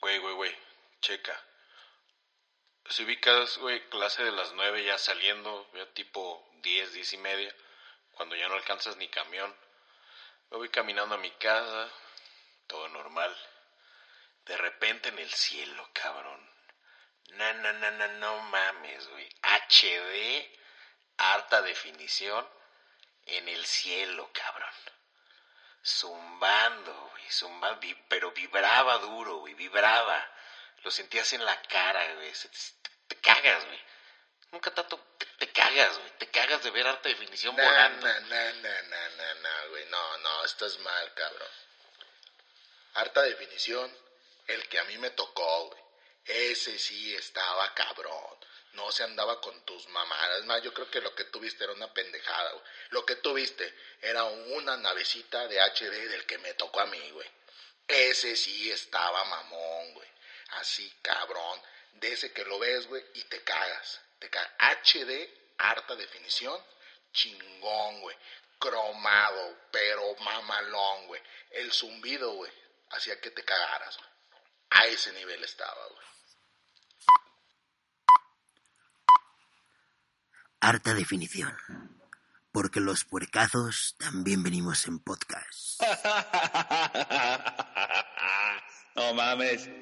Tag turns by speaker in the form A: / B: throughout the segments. A: güey, güey, checa. Si ubicas, güey, clase de las 9 ya saliendo, ya tipo 10, 10 y media, cuando ya no alcanzas ni camión. Me voy caminando a mi casa, todo normal. De repente en el cielo, cabrón. No, no, no, no, no mames, güey. HD, harta definición, en el cielo, cabrón. Zumbando, güey, zumbando, vi- pero vibraba duro, güey, vibraba. Lo sentías en la cara, güey. se- se- Te, te cagas, güey. Nunca tanto te, te cagas, güey. Te cagas de ver harta definición
B: No, no,
A: volando.
B: no, no, no, no, no, güey. No, no, estás mal, cabrón. Harta definición, el que a mí me tocó, güey. Ese sí estaba cabrón. No se andaba con tus mamadas. Es más, yo creo que lo que tuviste era una pendejada, güey. Lo que tuviste era una navecita de HD del que me tocó a mí, güey. Ese sí estaba mamón, güey. Así, cabrón. De ese que lo ves, güey, y te cagas. Te cagas. HD, harta definición, chingón, güey. Cromado, pero mamalón, güey. El zumbido, güey, hacía que te cagaras, güey. A ese nivel estaba, güey.
C: Harta definición. Porque los puercazos también venimos en podcast.
D: no mames.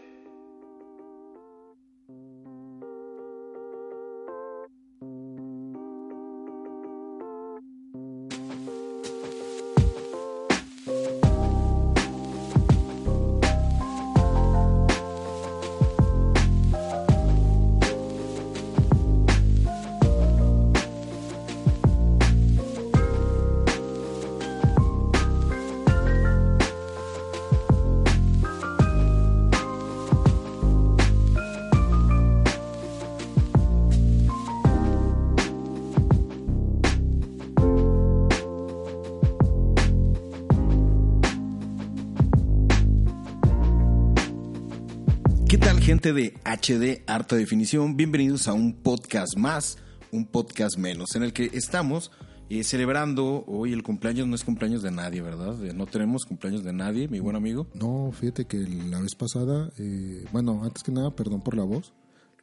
E: ¿Qué tal gente de HD Harta Definición? Bienvenidos a un podcast más, un podcast menos, en el que estamos eh, celebrando hoy el cumpleaños, no es cumpleaños de nadie, ¿verdad? Eh, No tenemos cumpleaños de nadie, mi buen amigo.
F: No, fíjate que la vez pasada, eh, bueno, antes que nada, perdón por la voz.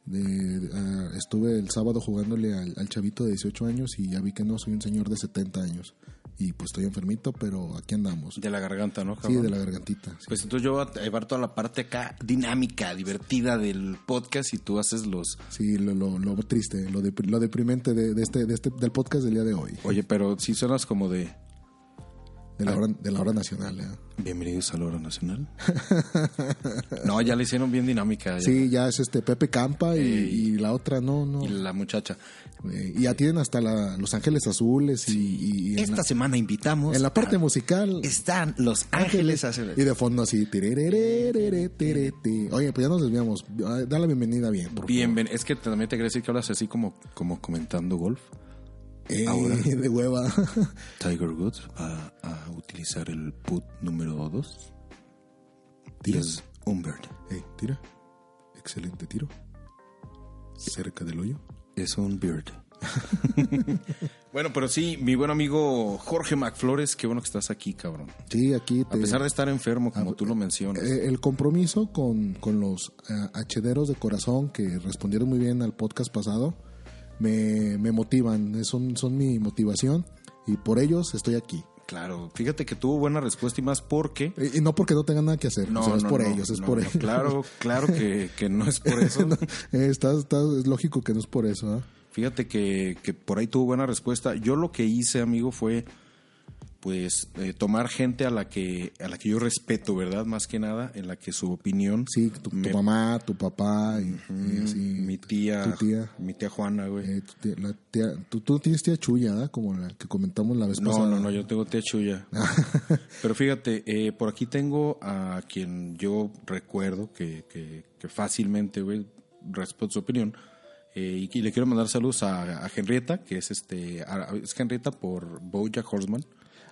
F: de- ah, estuve el sábado jugándole al, al chavito de 18 años y ya vi que no soy un señor de 70 años. Y pues estoy enfermito, pero aquí andamos.
E: De la garganta, ¿no?
F: sí,
E: cabrón?
F: de la gargantita. sí.
E: Pues entonces yo voy a llevar toda la parte acá dinámica, divertida del podcast y tú haces los...
F: Sí, lo, lo- lo triste, lo, dep- lo deprimente de, de este, de este- del podcast del día de hoy,
E: Oye, pero si suenas como de...
F: de
E: Ah.
F: la hora, de la hora nacional. ¿eh?
E: Bienvenidos a la hora nacional. no, ya le hicieron bien dinámica. ya.
F: Sí, ya es este Pepe Campa y,
E: Ey.
F: y la otra no, no.
E: Y la muchacha.
F: Eh, Y ya tienen hasta la- Los Ángeles Azules y, y- y en
E: Esta
F: la-
E: semana invitamos...
F: en la parte
E: a-
F: musical.
E: Están Los Ángeles hace-
F: Y de fondo así. tirerererere, terete. Oye, pues ya nos desviamos. Ah, Da la bienvenida bien. por favor.
E: Bienven- Es que también te quería decir que hablas así como, como comentando golf.
F: Eh,
E: Ahora.
F: De hueva.
E: Tiger Woods va a utilizar el put número 2. Díaz Humbert.
F: Ey, Eh, tira. Excelente tiro. Cerca del hoyo.
E: Es un beard. bueno, pero sí, mi buen amigo Jorge McFlores, qué bueno que estás aquí, cabrón.
F: Sí, aquí
E: A
F: te.
E: pesar de estar enfermo, como tú lo mencionas.
F: Eh, el compromiso con, con los ah, hederos de corazón que respondieron muy bien al podcast pasado me, me motivan, eh, son, son mi motivación y por ellos estoy aquí.
E: claro, fíjate que tuvo buena respuesta y más porque...
F: Eh, Y no porque no tengan nada que hacer, o sea, es por ellos, es
E: no,
F: por
E: no,
F: ellos.
E: Claro, claro que, que no es por eso.
F: No, eh, está- está- es lógico que no es por eso. ¿ah?
E: Fíjate que, que por ahí tuvo buena respuesta. Yo lo que hice, amigo, fue pues eh, tomar gente a la que a la que yo respeto, ¿verdad? Más que nada, en la que su opinión,
F: Sí, tu, tu
E: Me- mm,
F: mamá, tu papá y, y así.
E: mi tía,
F: Tu tía.
E: mi tía Juana, güey.
F: Eh, tu tía- la tía- tú, tú tienes tía Chuya, ¿ah? como la que comentamos la vez
E: no,
F: pasada.
E: no, no, yo tengo tía Chuya. Pero fíjate, eh, por aquí tengo a quien yo recuerdo que, que- que fácilmente, güey, respeto su opinión. Eh, y, y le quiero mandar saludos a, a Henrietta, que es este, a- es Henrietta por Bojack Horseman.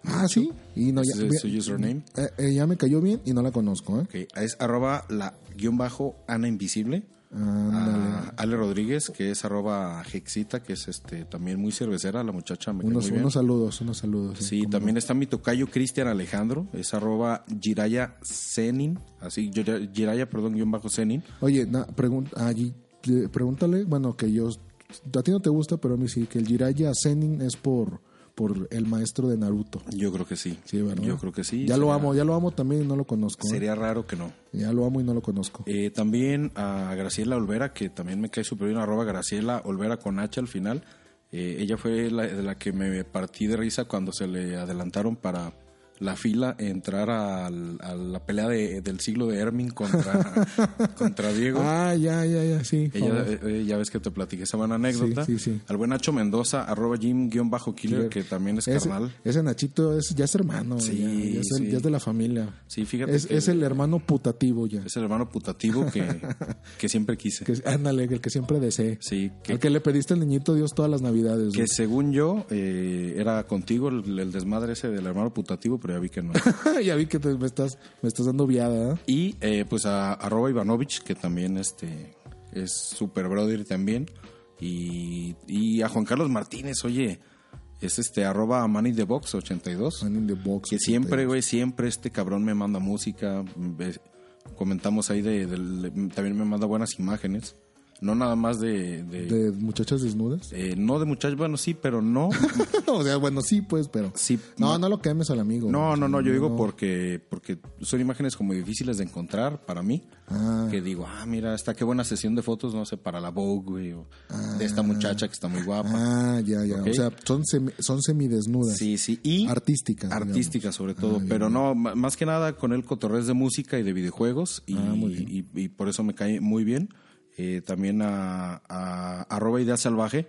F: Ah, sí. Y no,
E: Ese es su username.
F: Eh, eh, ya me cayó bien y no la conozco. ¿eh?
E: Ok, es arroba la guión bajo Ana Invisible.
F: Ándale.
E: a Ale Rodríguez, que es arroba Hexita, que es este también muy cervecera, la muchacha me cae
F: unos,
E: muy bien.
F: unos saludos, unos saludos.
E: Sí,
F: cómo
E: también
F: no.
E: está mi tocayo Cristian Alejandro, es arroba Jiraya Zenin, así, Jiraya, Jiraya, perdón, guión bajo Zenin.
F: Oye, na- pregun- allí, eh, pregúntale, bueno, que yo, a ti no te gusta, pero a mí sí, que el Jiraiya Zenin es por, por el maestro de Naruto.
E: Yo creo que sí.
F: Sí, ¿verdad?
E: Yo creo que sí.
F: Ya lo
E: Sería-
F: amo, ya lo amo también y no lo conozco. ¿eh?
E: Sería raro que no.
F: Ya lo amo y no lo conozco.
E: Eh, también a Graciela Olvera, que también me cae súper bien, arroba Graciela Olvera con H al final. Eh, ella fue la, de la que me partí de risa cuando se le adelantaron para la fila entrar al- a la pelea de- del siglo de Hermin contra, contra Diego.
F: Ah, ya, ya, ya, sí.
E: Ella,
F: favor.
E: eh, eh, ya ves que te platiqué esa buena anécdota.
F: Sí, sí, sí.
E: Al buen Nacho Mendoza, arroba Jim-Killer, que también es
F: ese,
E: carnal.
F: Ese Nachito es, ya es hermano,
E: Sí,
F: ya, ya es, el-
E: sí.
F: ya es de la familia.
E: Sí, fíjate.
F: Es,
E: que
F: es el hermano putativo ya.
E: es el hermano putativo que, que siempre quise.
F: Que, ándale, el que siempre desee.
E: sí, que,
F: Al que le pediste al niñito Dios todas las navidades.
E: que
F: güey.
E: según yo eh, era contigo el, el desmadre ese del hermano putativo, pero ya vi que no.
F: ya vi que te- me, estás, me estás dando viada. ¿eh?
E: y eh, pues a arroba Ivanovich, que también este es super brother también. Y, y a Juan Carlos Martínez, oye, es este arroba Manny the Box 82.
F: Man in the box.
E: Que siempre, güey, siempre este cabrón me manda música. ve- Comentamos ahí de, del- de- También me manda buenas imágenes. No nada más de. de-
F: De muchachas desnudas.
E: eh, no de muchachos, bueno, sí, pero no.
F: o sea, bueno, sí, pues, pero.
E: Sí,
F: No,
E: no.
F: no lo quemes al amigo.
E: No,
F: güey.
E: no, no, yo digo
F: no.
E: porque porque son imágenes como difíciles de encontrar para mí.
F: Ah.
E: Que digo, ah, mira, está qué buena sesión de fotos, no sé, para la Vogue, güey, o de esta muchacha que está muy guapa.
F: Ah, ya, ya.
E: Ok.
F: O sea, son, semi- son semidesnudas.
E: Sí, sí, y
F: Artísticas.
E: artística
F: digamos.
E: sobre
F: Ah,
E: todo,
F: bien,
E: pero
F: bien.
E: no, ma- más que nada con él cotorrez de música y de videojuegos y,
F: Ah, muy
E: y- y por eso me cae muy bien. Eh, también a, a arroba idea salvaje,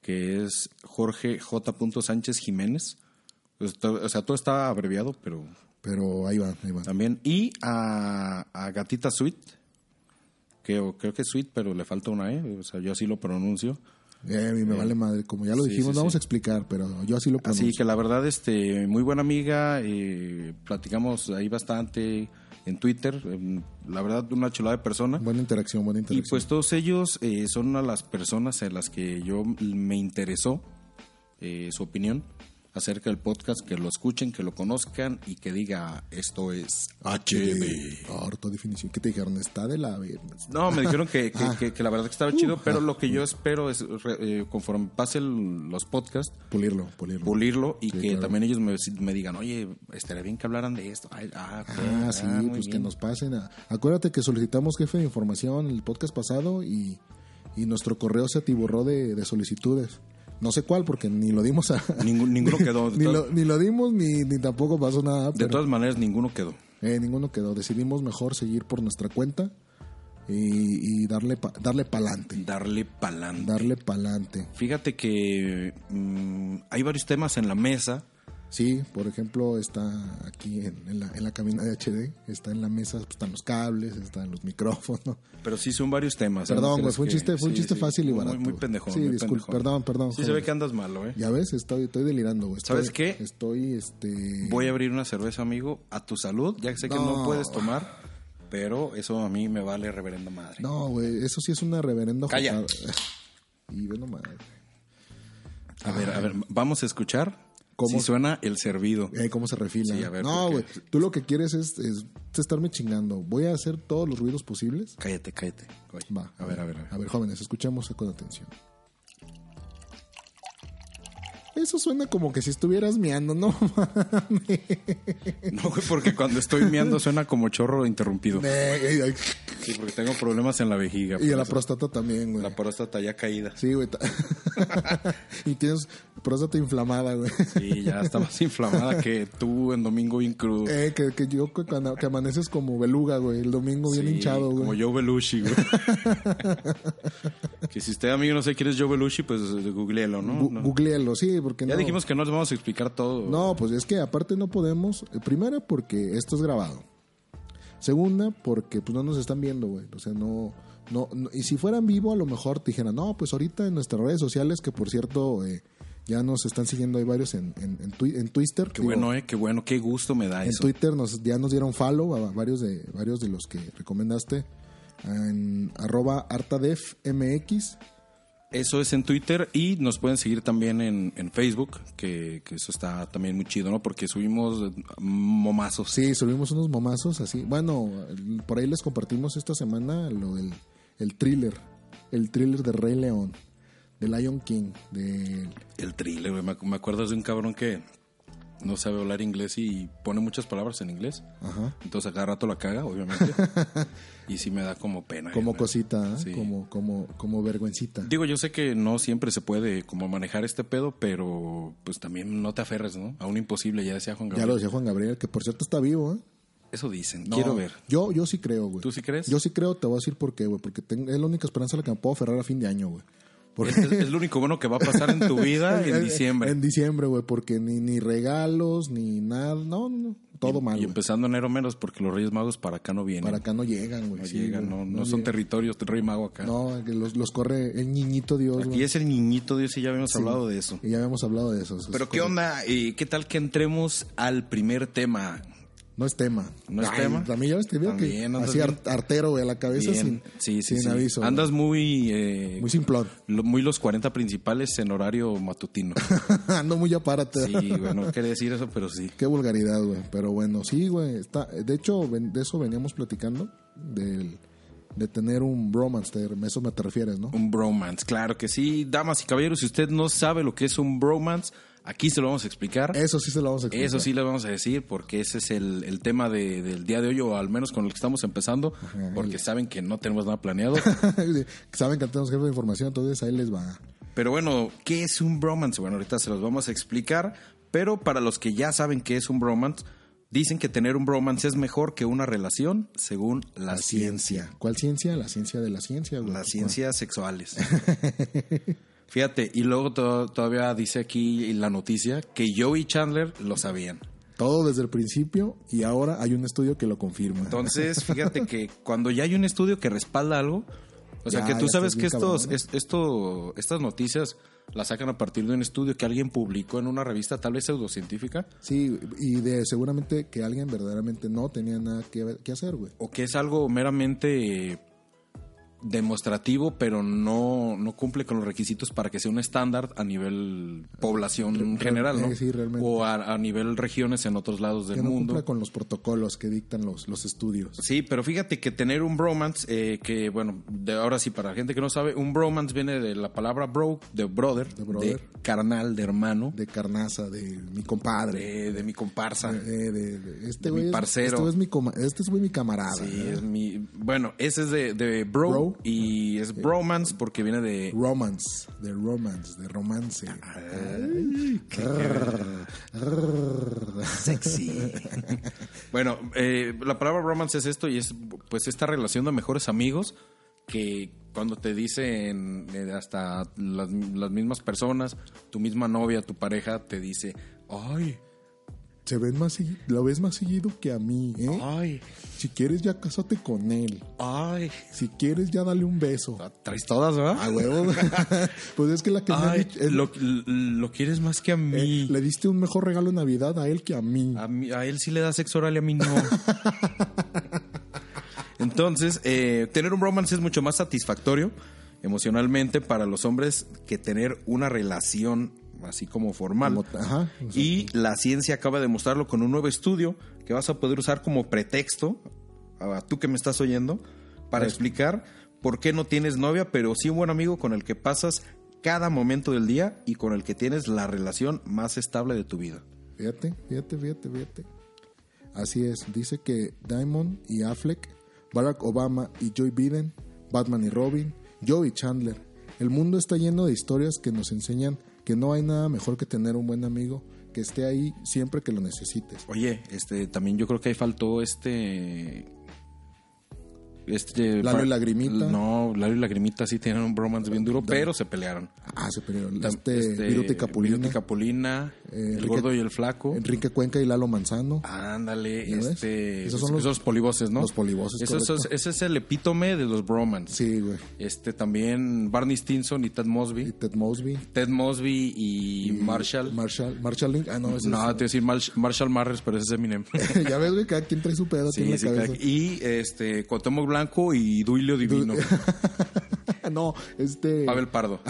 E: que es Jorge J. Sánchez Jiménez. Pues, to- O sea, todo está abreviado, pero
F: Pero ahí va, ahí va.
E: también. Y a, a Gatita Sweet, que o creo que es Sweet, pero le falta una E, o sea, yo así lo pronuncio.
F: Eh, a mí me vale madre. Como ya lo
E: Sí,
F: dijimos,
E: sí,
F: no vamos
E: sí.
F: a explicar, pero yo así lo pronuncio.
E: Así que la verdad, este, muy buena amiga, eh, platicamos ahí bastante en Twitter, em, la verdad una chulada de persona.
F: Buena interacción, buena
E: y
F: interacción.
E: pues todos ellos eh, son una de las personas en las que yo me interesó eh, su opinión acerca del podcast, que lo escuchen, que lo conozcan y que diga esto es HB.
F: HD. Harto definición. ¿Qué te dijeron? Está de la verga.
E: No, me dijeron que, que,
F: Ah.
E: que- que la verdad que estaba
F: Uh.
E: chido, pero lo que yo espero es, re- eh, conforme pasen los podcasts,
F: Pulirlo, pulirlo.
E: pulirlo y
F: Sí,
E: que
F: claro.
E: también ellos me, me digan, oye, estaría bien que hablaran de esto. Ay, ah, ok,
F: Ah, sí,
E: muy
F: pues que
E: bien.
F: nos pasen. a- Acuérdate que solicitamos jefe de información en el podcast pasado y, y nuestro correo se atiborró de, de solicitudes. No sé cuál, porque ni lo dimos a.
E: Ningún- ninguno quedó. De
F: ni,
E: todas-
F: lo, ni lo dimos, ni, ni tampoco pasó nada.
E: De
F: pero,
E: todas maneras, ninguno quedó.
F: eh, ninguno quedó. Decidimos mejor seguir por nuestra cuenta y, y darle, pa- darle pa'lante.
E: Darle palante.
F: Darle pa'lante.
E: Fíjate que mm, hay varios temas en la mesa.
F: Sí, por ejemplo, está aquí en, en la, en la cabina de HD, está en la mesa, pues, están los cables, están los micrófonos.
E: Pero sí son varios temas. ¿eh?
F: Perdón,
E: No
F: güey,
E: creas
F: fue un
E: que-
F: chiste, fue un
E: sí,
F: chiste
E: sí,
F: fácil y
E: muy-
F: barato.
E: Muy,
F: güey.
E: pendejón.
F: Sí,
E: muy
F: disculpe,
E: pendejón.
F: perdón, perdón.
E: Sí, se
F: joven.
E: ve que andas malo, ¿eh?
F: Ya ves, estoy, estoy delirando, güey. Estoy-
E: ¿Sabes qué?
F: Estoy, este...
E: Voy a abrir una cerveza, amigo, a tu salud. Ya sé que no,
F: No.
E: puedes tomar, pero eso a mí me vale reverenda madre.
F: No, güey, eso sí es una reverenda...
E: Calla.
F: jugada. Y ve nomás.
E: A ver, a ver, vamos a escuchar
F: ¿Cómo?
E: si suena el servido.
F: Eh, cómo se refila.
E: Sí, a ver,
F: no,
E: porque-
F: güey, tú lo que quieres es, es- es estarme chingando. Voy a hacer todos los ruidos posibles.
E: Cállate, cállate. Oye,
F: Va.
E: A ver, a ver, a ver.
F: A ver, jóvenes, escuchamos con atención. Eso suena como que si estuvieras miando, ¿no?
E: No, güey, porque cuando estoy meando suena como chorro interrumpido.
F: Eh,
E: Sí, porque tengo problemas en la vejiga.
F: y a
E: por
F: la
E: eso.
F: próstata también, güey.
E: La próstata ya caída.
F: Sí, güey. ta- y tienes próstata inflamada, güey.
E: Sí, ya está más inflamada que tú en domingo bien crudo.
F: Eh, que, que yo que cuando que amaneces como beluga, güey. El domingo bien
E: Sí,
F: hinchado, güey.
E: Como Joe Belushi, güey. que si usted, amigo, no sé quién es Joe Belushi, pues googleelo, ¿no?
F: Gu-
E: No.
F: googléalo, sí, porque
E: Ya
F: no.
E: dijimos que no les vamos a explicar todo.
F: No, pues es que aparte no podemos. eh, Primera, porque esto es grabado. Segunda, porque pues no nos están viendo, güey. O sea, no, no, no- Y si fueran vivo, a lo mejor te dijeran, no, pues ahorita en nuestras redes sociales, que por cierto, eh, ya nos están siguiendo, hay varios en, en, en, Twi- en Twitter.
E: Qué
F: digo,
E: bueno, eh, qué bueno, qué gusto me da
F: En
E: eso.
F: Twitter nos, ya nos dieron follow a varios de, varios de los que recomendaste. en arroba artadefmx.
E: Eso es en Twitter y nos pueden seguir también en, en Facebook, que, que eso está también muy chido, ¿no? Porque subimos momazos.
F: Sí, subimos unos momazos así. Bueno, el- por ahí les compartimos esta semana lo del el thriller, el thriller de Rey León, de Lion King, de
E: El thriller, güey. Me, ac- me acuerdo de un cabrón que no sabe hablar inglés y pone muchas palabras en inglés.
F: ajá,
E: Entonces a cada rato la caga, obviamente. y sí me da como pena.
F: como
E: güey.
F: cosita, ¿eh?
E: Sí.
F: como como como vergüencita.
E: Digo, yo sé que no siempre se puede como manejar este pedo, pero pues también no te aferres, ¿no? A un imposible, ya decía Juan
F: ya
E: Gabriel.
F: lo decía Juan Gabriel, que por cierto está vivo, ¿eh?
E: Eso dicen.
F: No,
E: Quiero ver.
F: Yo, yo sí creo, güey.
E: ¿Tú sí crees?
F: Yo sí creo, te voy a decir por qué, güey. Porque tengo- es la única esperanza a la que me puedo aferrar a fin de año, güey. Eh,
E: Es, es- es lo único bueno que va a pasar en tu vida Ah, en diciembre.
F: En diciembre, güey, porque ni, ni regalos, ni nada, no, no, todo mal.
E: y
F: güey.
E: empezando enero menos porque los Reyes Magos para acá no vienen.
F: Para acá no llegan, güey.
E: no
F: sí,
E: llegan,
F: güey,
E: no, no son
F: llegan.
E: territorios del Rey Mago acá.
F: No, pues, que los, los corre el niñito Dios,
E: Aquí
F: güey.
E: es el niñito Dios y ya habíamos hablado de eso.
F: Y ya habíamos hablado de eso. eso
E: Pero
F: es
E: qué
F: correcto.
E: onda, ¿Y qué tal que entremos al primer tema.
F: No es tema.
E: ¿No es tema?
F: También ya ves, te digo que
E: También andas
F: así
E: bien-
F: ar- artero, güey, a la cabeza sin,
E: Bien. sí, sí,
F: sin
E: sí.
F: aviso. güey.
E: Andas muy, eh,
F: Muy simplón.
E: lo- muy los 40 principales en horario matutino.
F: Ando muy apárate.
E: Sí, bueno, quería decir eso, pero sí.
F: Qué vulgaridad, güey. Pero bueno, sí, güey. Está, de hecho, ven- de eso veníamos platicando. Del, de tener un bromance. te- a eso me te refieres, ¿no?
E: Un bromance, claro que sí. Damas y caballeros, si usted no sabe lo que es un bromance, aquí se lo vamos a explicar.
F: Eso sí se lo vamos a explicar.
E: Eso sí le vamos a decir porque ese es el, el tema de- del día de hoy, o al menos con el que estamos empezando, porque saben que no tenemos nada planeado.
F: Saben que tenemos jefe de información, entonces ahí les va.
E: Pero bueno, ¿qué es un bromance? Bueno, ahorita se los vamos a explicar, pero para los que ya saben qué es un bromance, dicen que tener un bromance es mejor que una relación según la, ciencia.
F: ¿Cuál ciencia? La ciencia de la ciencia, güey.
E: Las ciencias sexuales. Fíjate, y luego to- todavía dice aquí la noticia que Joey y Chandler lo sabían.
F: Todo desde el principio y ahora hay un estudio que lo confirma.
E: Entonces, fíjate que cuando ya hay un estudio que respalda algo, o sea,
F: Ya,
E: que tú
F: ya
E: sabes
F: estás
E: que
F: bien
E: estos,
F: cabrón.
E: es- esto, estas noticias las sacan a partir de un estudio que alguien publicó en una revista tal vez pseudocientífica,
F: Sí, y de seguramente que alguien verdaderamente no tenía nada que, ver- que hacer, güey.
E: o que es algo meramente eh, demostrativo, pero no, no cumple con los requisitos para que sea un estándar a nivel población
F: re-
E: general, ¿no?
F: eh, sí, realmente.
E: O a, a nivel regiones en otros lados del
F: Que no
E: mundo.
F: cumpla con los protocolos que dictan los, los estudios.
E: Sí, pero fíjate que tener un bromance, eh, que bueno, de ahora sí, para la gente que no sabe, un bromance viene de la palabra bro, de brother, de,
F: De brother.
E: carnal, de hermano,
F: De carnaza, de mi compadre.
E: de, de mi comparsa.
F: Eh, de- de- este
E: De mi
F: güey es-
E: parcero.
F: Este güey es mi, coma- este es güey mi camarada.
E: Sí,
F: ¿verdad?
E: es mi. Bueno, ese es de, de bro,
F: ¿eh? Bro.
E: y es bromance porque viene de.
F: Romance, de romance, de romance.
E: Ah, Sexy. bueno, eh, la palabra bromance es esto y es pues esta relación de mejores amigos que cuando te dicen eh, hasta las, las mismas personas, tu misma novia, tu pareja, te dice, ay,
F: Se ven más segui- lo ves más seguido que a mí, ¿eh?
E: ay,
F: Si quieres ya cásate con él.
E: ay.
F: Si quieres ya dale un beso.
E: Traes todas, ¿verdad?
F: A huevo. pues es que la que me han
E: Ay,
F: dicho- es-
E: lo, lo quieres más que a
F: eh,
E: mí.
F: le diste un mejor regalo en Navidad a él que a mí.
E: A, mí- a él sí le da sexo oral y a mí no. Entonces, eh, tener un romance es mucho más satisfactorio emocionalmente para los hombres que tener una relación así como formal.
F: Como- ajá.
E: y la ciencia acaba de mostrarlo con un nuevo estudio que vas a poder usar como pretexto, a tú que me estás oyendo, para explicar por qué no tienes novia, pero sí un buen amigo con el que pasas cada momento del día y con el que tienes la relación más estable de tu vida.
F: Fíjate, fíjate, fíjate, fíjate. Así es, dice que Diamond y Affleck, Barack Obama y Joe Biden, Batman y Robin, Joe y Chandler. El mundo está lleno de historias que nos enseñan que no hay nada mejor que tener un buen amigo que esté ahí siempre que lo necesites.
E: Oye, este, también yo creo que ahí faltó este. Este.
F: Lalo y
E: Fra-
F: Lagrimita.
E: No, Lalo y Lagrimita sí tienen un bromance bien duro, pero se pelearon.
F: Ah, se peleó.
E: Tam-
F: Este,
E: este,
F: Viruta y Capulina.
E: Viruta y Capulina.
F: Eh,
E: El
F: Enrique-
E: gordo y el flaco. Ah.
F: Enrique Cuenca y Lalo Manzano.
E: Ándale,
F: ¿Ya ves?
E: este.
F: Esos
E: Esos
F: son
E: son
F: los-
E: los, polivoces, ¿no?
F: los polivoces,
E: Ese, es-
F: correcto.
E: ese es el epítome de los bromans.
F: Sí, güey.
E: Este también Barney Stinson y Ted Mosby.
F: Y Ted Mosby.
E: Ted Mosby y, Marshall.
F: Marshall. Marshall Lynch. Ah, no, ese
E: no, te voy a
F: es-
E: decir Marsh- Marshall Mathers, pero ese es Eminem.
F: ya ves, güey, cada quien trae su pedo aquí en
E: Sí,
F: la
E: sí,
F: cabeza.
E: claro. y este Cuauhtémoc Blanco y Duilio Divino.
F: no, este.
E: Pavel Pardo.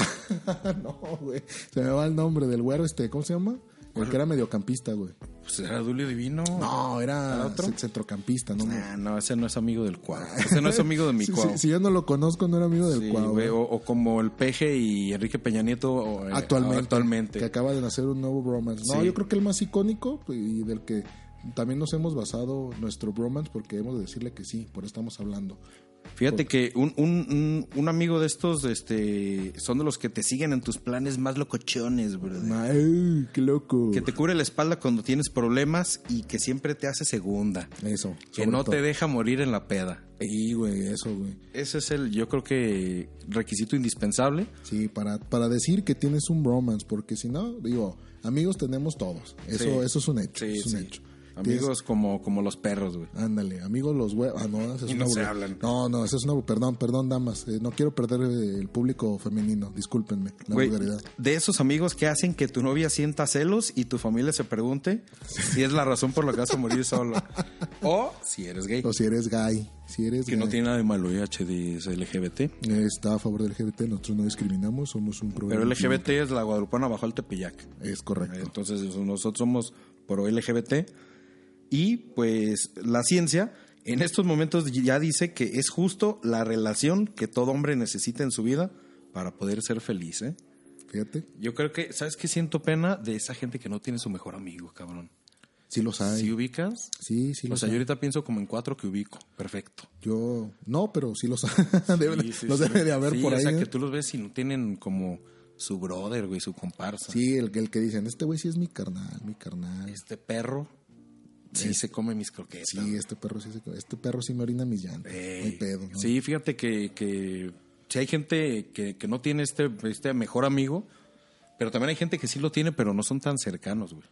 E: Ah,
F: no, güey. Se me va el nombre del güero, este. ¿Cómo se llama? El que era mediocampista, güey.
E: Pues era Duilio Divino.
F: No,
E: ¿Era
F: era
E: otro?
F: ce- centrocampista, ¿no?
E: Ah, no, ese no es amigo del Cuau. Ese no es amigo de mi
F: Si-
E: Cuau.
F: Si, si yo no lo conozco, no era amigo del
E: Sí,
F: Cuau.
E: güey,
F: güey.
E: o, o como el Peje y Enrique Peña Nieto o, eh,
F: actualmente,
E: actualmente.
F: Que acaba de nacer un nuevo bromance. No,
E: Sí.
F: yo creo que el más icónico pues, y del que también nos hemos basado nuestro bromance porque hemos de decirle que sí, por eso estamos hablando.
E: Fíjate que un, un- un- un amigo de estos este, son de los que te siguen en tus planes más locochones, brother.
F: Ay, qué loco.
E: Que te cubre la espalda cuando tienes problemas y que siempre te hace segunda.
F: Eso.
E: Que
F: sobre
E: no
F: todo.
E: te deja morir en la peda.
F: Sí, güey, eso, güey.
E: Ese es el, yo creo que, requisito indispensable.
F: Sí, para, para decir que tienes un bromance, porque si no, digo, amigos tenemos todos. Eso,
E: Sí.
F: eso es un hecho.
E: Sí,
F: es un
E: sí.
F: hecho.
E: Amigos como, como los perros, güey.
F: Ándale, amigos los huevos. Ah, no, esa es
E: Y
F: una
E: no se
F: burla.
E: hablan.
F: No, no, esa es una. bu- Perdón, perdón, damas. Eh, no quiero perder eh, el público femenino. Discúlpenme la
E: Güey,
F: vulgaridad.
E: de esos amigos que hacen que tu novia sienta celos y tu familia se pregunte si es la razón por la que vas a morir solo. o si eres gay.
F: O si eres gay. Si eres
E: Que no
F: gay.
E: tiene nada de malo, ¿eh? HD es LGBT.
F: Eh, Está a favor del LGBT. Nosotros no discriminamos. Somos un
E: Pero
F: programa.
E: LGBT es la guadalupana bajo el Tepeyac.
F: Es correcto.
E: Eh, Entonces nosotros somos pro LGBT. Y pues la ciencia en estos momentos ya dice que es justo la relación que todo hombre necesita en su vida para poder ser feliz. ¿eh?
F: Fíjate.
E: Yo creo que, ¿sabes qué? Siento pena de esa gente que no tiene su mejor amigo, cabrón.
F: Sí los hay.
E: ¿Sí ubicas?
F: Sí, sí
E: o
F: los
E: sea, yo
F: hay.
E: ahorita pienso como en cuatro que ubico. Perfecto.
F: Yo. No, pero sí los hay. Debe-
E: Sí, sí,
F: los
E: sí.
F: debe de haber
E: Sí,
F: por ahí.
E: O sea,
F: ¿eh?
E: que tú los ves y no tienen como su brother, güey, su comparsa.
F: Sí, el, el que dicen, este güey sí es mi carnal, mi carnal.
E: Este perro sí se come mis croquetas.
F: Sí, este perro sí, se- este perro sí me orina mis llantas.
E: Ey.
F: No hay pedo, ¿no?
E: Eh, Sí, fíjate que, que si hay gente que, que no tiene este, este mejor amigo, pero también hay gente que sí lo tiene, pero no son tan cercanos, güey.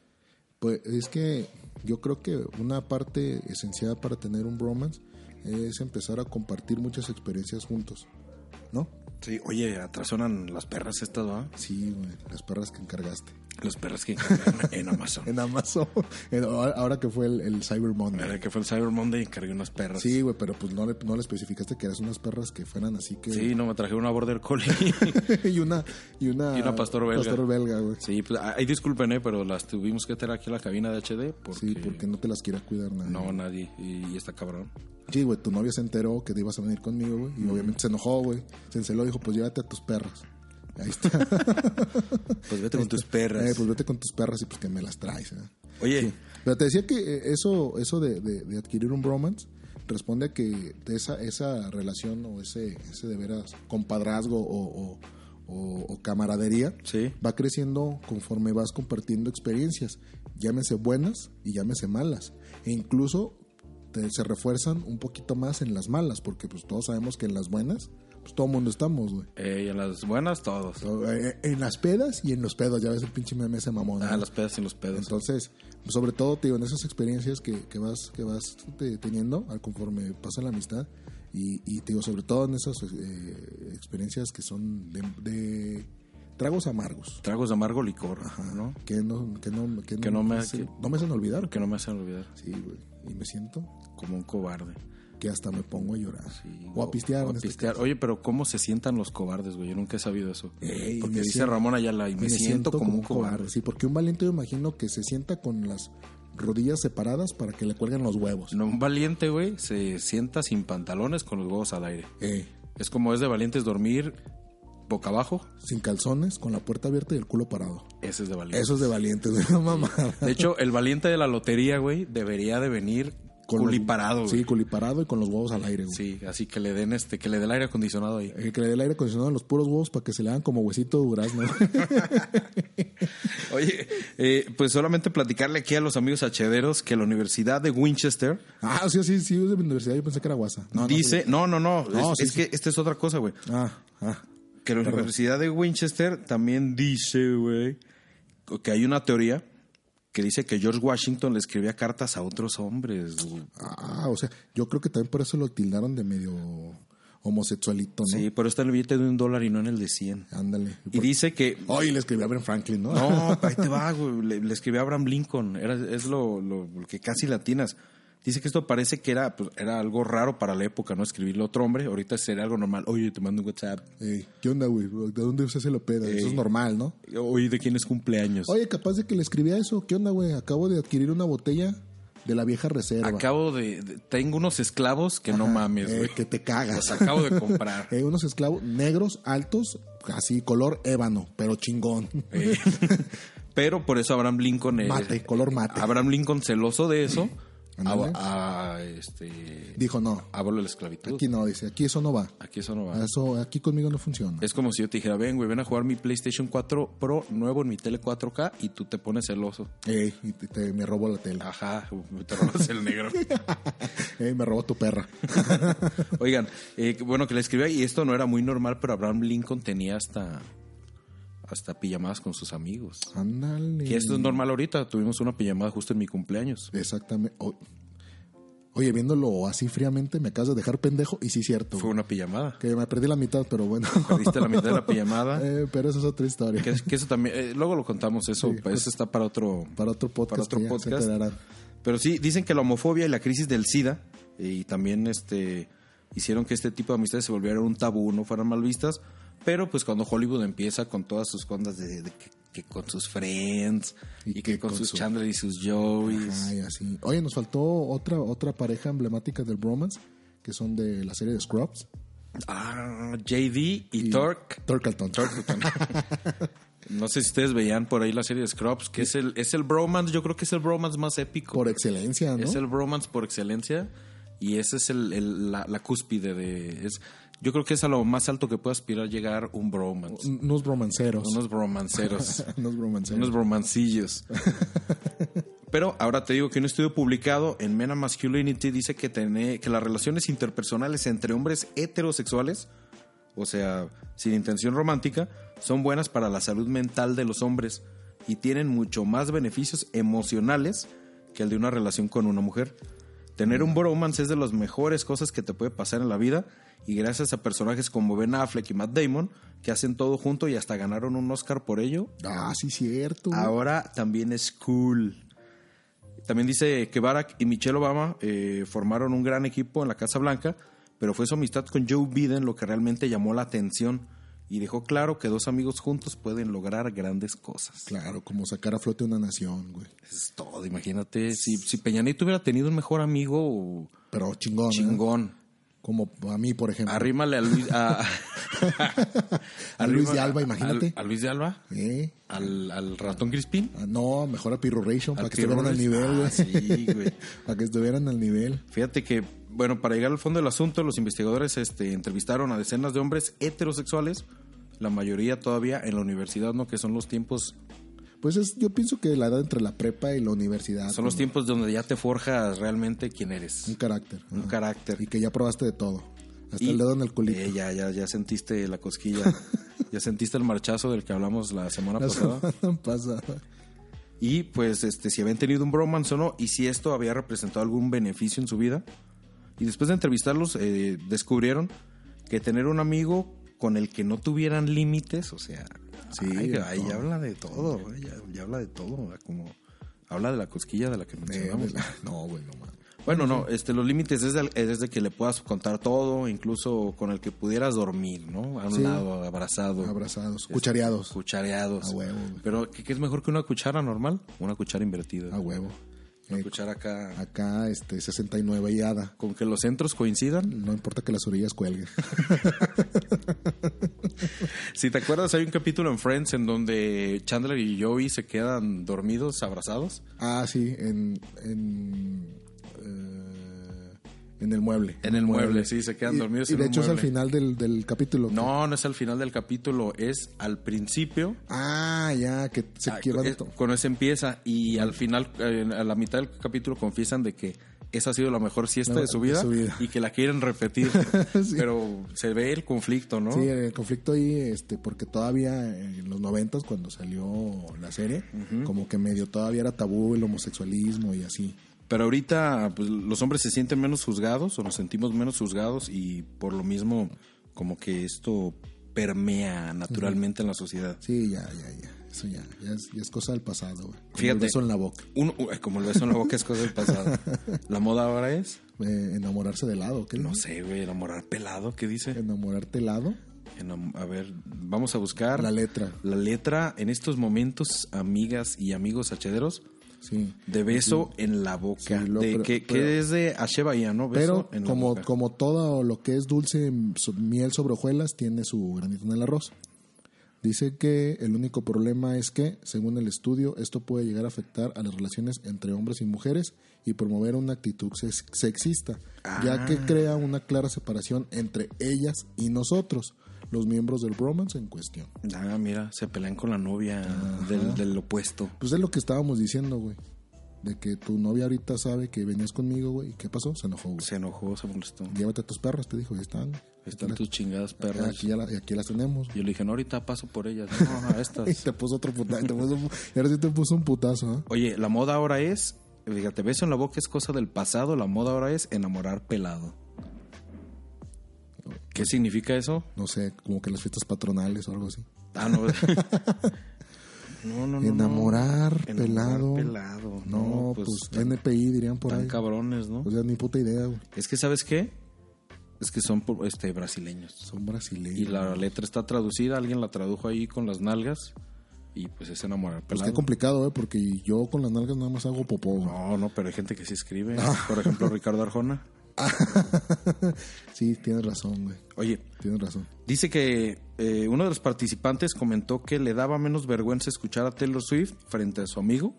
F: Pues es que yo creo que una parte esencial para tener un bromance es empezar a compartir muchas experiencias juntos, ¿no?
E: Sí, oye, atrasonan las perras estas, ¿va?
F: Sí, güey, las perras que encargaste.
E: Las perras que encargaron en Amazon.
F: En Amazon, en- ahora ahora que fue el, el Cyber Monday.
E: Mira, Eh, que fue el Cyber Monday y encargué unas perras.
F: Sí, güey, pero pues no le, no le especificaste que eras unas perras que fueran así que...
E: Sí, no, me traje una Border Collie.
F: y una... Y una,
E: Y una pastor belga.
F: Pastor belga, güey.
E: sí, pues, ahí disculpen, ¿eh? pero las tuvimos que tener aquí en la cabina de HD porque,
F: Sí, porque no te las quiera cuidar nadie.
E: no, nadie. Y, y está cabrón.
F: Sí, güey, tu novia se enteró que te ibas a venir conmigo, güey.
E: Mm.
F: Y obviamente se enojó, güey. Se enceló y dijo, pues llévate a tus perras. Ahí está.
E: Pues vete con tus
F: Eh,
E: perras.
F: pues vete con tus perras y pues que me las traes. ¿eh?
E: Oye,
F: Sí. Pero te decía que eh, eso, eso de, de- de adquirir un bromance responde a que esa, esa relación o ese, ese de veras compadrazgo o, o- o- o camaradería
E: Sí.
F: va creciendo conforme vas compartiendo experiencias, llámese buenas y llámese malas. E incluso te- se refuerzan un poquito más en las malas, porque pues todos sabemos que en las buenas, pues todo mundo estamos, güey.
E: eh, y en las buenas, todos.
F: Eh, En las pedas y en los pedos, ya ves el pinche meme ese mamón.
E: Ah,
F: ¿no?
E: las pedas y los pedos.
F: Entonces, sobre todo, te digo, en esas experiencias que, que vas, que vas te- teniendo al conforme pasa la amistad, y, y te digo, sobre todo en esas eh, experiencias que son de, de tragos amargos,
E: Tragos de amargo licor, ¿no?
F: que no, que no, que
E: Que no me-
F: se-
E: que-
F: no me hacen olvidar.
E: Que no me hacen olvidar.
F: Sí, güey. Y me siento
E: Como un cobarde.
F: que hasta me pongo a llorar.
E: Sí,
F: o a pistear.
E: o a
F: en este
E: pistear.
F: caso.
E: Oye, pero ¿cómo se sientan los cobardes, güey? Yo nunca he sabido eso.
F: Ey,
E: Porque
F: me
E: dice
F: siento-
E: Ramón Ayala, y me, siento, como un cobarde.
F: Sí, porque un valiente yo imagino que se sienta con las rodillas separadas para que le cuelguen los huevos.
E: No, un valiente, güey, se sienta sin pantalones con los huevos al aire.
F: Eh,
E: Es como es de valientes dormir boca abajo.
F: sin calzones, con la puerta abierta y el culo parado.
E: Ese es de valiente.
F: Eso es de valientes, güey, no mamá.
E: De hecho, el valiente de la lotería, güey, debería de venir
F: Con los-
E: culiparado, güey.
F: Sí, culiparado y con los huevos al aire, güey.
E: Sí, así que le den este, que le dé el aire acondicionado ahí.
F: Eh, que le dé el aire acondicionado a los puros huevos para que se le hagan como huesito de durazno.
E: Oye, eh, pues solamente platicarle aquí a los amigos hachederos que la Universidad de Winchester
F: ah, sí, sí, sí, es de mi universidad, yo pensé que era guasa. No, no,
E: dice, no, no, no,
F: No,
E: es,
F: sí,
E: es que esta es otra cosa, güey.
F: sí. Ah, ah.
E: Que la Universidad de Winchester también dice, güey, que hay una teoría que dice que George Washington le escribía cartas a otros hombres. güey.
F: Ah, o sea, yo creo que también por eso lo tildaron de medio homosexualito, ¿no?
E: Sí, pero está en el billete de un dólar y no en el de Oh, 100.
F: Ándale.
E: Y
F: por-
E: dice que...
F: Ay, le escribí a Ben Franklin, ¿no?
E: No, ahí te va, güey. Le, le escribí a Abraham Lincoln. Era, es lo, lo- lo que casi latinas. Dice que esto parece que era, pues, era algo raro para la época, ¿no? Escribirle a otro hombre. Ahorita sería algo normal. Oye, te mando un WhatsApp.
F: Ey, ¿Qué onda, güey? ¿De dónde usted se lo peda? Eso es
E: Ey. Pues
F: normal, ¿no?
E: Oye, ¿de quién es cumpleaños?
F: Oye, capaz de que le escribí a eso. ¿Qué onda, güey? Acabo de adquirir una botella de la vieja reserva.
E: Acabo de, de- Tengo unos esclavos que no mames,
F: Eh,
E: güey.
F: que te
E: Los
F: cagas.
E: acabo de comprar.
F: Eh, unos esclavos negros, altos, así, color ébano, pero chingón.
E: Eh, Pero por eso Abraham Lincoln... eh,
F: Mate, color mate.
E: Abraham Lincoln celoso de eso.
F: Ándale.
E: A, a, este...
F: Dijo, no,
E: Hablo de la esclavitud.
F: aquí no, Ah, dice, aquí eso no va.
E: Aquí eso no Ah, va.
F: Eso, aquí conmigo no funciona.
E: Es como si yo te dijera, ven, güey, ven a jugar mi PlayStation 4 Pro nuevo en mi tele 4K y tú te pones celoso.
F: Ey, y te- te- me robó la tela.
E: Ajá, te robas el negro. Ah.
F: Ey, me robó tu perra.
E: Oigan, eh, que bueno, que le escribía, y esto no era muy normal, pero Abraham Lincoln tenía hasta, hasta pijamadas con sus amigos.
F: Ándale.
E: Que esto es normal ahorita, tuvimos una pijamada justo en mi cumpleaños.
F: Exactamente. O- Oye, viéndolo así fríamente, me acabas de dejar pendejo y sí, cierto.
E: Fue una pijamada.
F: Que me perdí la mitad, pero bueno.
E: Perdiste la mitad de la pijamada.
F: Eh, pero eso es otra historia.
E: Que, que eso también, eh, luego lo contamos, eso, pues, eso está para otro,
F: Para otro podcast.
E: para otro
F: que ya se
E: podcast.
F: enterarán.
E: Pero sí, dicen que la homofobia y la crisis del SIDA eh, y también este hicieron que este tipo de amistades se volvieran un tabú, no fueran mal vistas. Pero pues cuando Hollywood empieza con todas sus condas de, de que, que con sus friends y, que, con, sus
F: su-
E: Chandler y sus Joeys.
F: Ay, así. Oye, nos faltó otra otra pareja emblemática del bromance, que son de la serie de Scrubs.
E: Ah, JD y, Turk.
F: Turkleton.
E: No sé si ustedes veían por ahí la serie de Scrubs, que es el, es el bromance, yo creo que es el bromance más épico.
F: Por excelencia, ¿no?
E: Es el bromance por excelencia y ese es el, el- la, la cúspide de... Es, yo creo que es a lo más alto que puede aspirar llegar un bromance.
F: Unos bromanceros.
E: Unos bromanceros.
F: Unos bromanceros.
E: unos bromancillos. Pero ahora te digo que un estudio publicado en Mena Masculinity dice que, tené- que las relaciones interpersonales entre hombres heterosexuales, o sea, sin intención romántica, son buenas para la salud mental de los hombres y tienen mucho más beneficios emocionales que el de una relación con una mujer. Tener un bromance es de las mejores cosas que te puede pasar en la vida y gracias a personajes como Ben Affleck y Matt Damon que hacen todo junto y hasta ganaron un Oscar por ello,
F: Ah, sí, cierto.
E: Ahora también es cool. También dice que Barack y Michelle Obama eh, formaron un gran equipo en la Casa Blanca, pero fue su amistad con Joe Biden lo que realmente llamó la atención y dejó claro que dos amigos juntos pueden lograr grandes cosas.
F: Claro, como sacar a flote una nación, güey.
E: Es todo, imagínate. Si, si Peñanito hubiera tenido un mejor amigo,
F: Pero chingón. ¿eh?
E: chingón.
F: Como a mí, por ejemplo.
E: Arrímale a Luis, a,
F: A Luis
E: arriba-
F: de Alba, imagínate.
E: A, a Luis de Alba,
F: ¿Eh?
E: al, al ratón Crispín.
F: Ah, No, mejor a Pirruration para
E: Al
F: que estuvieran al nivel, güey.
E: Pirruris. Ah, sí, güey.
F: para que estuvieran al nivel.
E: Fíjate que, bueno, para llegar al fondo del asunto, los investigadores este, entrevistaron a decenas de hombres heterosexuales, la mayoría todavía en la universidad, ¿no? Que son los tiempos,
F: Pues es, yo pienso que la edad entre la prepa y la universidad.
E: son los
F: Ah, ¿no?
E: tiempos donde ya te forjas realmente quién eres,
F: Un carácter.
E: un
F: ajá.
E: carácter.
F: Y que ya probaste de todo. Hasta
E: Y-
F: el dedo en el culito.
E: Eh, ya, ya, ya sentiste la cosquilla, ya sentiste el marchazo del que hablamos la semana
F: La
E: pasada.
F: semana pasada.
E: Y pues este, si habían tenido un bromance o no, y si esto había representado algún beneficio en su vida. Y después de entrevistarlos, eh, descubrieron que tener un amigo con el que no tuvieran límites, o sea,
F: Sí,
E: ay,
F: de
E: ahí
F: todo.
E: habla de todo, güey, ya, ya habla de todo, ¿verdad? como habla de la cosquilla de la que
F: Eh,
E: mencionamos.
F: la- no, güey, no mames.
E: Bueno, no, este, los límites es el- es desde que le puedas contar todo, incluso con el que pudieras dormir, ¿no? A un
F: Sí.
E: lado, abrazado.
F: Abrazados, cuchareados.
E: Este, Cuchareados.
F: A huevo, güey.
E: Pero, ¿qué, qué es mejor que una cuchara normal? Una cuchara invertida.
F: A huevo.
E: Una
F: Eh,
E: cuchara acá.
F: acá, este, 69 y hada.
E: Con que los centros coincidan.
F: No importa que las orillas cuelguen.
E: Si te acuerdas, hay un capítulo en Friends en donde Chandler y Joey se quedan dormidos, abrazados.
F: Ah, sí, en. En, eh, en el mueble.
E: En el mueble, sí, se quedan
F: Y-
E: dormidos
F: Y
E: en
F: de
E: un
F: hecho es al
E: mueble.
F: final del, del capítulo. que-
E: No, no es al final del capítulo, es al principio.
F: Ah, ya, que se
E: Ah,
F: quieran.
E: es-
F: to-
E: Con eso empieza y al final, eh, a la mitad del capítulo confiesan de que esa ha sido la mejor siesta
F: La-
E: de, su vida
F: de su vida.
E: y que la quieren repetir.
F: Sí.
E: Pero se ve el conflicto, ¿no?
F: Sí, el conflicto ahí, este, porque todavía en los noventas cuando salió la serie, como que medio todavía era tabú el homosexualismo y así.
E: Pero ahorita pues, los hombres se sienten menos juzgados o nos sentimos menos juzgados y por lo mismo como que esto permea naturalmente en la sociedad.
F: Sí, ya, ya, ya. Eso ya, ya es, ya es cosa del pasado, güey. Como
E: Fíjate.
F: el beso en la boca.
E: Uno, uy, como el beso en la boca es cosa del pasado. La moda ahora es,
F: Eh, enamorarse de lado, ¿qué
E: no sé, güey, enamorar pelado, ¿qué dice?
F: Enamorarte helado.
E: Enam- A ver, vamos a buscar
F: La letra.
E: la letra en estos momentos, amigas y amigos hachaderos,
F: Sí.
E: de beso en la boca.
F: Sí, lo-
E: de,
F: pero-
E: que, que
F: pero-
E: es de Ashebaya, ¿no? Beso
F: Pero
E: en la
F: como,
E: boca.
F: como todo lo que es dulce, so- miel sobre hojuelas, tiene su granito en el arroz. Dice que el único problema es que, según el estudio, esto puede llegar a afectar a las relaciones entre hombres y mujeres y promover una actitud sex- sexista, ya
E: Ah.
F: que crea una clara separación entre ellas y nosotros, los miembros del bromance en cuestión.
E: Ah, mira, se pelean con la novia del, del opuesto.
F: Pues es lo que estábamos diciendo, güey. De que tu novia ahorita sabe que venías conmigo, güey. ¿Y qué pasó? Se enojó, güey.
E: Se enojó, se molestó.
F: Llévate a tus perros, te dijo. Ahí están. güey.
E: Están tus chingadas perras.
F: Aquí, ya la- aquí las tenemos.
E: Yo le dije, no, ahorita paso por ellas. No, a
F: Y
E: estas.
F: te puso otro putazo. te puso un- y ahora sí te puso un putazo, ¿eh?
E: Oye, la moda ahora es, fíjate, beso en la boca es cosa del pasado, la moda ahora es enamorar pelado. ¿Qué significa eso?
F: No sé, como que las fiestas patronales o algo así.
E: Ah, no. no, no, no.
F: Enamorar,
E: Enamorar
F: pelado.
E: pelado.
F: No,
E: No,
F: pues,
E: pues,
F: NPI dirían por
E: Tan
F: ahí. Pues-
E: cabrones, ¿no?
F: O sea, ni puta idea, güey.
E: Es que, ¿sabes qué? Es que son por- este, brasileños.
F: Son
E: Y
F: brasileños.
E: la letra está traducida, alguien la tradujo ahí con las nalgas y pues es enamorar
F: Pues
E: pelado.
F: qué complicado, ¿eh? Porque yo con las nalgas nada más hago popó, güey.
E: no, no, pero hay gente que sí escribe.
F: Ah.
E: Por ejemplo, Ricardo Arjona.
F: Sí, tienes razón, güey.
E: Oye,
F: Tienes razón.
E: dice que eh, uno de los participantes comentó que le daba menos vergüenza escuchar a Taylor Swift frente a su amigo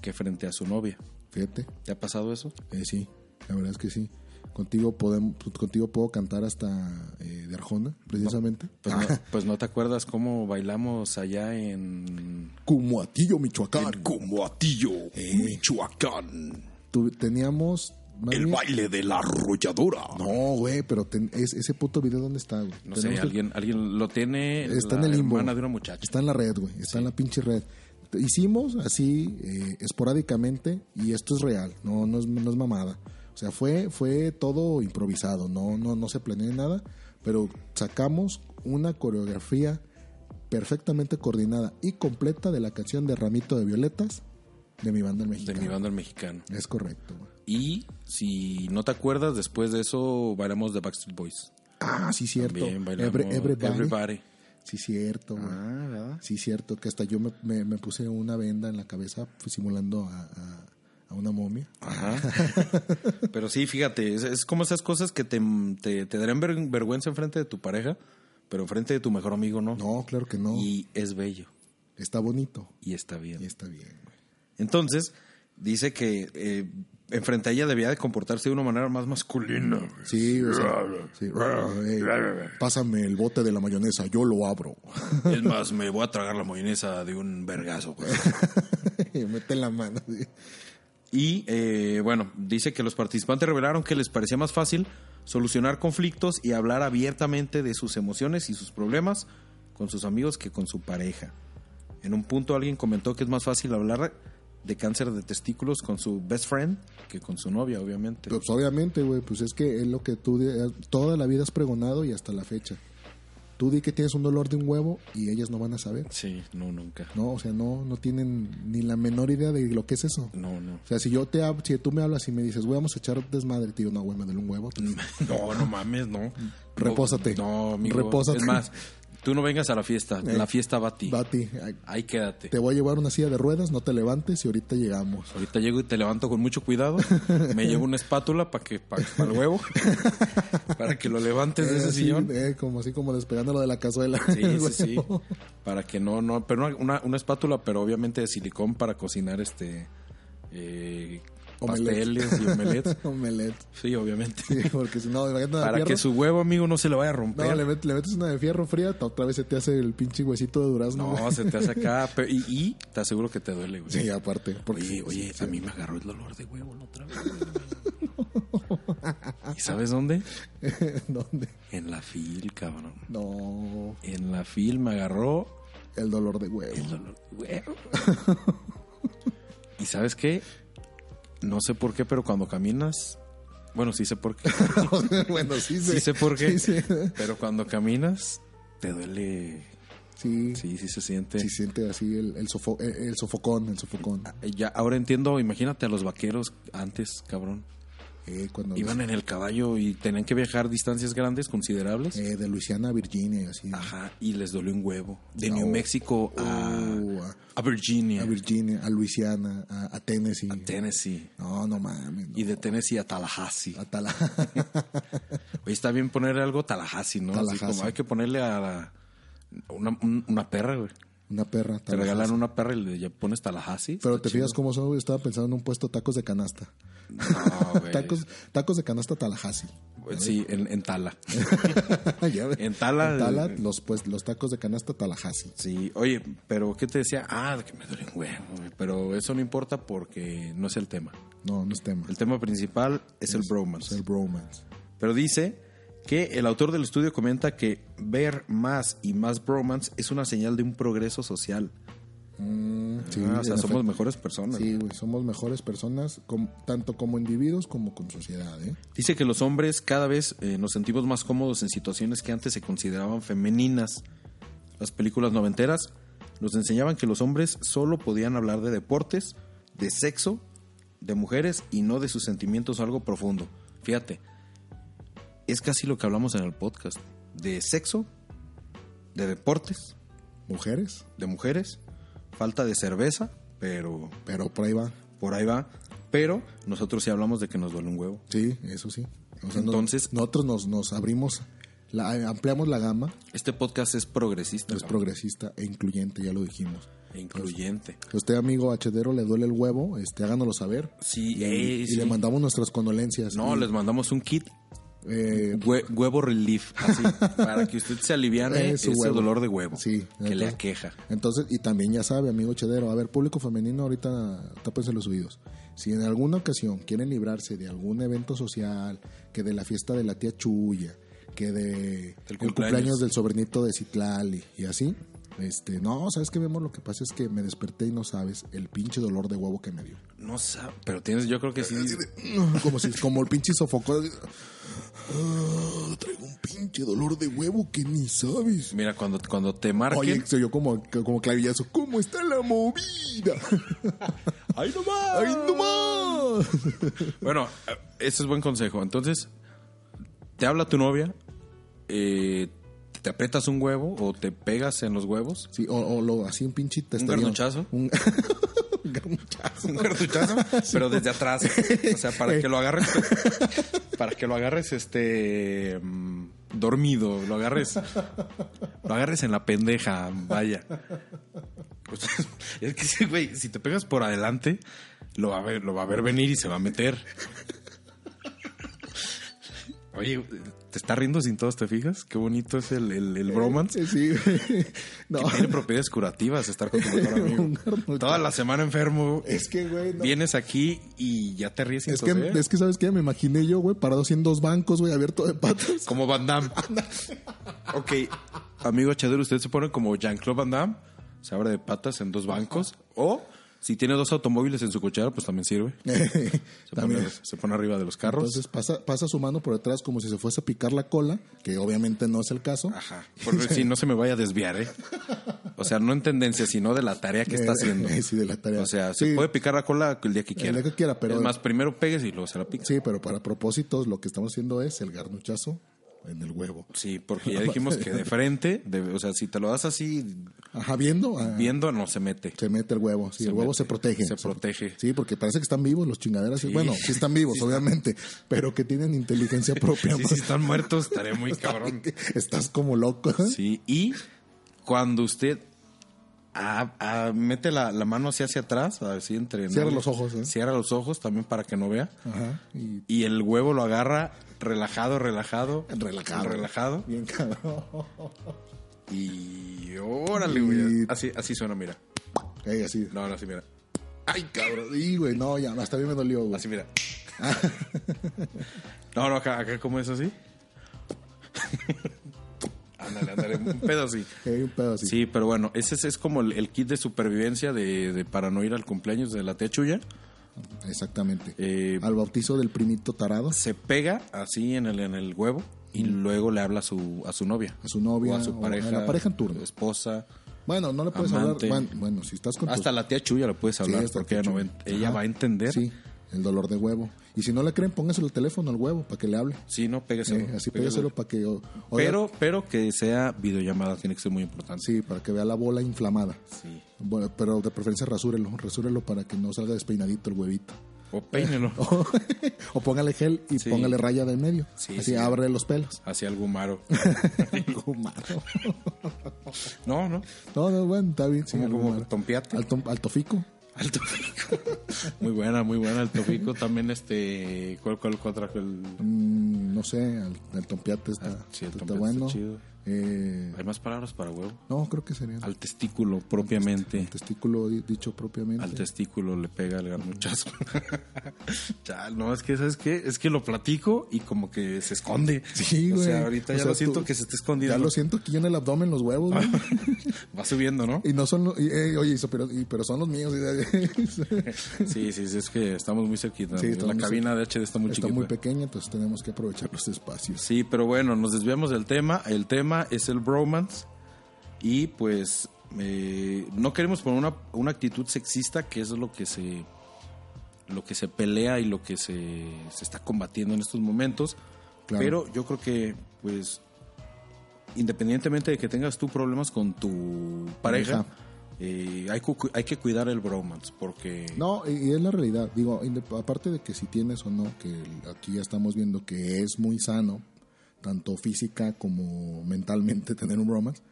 E: que frente a su novia.
F: Fíjate.
E: ¿Te ha pasado eso?
F: Eh, sí, la verdad es que sí. Contigo, podemos, contigo puedo cantar hasta eh, de Arjona, precisamente.
E: Pues no, pues no te acuerdas cómo bailamos allá en...
F: Cumuatillo, Michoacán.
G: Comoatillo, Michoacán.
F: Tu- teníamos... más
G: El
F: bien-
G: baile de la arrolladora.
F: No, güey, pero ten- es- ese puto video, ¿dónde está, güey?
E: No sé,
F: Tenemos que-
E: alguien, alguien lo tiene
F: Está
E: la
F: en el limbo.
E: hermana de una muchacha.
F: Está en la red, güey. Está en la pinche red. Te- Hicimos así eh, esporádicamente y esto es real, no, no, es, no es mamada. O sea, fue, fue todo improvisado, no, no, no se planeó ni nada, pero sacamos una coreografía perfectamente coordinada y completa de la canción de Ramito de Violetas de mi banda en México.
E: De mi banda el mexicano.
F: Es correcto, güey.
E: Y si no te acuerdas, después de eso bailamos The Backstreet Boys.
F: Ah, sí, cierto.
E: También bailamos
F: Every- everybody.
E: Everybody. Ah,
F: Sí, cierto, güey. Sí, cierto, que hasta yo me, me- me puse una venda en la cabeza pues, simulando a, a- a una momia.
E: Pero sí, fíjate, es, es como esas cosas que te, te, te darán ver- vergüenza enfrente de tu pareja, pero enfrente de tu mejor amigo no.
F: No, claro que no.
E: Y es bello
F: Está bonito.
E: y está bien.
F: Y está bien, güey.
E: Entonces, dice que eh, enfrente a ella debía de comportarse de una manera más masculina.
F: Sí, o sea, sí. Ey, pásame el bote de la mayonesa, yo lo abro.
E: Es más, me voy a tragar la mayonesa de un vergazo. güey.
F: Mete la mano. sí.
E: Y eh, bueno, dice que los participantes revelaron que les parecía más fácil solucionar conflictos y hablar abiertamente de sus emociones y sus problemas con sus amigos que con su pareja. En un punto alguien comentó que es más fácil hablar de cáncer de testículos con su best friend que con su novia, obviamente.
F: Pues obviamente, güey, pues es que es lo que tú de- toda la vida has pregonado y hasta la fecha. Tú di que tienes un dolor de un huevo y ellas no van a saber.
E: Sí, no, nunca.
F: No, o sea, no, no tienen ni la menor idea de lo que es eso.
E: No, no.
F: O sea, si yo te hab- si tú me hablas y me dices, güey, vamos a echar desmadre, tío, no, güey, me duele un huevo. Pues,
E: No, no mames, no.
F: Repósate.
E: No, amigo.
F: Repósate.
E: Es más, tú no vengas a la fiesta. La fiesta Eh, va a ti.
F: va a ti. Ay,
E: Ahí quédate.
F: Te voy a llevar una silla de ruedas, no te levantes y ahorita llegamos.
E: Ahorita llego y te levanto con mucho cuidado. Me llevo una espátula para que pa- para el huevo, para que lo levantes de
F: Eh,
E: ese
F: así,
E: sillón.
F: eh, como así como despegándolo de la cazuela.
E: Sí, sí, sí. Para que no, no, pero una, una, una espátula, pero obviamente de silicón para cocinar este eh, pasteles y omelets.
F: Omelette.
E: Sí, obviamente.
F: Sí, porque si no, imagínate una de
E: Para
F: fierro.
E: que su huevo, amigo, no se lo vaya a
F: No,
E: romper.
F: le, met- le metes una de fierro fría, otra vez se te hace el pinche huesito de durazno.
E: No,
F: güey.
E: se te hace acá. pe- Y, y te aseguro que te duele, güey.
F: Sí, aparte. Porque
E: oye,
F: sí,
E: oye,
F: sí,
E: a mí me agarró el dolor de huevo la otra vez. güey. ¿Y sabes dónde?
F: ¿Dónde?
E: En la fil, cabrón.
F: No,
E: En la fil me agarró
F: el dolor de huevo.
E: el dolor de huevo. ¿Y sabes qué? No sé por qué, pero cuando caminas... Bueno, sí sé por qué.
F: bueno, sí sé.
E: Sí sé por qué.
F: Sí, sí.
E: Pero cuando caminas, te duele...
F: Sí,
E: Sí, sí se siente.
F: sí siente así el, el, sofo- el- el sofocón, el sofocón.
E: Eh, Ya, ahora entiendo, imagínate a los vaqueros antes, cabrón.
F: Eh, cuando
E: Iban en el caballo y tenían que viajar distancias grandes, considerables.
F: eh, de Luisiana a Virginia y así.
E: Ajá, y les dolió un huevo. De
F: No.
E: New México a,
F: Uh, a-
E: a Virginia,
F: a Virginia, a Luisiana, a, a Tennessee.
E: a Tennessee.
F: No, no mames. no.
E: Y de Tennessee a Tallahassee.
F: A Tala-
E: Oye, está bien ponerle algo Tallahassee, ¿no? Así
F: Tallahassee.
E: como hay que ponerle a la- una, un- una perra, güey.
F: una perra.
E: Te regalan una perra y le ya pones Tallahassee.
F: Pero
E: Está
F: te fijas cómo son, güey. Estaba pensando en un puesto de tacos de canasta.
E: chido. No, güey.
F: Tacos, tacos de canasta Tallahassee.
E: Sí, en, en Tala.
F: Ya ves.
E: En Tala-
F: En Tala, los, pues, los tacos de canasta Tallahassee.
E: Sí, oye, pero ¿qué te decía? Ah, que me duele un huevo, güey. pero eso no importa porque no es el tema.
F: No, no es tema.
E: El tema principal es el
F: Es
E: bromance.
F: el bromance.
E: Pero dice que el autor del estudio comenta que ver más y más bromance es una señal de un progreso social.
F: Mm, sí,
E: Ah, o sea,
F: en
E: somos
F: efecto.
E: mejores personas.
F: Sí, güey, somos mejores personas, com- tanto como individuos como con sociedad, ¿eh?
E: Dice que los hombres cada vez eh, nos sentimos más cómodos en situaciones que antes se consideraban femeninas. Las películas noventeras nos enseñaban que los hombres solo podían hablar de deportes, de sexo, de mujeres y no de sus sentimientos o algo profundo. Fíjate, es casi lo que hablamos en el podcast. De sexo, de deportes,
F: Mujeres,
E: de mujeres, falta de cerveza, pero
F: pero por ahí va.
E: por ahí va. Pero nosotros sí hablamos de que nos duele un huevo.
F: Sí, eso sí. O sea, no-
E: Entonces-
F: nosotros nos, nos abrimos, la, ampliamos la gama,
E: Este podcast es progresista.
F: es
E: cabrón.
F: progresista e incluyente, ya lo dijimos.
E: E incluyente.
F: Si a usted, amigo hachedero, le duele el huevo, este, háganoslo saber.
E: Sí,
F: y,
E: eh,
F: y
E: sí.
F: le mandamos nuestras condolencias.
E: No,
F: Y,
E: les mandamos un kit
F: eh,
E: hue- huevo relief, así, para que usted se aliviane
F: Eh,
E: ese
F: su huevo.
E: dolor de huevo
F: Sí,
E: que le
F: entonces-
E: aqueja.
F: Entonces, y también ya sabe, amigo Chedero, a ver, público femenino, ahorita tápense los oídos. Si en alguna ocasión quieren librarse de algún evento social, que de la fiesta de la tía Chuya, que de el
E: cumpleaños.
F: cumpleaños del sobrinito de Citlali y así, este, no, ¿sabes qué vemos? Lo que pasa es que me desperté y no sabes el pinche dolor de huevo que me dio.
E: No sabe, pero tienes, yo creo que sí.
F: Como si, como el pinche sofocó. Ah, traigo un pinche dolor de huevo que ni sabes.
E: Mira, cuando, cuando te marquen,
F: Oye, soy yo como, como clavillazo. ¿Cómo está la movida?
E: ¡ay, no más!
F: ¡Ay, no más!
E: Bueno, eh, ese es buen consejo. Entonces, te habla tu novia, eh, te aprietas un huevo o te pegas en los huevos.
F: Sí, o, o lo, así un pinche
E: Un
F: testeo.
E: garnuchazo.
F: Un, un
E: Un
F: garnuchazo.
E: cartuchazo, pero desde atrás. O sea, para que lo agarres. pues, Para que lo agarres este. mm, dormido. Lo agarres. Lo agarres en la pendeja. Vaya. Pues, es que, sí, güey, si te pegas por adelante, lo va a ver, lo va a ver venir y se va a meter. Oye, te está riendo sin todos, ¿te fijas? Qué bonito es el, el, el bromance.
F: Eh, Sí, güey. No.
E: Que tiene propiedades curativas estar con tu mejor
F: Un
E: amigo.
F: garnuchazo.
E: Toda la semana enfermo.
F: Es que, güey, no.
E: Vienes aquí y ¿eh? ya te ríes sin
F: Es que,
E: toser.
F: es que, ¿sabes qué? Me imaginé yo, güey, parado así en dos bancos, güey, abierto de patas.
E: Como Van Damme. ok. Amigo Chedder, usted se pone como Jean-Claude Van Damme. Se abre de patas en dos bancos. O si tiene dos automóviles en su cochera, pues también sirve. Se,
F: Eh, También.
E: pone, se pone arriba de los carros.
F: Entonces pasa, pasa su mano por detrás como si se fuese a picar la cola, que obviamente no es el caso.
E: Ajá. Porque si no se me vaya a desviar, ¿eh? O sea, no en tendencia, sino de la tarea que está
F: Eh,
E: haciendo.
F: eh, sí, de la tarea.
E: O sea, se
F: Sí.
E: puede picar la cola el día que quiera.
F: día que quiera, pero-
E: Es más, primero pegues y luego se la pica.
F: Sí, pero para propósitos, lo que estamos haciendo es el garnuchazo en el huevo.
E: Sí, porque ya dijimos que de frente, de- o sea, si te lo das así
F: Ajá, viendo. ah,
E: viendo, no se mete.
F: Se mete el huevo, sí,
E: Se
F: el huevo
E: mete,
F: se protege.
E: se protege.
F: Sí, porque parece que están vivos los chingaderas.
E: Sí.
F: Bueno, sí están vivos, obviamente, pero que tienen inteligencia propia. pues,
E: Sí, si están muertos, estaré muy cabrón.
F: Estás como loco. ¿eh?
E: Sí, y cuando usted Ah, ah, mete la, la mano así hacia atrás, así entre.
F: Cierra
E: nalgas.
F: los ojos, ¿eh?
E: Cierra los ojos también para que no vea.
F: Ajá. Y
E: Y el huevo lo agarra relajado, relajado.
F: Relajado.
E: Relajado.
F: bien cabrón.
E: Y órale, güey.
F: Y-
E: Así, así suena, mira.
F: Ey, así.
E: No, no, así mira.
F: Ay, cabrón. Y, güey, no, ya, hasta a mí me dolió, güey.
E: Así mira. No, no, acá, acá ¿cómo es así? ándale, ándale, un pedo así.
F: Ey, un pedo así.
E: Sí, pero bueno, ese es, es como el, el kit de supervivencia de, de para no ir al cumpleaños de la tía Chuya.
F: Exactamente.
E: Eh,
F: Al bautizo del primito tarado.
E: se pega así en el, en el huevo y luego le habla a su, a su novia.
F: A su novia,
E: O a su
F: o
E: pareja.
F: a la pareja en turno.
E: Esposa.
F: Bueno, no le puedes
E: Amante.
F: hablar. Bueno, bueno, si estás con tus-
E: Hasta la tía Chuya le puedes
F: Sí,
E: hablar
F: hasta
E: porque
F: tu
E: ella, no va
F: chum-
E: a ent- ella
F: Ajá.
E: va a entender.
F: Sí, el dolor de huevo. Y si no le creen, póngaselo el teléfono al huevo para que le hable.
E: Sí, no, pégaselo.
F: Eh, así
E: pégaselo.
F: pégaselo para que. o- oiga-
E: Pero, pero que sea videollamada tiene que ser muy importante.
F: Sí, para que vea la bola inflamada.
E: Sí.
F: Bueno, pero de preferencia rasúrelo, rasúrelo para que no salga despeinadito el huevito.
E: O peínelo.
F: O, o póngale gel y
E: Sí.
F: póngale raya del medio.
E: Sí,
F: así
E: sí.
F: abre los pelos.
E: Hacia algo malo.
F: Algo malo.
E: No, no.
F: No, no, bueno, está bien. Sí,
E: Como-
F: algo
E: como
F: malo.
E: tompiate.
F: Al, tom- al tofico.
E: Alto Fico. Muy buena, muy buena. Alto Fico también, este. ¿Cuál, cuál, cuál trajo el.?
F: Mm, no sé, al, al tompiate está,
E: Ah, sí, el
F: este. está
E: tompiate
F: bueno.
E: está chido.
F: Eh,
E: Hay más palabras para huevo.
F: no, creo que sería
E: Al testículo, propiamente.
F: testículo di- dicho propiamente.
E: Al testículo le pega el garnuchazo. Chal, no, es que, ¿sabes qué? Es que lo platico y como que se esconde.
F: Sí, güey.
E: O sea, ahorita
F: O
E: ya
F: sea,
E: lo siento
F: tú-
E: que se está escondiendo. Ah.
F: Ya lo siento aquí en el abdomen los huevos, güey.
E: Va subiendo, ¿no?
F: Y no son los... y, eh, oye, eso, pero, y- pero son los míos.
E: Sí, sí, sí, es que estamos muy cerquita.
F: Sí,
E: la
F: estamos
E: cabina de HD está muy
F: Está
E: chiquita.
F: muy pequeña, entonces tenemos que aprovechar los espacios.
E: Sí, pero bueno, nos desviamos del tema. El tema es el bromance. Y pues eh, no queremos poner una, una actitud sexista, que eso es lo que se lo que se pelea y lo que se, se está combatiendo en estos momentos.
F: Claro.
E: Pero yo creo que, pues, independientemente de que tengas tú problemas con tu pareja,
F: Pareja.
E: eh, hay, cu- hay que cuidar el bromance, porque...
F: No, y, y es la realidad. Digo, inde- aparte de que si tienes o no, que el- aquí ya estamos viendo que es muy sano, tanto física como mentalmente, tener un romance.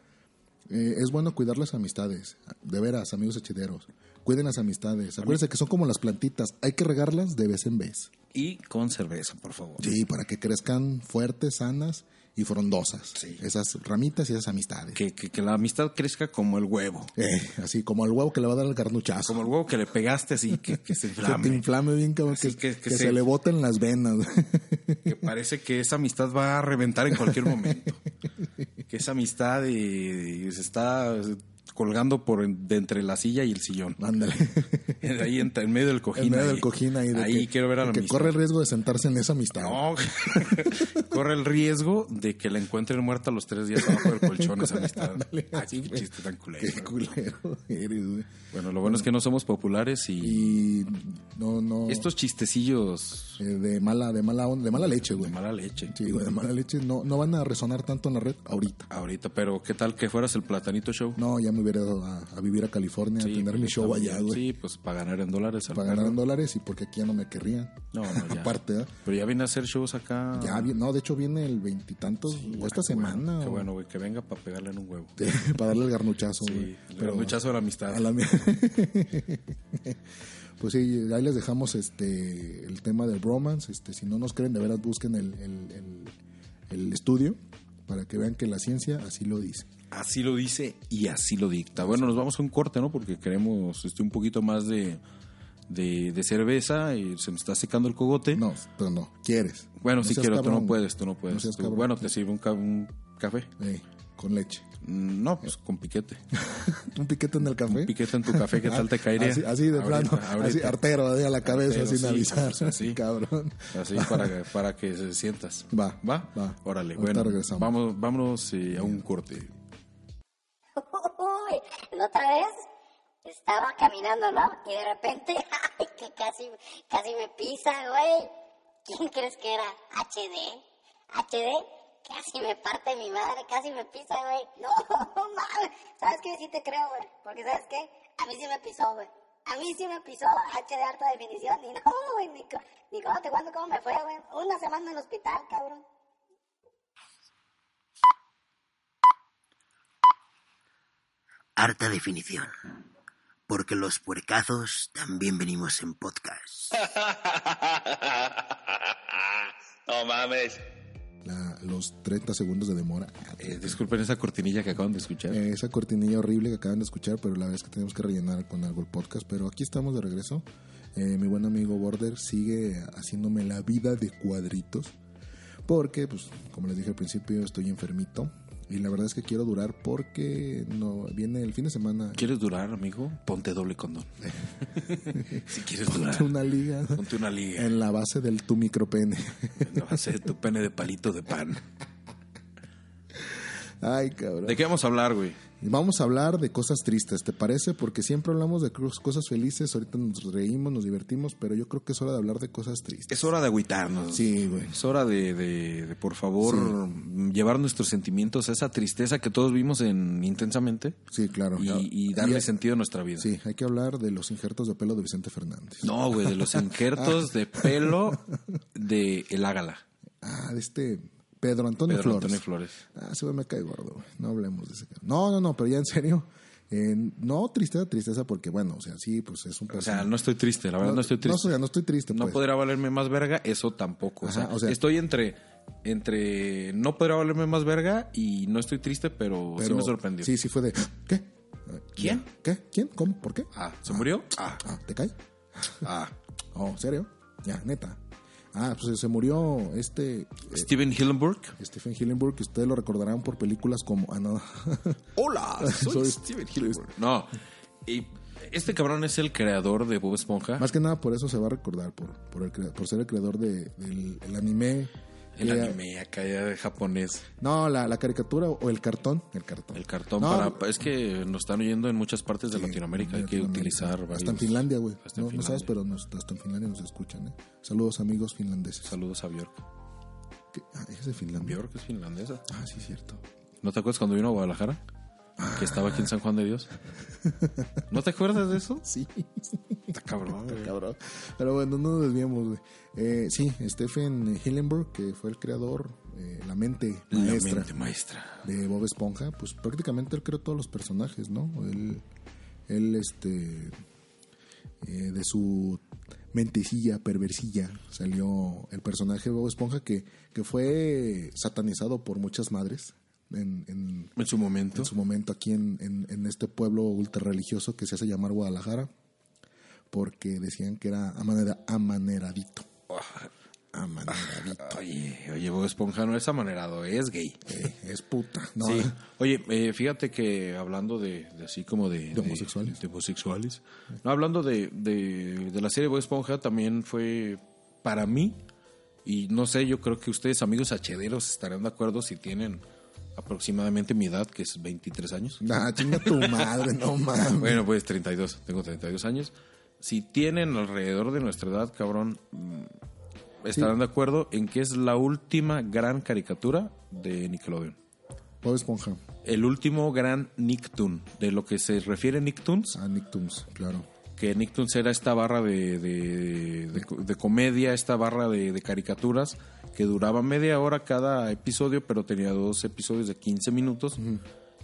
F: eh, es bueno cuidar las amistades. De veras, amigos hechideros. Cuiden las amistades. Acuérdense que son como las plantitas. Hay que regarlas de vez en vez.
E: Y con cerveza, por favor.
F: Sí, para que crezcan fuertes, sanas y frondosas. Esas ramitas y esas amistades.
E: Que, que- que la amistad crezca como el huevo. Ah,
F: Eh, así como el huevo que le va a dar el carnuchazo.
E: Como el huevo que le pegaste así, que, que se
F: que te
E: inflame.
F: inflame bien, cabrón, que,
E: Así que- que
F: que
E: se-
F: se le boten las venas.
E: que parece que esa amistad va a reventar en cualquier momento. Que esa amistad eh, se está colgando por en- de entre la silla y el sillón.
F: Ándale.
E: Ahí en, en medio del cojín.
F: en medio
E: ahí.
F: del cojín ahí. de que,
E: quiero ver a la
F: Que
E: amistad.
F: corre el riesgo de sentarse en esa amistad.
E: No, corre el riesgo de que la encuentren muerta los tres días abajo del colchón esa amistad.
F: Ándale,
E: Ay,
F: así,
E: qué
F: güey.
E: chiste tan culero.
F: Qué culero eres, güey.
E: Bueno, lo bueno es que no somos populares y,
F: Y no, no.
E: estos chistecillos
F: eh, de mala, de mala onda, de mala leche,
E: de
F: güey.
E: mala leche.
F: Sí, güey, de mala leche. No, no van a resonar tanto en la red ahorita.
E: Ahorita, pero ¿qué tal que fueras el platanito show?
F: No, ya me hubiera ido a, a vivir a California, a tener mi
E: pues,
F: show allá, güey.
E: Sí, pues para ganar en dólares. al
F: Para ganar
E: perro.
F: en dólares y porque aquí ya no me querrían.
E: No, no, ya.
F: Aparte, ¿eh?
E: Pero ya viene a hacer shows acá.
F: Ya, vi- no, de hecho viene el veintitantos o esta
E: Qué bueno,
F: semana.
E: qué
F: o-
E: bueno, güey, que venga para pegarle en un huevo.
F: Sí, para darle el garnuchazo. güey.
E: Sí, pero muchazo de la amistad.
F: a la mía. pues sí, ahí les dejamos este el tema del bromance. Este, si no nos creen, de veras busquen el, el- el- el estudio para que vean que la ciencia así lo dice.
E: Así lo dice y así lo dicta. Bueno, nos vamos a un corte, ¿no? Porque queremos este, un poquito más de, de, de cerveza y se nos está secando el cogote.
F: No, pero no, quieres.
E: Bueno,
F: No
E: si
F: seas
E: quiero, tú
F: cabrón,
E: no puedes, tú no puedes.
F: seas
E: Tú-
F: cabrón.
E: bueno, te sirve un, ca- un café.
F: Eh, con leche.
E: Mm, No, pues con piquete.
F: Un piquete en el café.
E: Un piquete en tu café, ¿qué tal te caería?
F: Así, así de
E: Ahorita,
F: plano, así
E: ahorita.
F: artero, así a la cabeza,
E: Artero,
F: sin
E: sí,
F: avisar.
E: pues, así.
F: Cabrón.
E: Así para, para que se sientas.
F: Va,
E: ¿Va?
F: va.
E: Órale,
F: Ahorita
E: bueno.
F: regresamos.
E: Vamos, vámonos eh, a un corte.
H: Uy, la otra vez estaba caminando, ¿no? Y de repente, ay, que casi, casi me pisa, güey. ¿Quién crees que era? HD. HD, casi me parte mi madre, casi me pisa, güey. No, mames. ¿Sabes qué? Sí te creo, güey. Porque ¿sabes qué? A mí sí me pisó, güey. A mí sí me pisó HD alta definición. Y no, güey, ni, co- ni cómo te cuento cómo me fue, güey. Una semana en el hospital, cabrón.
C: harta definición. Porque los puercazos también venimos en podcast.
D: no mames.
F: La- los 30 segundos de demora.
E: Eh, disculpen esa cortinilla que acaban de escuchar.
F: Eh, esa cortinilla horrible que acaban de escuchar, pero la verdad es que tenemos que rellenar con algo el podcast. Pero aquí estamos de regreso. Eh, mi buen amigo Border sigue haciéndome la vida de cuadritos. Porque, pues, como les dije al principio, estoy enfermito. Y la verdad es que quiero durar porque no viene el fin de semana.
E: ¿Quieres durar, amigo? Ponte doble condón. si quieres durar,
F: Ponte una liga
E: ponte una liga.
F: en la base del tu micropene.
E: No va a ser tu pene de palito de pan.
F: Ay, cabrón.
E: ¿De qué vamos a hablar, güey?
F: Vamos a hablar de cosas tristes, ¿te parece? Porque siempre hablamos de cos- cosas felices, ahorita nos reímos, nos divertimos, pero yo creo que es hora de hablar de cosas tristes.
E: Es hora de agüitarnos.
F: Sí, güey.
E: Es hora de, de- de, por favor, llevar nuestros sentimientos a esa tristeza que todos vimos en Intensamente
F: Sí, claro.
E: y, y darle
F: Y-
E: sentido a nuestra vida.
F: Sí, hay que hablar de los injertos de pelo de Vicente Fernández.
E: No, güey, de los injertos de pelo de El Ágala.
F: Ah, de este Pedro Antonio
E: Pedro
F: Flores.
E: Antonio Flores.
F: Ah, se me cae gordo, güey. No hablemos de ese. cabrón. No, no, no, pero ya en serio. eh, no tristeza, tristeza, porque bueno, o sea, sí, pues es un
E: O sea,
F: personaje.
E: no estoy triste, la verdad no, estoy
F: No,
E: triste.
F: o sea, no estoy triste.
E: No
F: pues.
E: podrá valerme más verga, eso tampoco. o,
F: Ajá,
E: sea,
F: o sea-
E: estoy entre entre no podrá valerme más verga y no estoy triste, pero, sí
F: Pero
E: me sorprendió.
F: Sí, sí fue de. ¿Qué?
E: ¿Quién?
F: ¿Qué? ¿Quién? ¿Cómo? ¿Por qué?
E: Ah, ¿se murió?
F: Ah, ah, ¿te cae? Ah. Oh, ¿serio? Ya, neta. Ah, pues se murió este. eh,
E: Steven Hillenburg.
F: Stephen Hillenburg, que ustedes lo recordarán por películas como. Ah, no.
E: Hola, soy,
F: Soy
E: Steven Hillenburg. No, y este cabrón es el creador de Bob Esponja.
F: Más que nada por eso se va a recordar, por, por, el crea- por ser el creador de- del el anime.
E: el
F: Eh,
E: anime acá ya japonés.
F: No, la, la caricatura o el cartón. El cartón.
E: El cartón
F: No,
E: para... Es que nos están oyendo en muchas partes de
F: Sí,
E: Latinoamérica. Hay que
F: Latinoamérica.
E: utilizar
F: Hasta en
E: varios-
F: Finlandia, güey.
E: Hasta en
F: No, no sabes,
E: Finlandia.
F: pero nos- hasta en Finlandia nos escuchan, ¿eh? Saludos, amigos finlandeses.
E: Saludos a Bjork.
F: ¿Qué? Ah, es de Finlandia.
E: Bjork es finlandesa.
F: Ah, sí, cierto.
E: ¿No te acuerdas cuando vino a Guadalajara? Que estaba aquí en San Juan de Dios. ¿No te acuerdas de eso?
F: Sí.
E: Está cabrón. güey.
F: cabrón. Pero bueno, no nos desviamos, güey. Eh, sí, Stephen Hillenburg, que fue el creador, eh, la mente
E: La
F: maestra
E: mente maestra.
F: de Bob Esponja, pues prácticamente él creó todos los personajes, ¿no? Él, él este, eh, de su mentecilla, perversilla, salió el personaje de Bob Esponja que, que fue satanizado por muchas madres en, en,
E: En su momento.
F: en su momento aquí en, en- en este pueblo ultra religioso que se hace llamar Guadalajara, porque decían que era amanera- amaneradito. Amaneradito.
E: Ah. Oye, oye, Bob Esponja no es amanerado, es gay.
F: Eh, es puta. No,
E: Sí. Oye, eh, fíjate que hablando de, de así como de,
F: De homosexuales.
E: de homosexuales. No, hablando de, de, de la serie Bob Esponja, también fue para mí, y no sé, yo creo que ustedes, amigos hachederos, estarán de acuerdo si tienen aproximadamente mi edad, que es 23 años.
F: Nah, chinga tu madre, no mames.
E: Bueno, pues 32, tengo 32 años. Si tienen alrededor de nuestra edad, cabrón, mm, estarán de acuerdo en que es la última gran caricatura de Nickelodeon.
F: Bob Esponja.
E: El último gran Nicktoon, de lo que se refiere Nicktoons,
F: Ah, Nicktoons, claro.
E: que Nicktoons era esta barra de, de- de- de comedia, esta barra de, de caricaturas que duraba media hora cada episodio, pero tenía dos episodios de 15 minutos,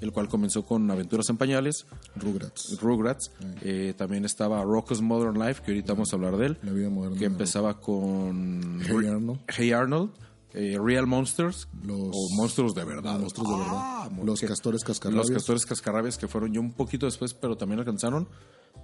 E: el cual comenzó con Aventuras en Pañales,
F: Rugrats.
E: Rugrats.
F: Mm.
E: Eh, también estaba Rocco's Modern Life, que ahorita vamos a hablar de él.
F: La vida moderna
E: Que
F: de
E: empezaba con
F: Hey Arnold.
E: Hey Arnold, eh, Real Monsters.
F: Los-
E: o Monstruos de verdad. Ah,
F: Los monstruos de verdad. Los
E: que-
F: castores
E: Los
F: cascarrabias.
E: Castores Cascarrabias, que fueron yo un poquito después, pero también alcanzaron.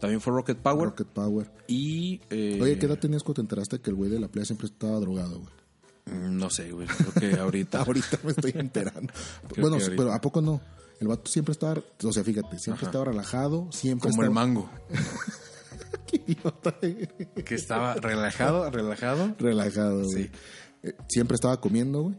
E: También fue Rocket Power.
F: Rocket Power.
E: Y. eh,
F: Oye, ¿qué edad tenías cuando te enteraste que el güey de la playa siempre estaba drogado, güey?
E: mm, No sé, güey. Creo que ahorita.
F: Ahorita me estoy enterando. bueno,
E: que
F: sí,
E: ahorita.
F: pero ¿a poco no? El vato siempre estaba, o sea, fíjate, siempre estaba relajado, siempre
E: como el
F: estaba-
E: mango.
F: Qué idiota, güey.
E: Que estaba relajado, relajado.
F: relajado, güey.
E: Sí.
F: Eh, Siempre estaba comiendo, güey.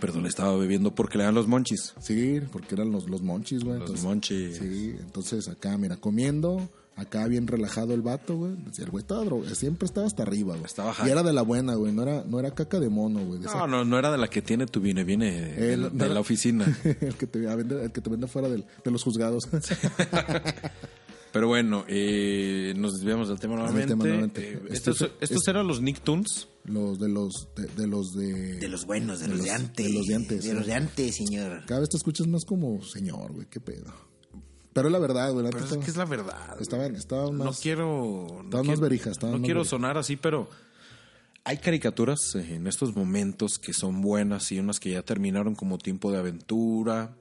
E: Perdón, estaba bebiendo porque le dan los monchis.
F: Sí, porque eran los, los monchis, güey.
E: Los
F: entonces-
E: monchis.
F: Sí, entonces acá, mira, comiendo, acá bien relajado el vato, güey. O sea, El güey estaba drogado, siempre estaba hasta arriba, güey.
E: Estaba
F: y
E: high.
F: era de la buena, güey, no era, no era caca de mono, güey. de
E: No,
F: esa-
E: no, no era de la que tiene tu viene, viene de,
F: Eh,
E: la-
F: no,
E: de
F: no.
E: la oficina.
F: el, que te vende, el que te vende fuera del- de los juzgados.
E: Pero bueno, eh, nos desviamos del tema
F: tema
E: nuevamente.
F: nuevamente.
E: Eh,
F: Este
E: estos
F: fue-
E: estos
F: este-
E: eran los Nicktoons.
F: Los de los de, de los de,
C: De los buenos, de, los, de antes.
F: de los de antes.
C: De los de antes, señor.
F: Cada vez te escuchas más como señor, güey, qué pedo. Pero es la verdad, güey.
E: Pero
F: antes
E: es que es
F: estaba-
E: la verdad.
F: Estaban, estaban
E: no
F: más.
E: quiero. No
F: más
E: quiero,
F: verijas, estaban
E: no
F: más
E: quiero
F: verijas.
E: sonar así, pero hay caricaturas eh, en estos momentos que son buenas y unas que ya terminaron como Tiempo de Aventura.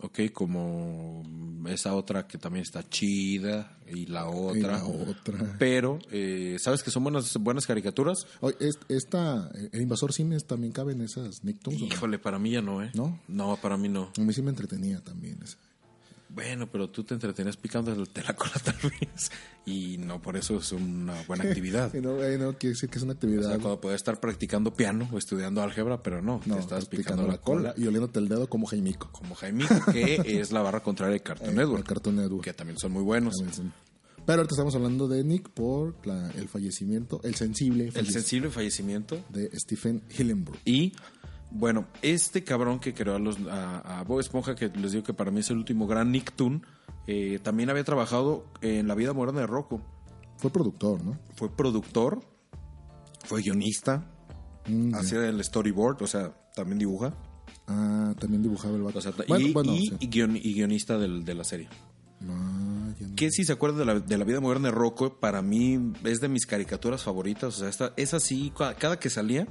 E: Ok, como esa otra que también está chida y la otra.
F: la otra.
E: Pero, eh, ¿sabes que son buenas, buenas caricaturas?
F: Oye, es- esta, el invasor cines también cabe en esas Nicktoons. ¿o no?
E: Híjole, para mí ya no, ¿eh?
F: ¿No?
E: No, para mí no.
F: A mí sí me entretenía también. esa.
E: Bueno, pero tú te entretenías picando el la cola tal vez. Y no, por eso es una buena actividad.
F: Y no, eh, no, quiere decir que es una
E: O sea,
F: actividad.
E: cuando podías estar practicando piano o estudiando álgebra, pero no,
F: no,
E: te estabas picando, la cola.
F: y oliéndote el dedo como Jaimico.
E: Como Jaime, que es la barra contraria de Cartoon
F: Eh,
E: Network,
F: de Cartoon Network.
E: que también son muy buenos.
F: También son- Pero ahorita estamos hablando de Nick por la- el fallecimiento, el sensible
E: El
F: falle-
E: sensible fallecimiento.
F: de Stephen Hillenburg.
E: Y bueno, este cabrón que creó a, los, a, a Bob Esponja, que les digo que para mí es el último gran Nicktoon, eh, también había trabajado en La vida moderna de Rocco.
F: Fue productor, ¿no?
E: Fue productor, fue guionista,
F: Mm, ya.
E: hacía el storyboard, o sea, también dibuja.
F: Ah, también dibujaba el vato.
E: O sea, ta-
F: bueno,
E: y,
F: bueno,
E: y-
F: sí. Mm.
E: y guion- y guionista del- de la serie.
F: No, ya no.
E: Que si se acuerdan de la, de la vida moderna de Rocco, para mí es de mis caricaturas favoritas. O sea, esta, esa sí, cua- cada que salía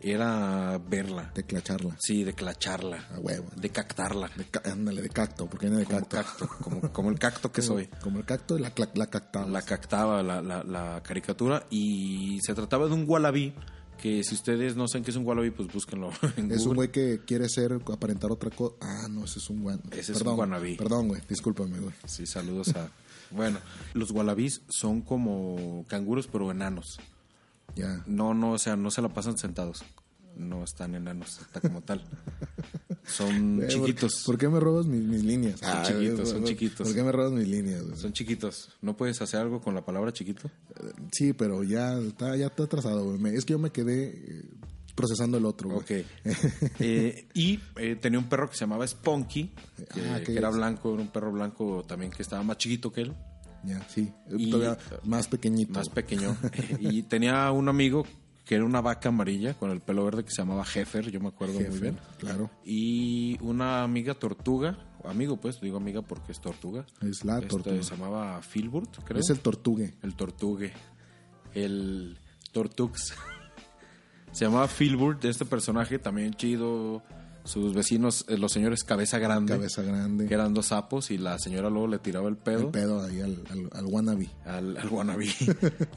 E: era verla.
F: Teclacharla.
E: Sí, de clacharla.
F: A huevo.
E: De cactarla.
F: Ah, De ca- ándale, de cacto, porque viene de
E: como
F: cacto.
E: cacto. Como, como el cacto que
F: Como-
E: soy.
F: Como el cacto, la, cla- la cactaba.
E: La cactaba la, la- la caricatura. Y se trataba de un wallaby. Que si ustedes no saben qué es un wallaby, pues búsquenlo en
F: Es
E: Google.
F: un güey que quiere ser, aparentar otra cosa. Ah, no, ese es un guan.
E: Ese es
F: perdón,
E: un wannabe.
F: Perdón, güey, discúlpame, güey.
E: Sí, saludos a. Bueno, los wallabies son como canguros, pero enanos.
F: Ya. Eh,
E: No, no, o sea, no se la pasan sentados. No están enanos, está como tal. Son
F: Eh, ¿por-
E: chiquitos.
F: ¿Por, qué me robas mis, mis líneas?
E: Son chiquitos, son chiquitos.
F: ¿Por qué me robas mis líneas? güey?
E: Son chiquitos. ¿No puedes hacer algo con la palabra chiquito?
F: Sí, pero ya está, ya está atrasado, güey. Me- Es que yo me quedé eh, procesando el otro, güey.
E: Ok. Eh, y eh, tenía un perro que se llamaba Spunky, que,
F: Ah,
E: que
F: ok.
E: era blanco, era un perro blanco también que estaba más chiquito que él,
F: Ya, sí.
E: Y- eh,
F: Todavía más pequeñito.
E: más
F: güey.
E: pequeño. y tenía un amigo que era una vaca amarilla con el pelo verde que se llamaba Heifer, yo me acuerdo muy
F: Jefe,
E: bien.
F: Claro.
E: Y una amiga tortuga, amigo pues, digo amiga porque es tortuga.
F: Es la
E: Este,
F: tortuga.
E: se llamaba Filbert, creo.
F: Es el tortugue.
E: El tortugue. El tortux. se llamaba Filbert, este personaje también chido. Sus vecinos, eh, los señores Cabeza Grande.
F: Cabeza grande.
E: Que eran dos sapos y la señora luego le tiraba el pedo
F: El pedo ahí al, al, al wannabe.
E: al, al wannabe.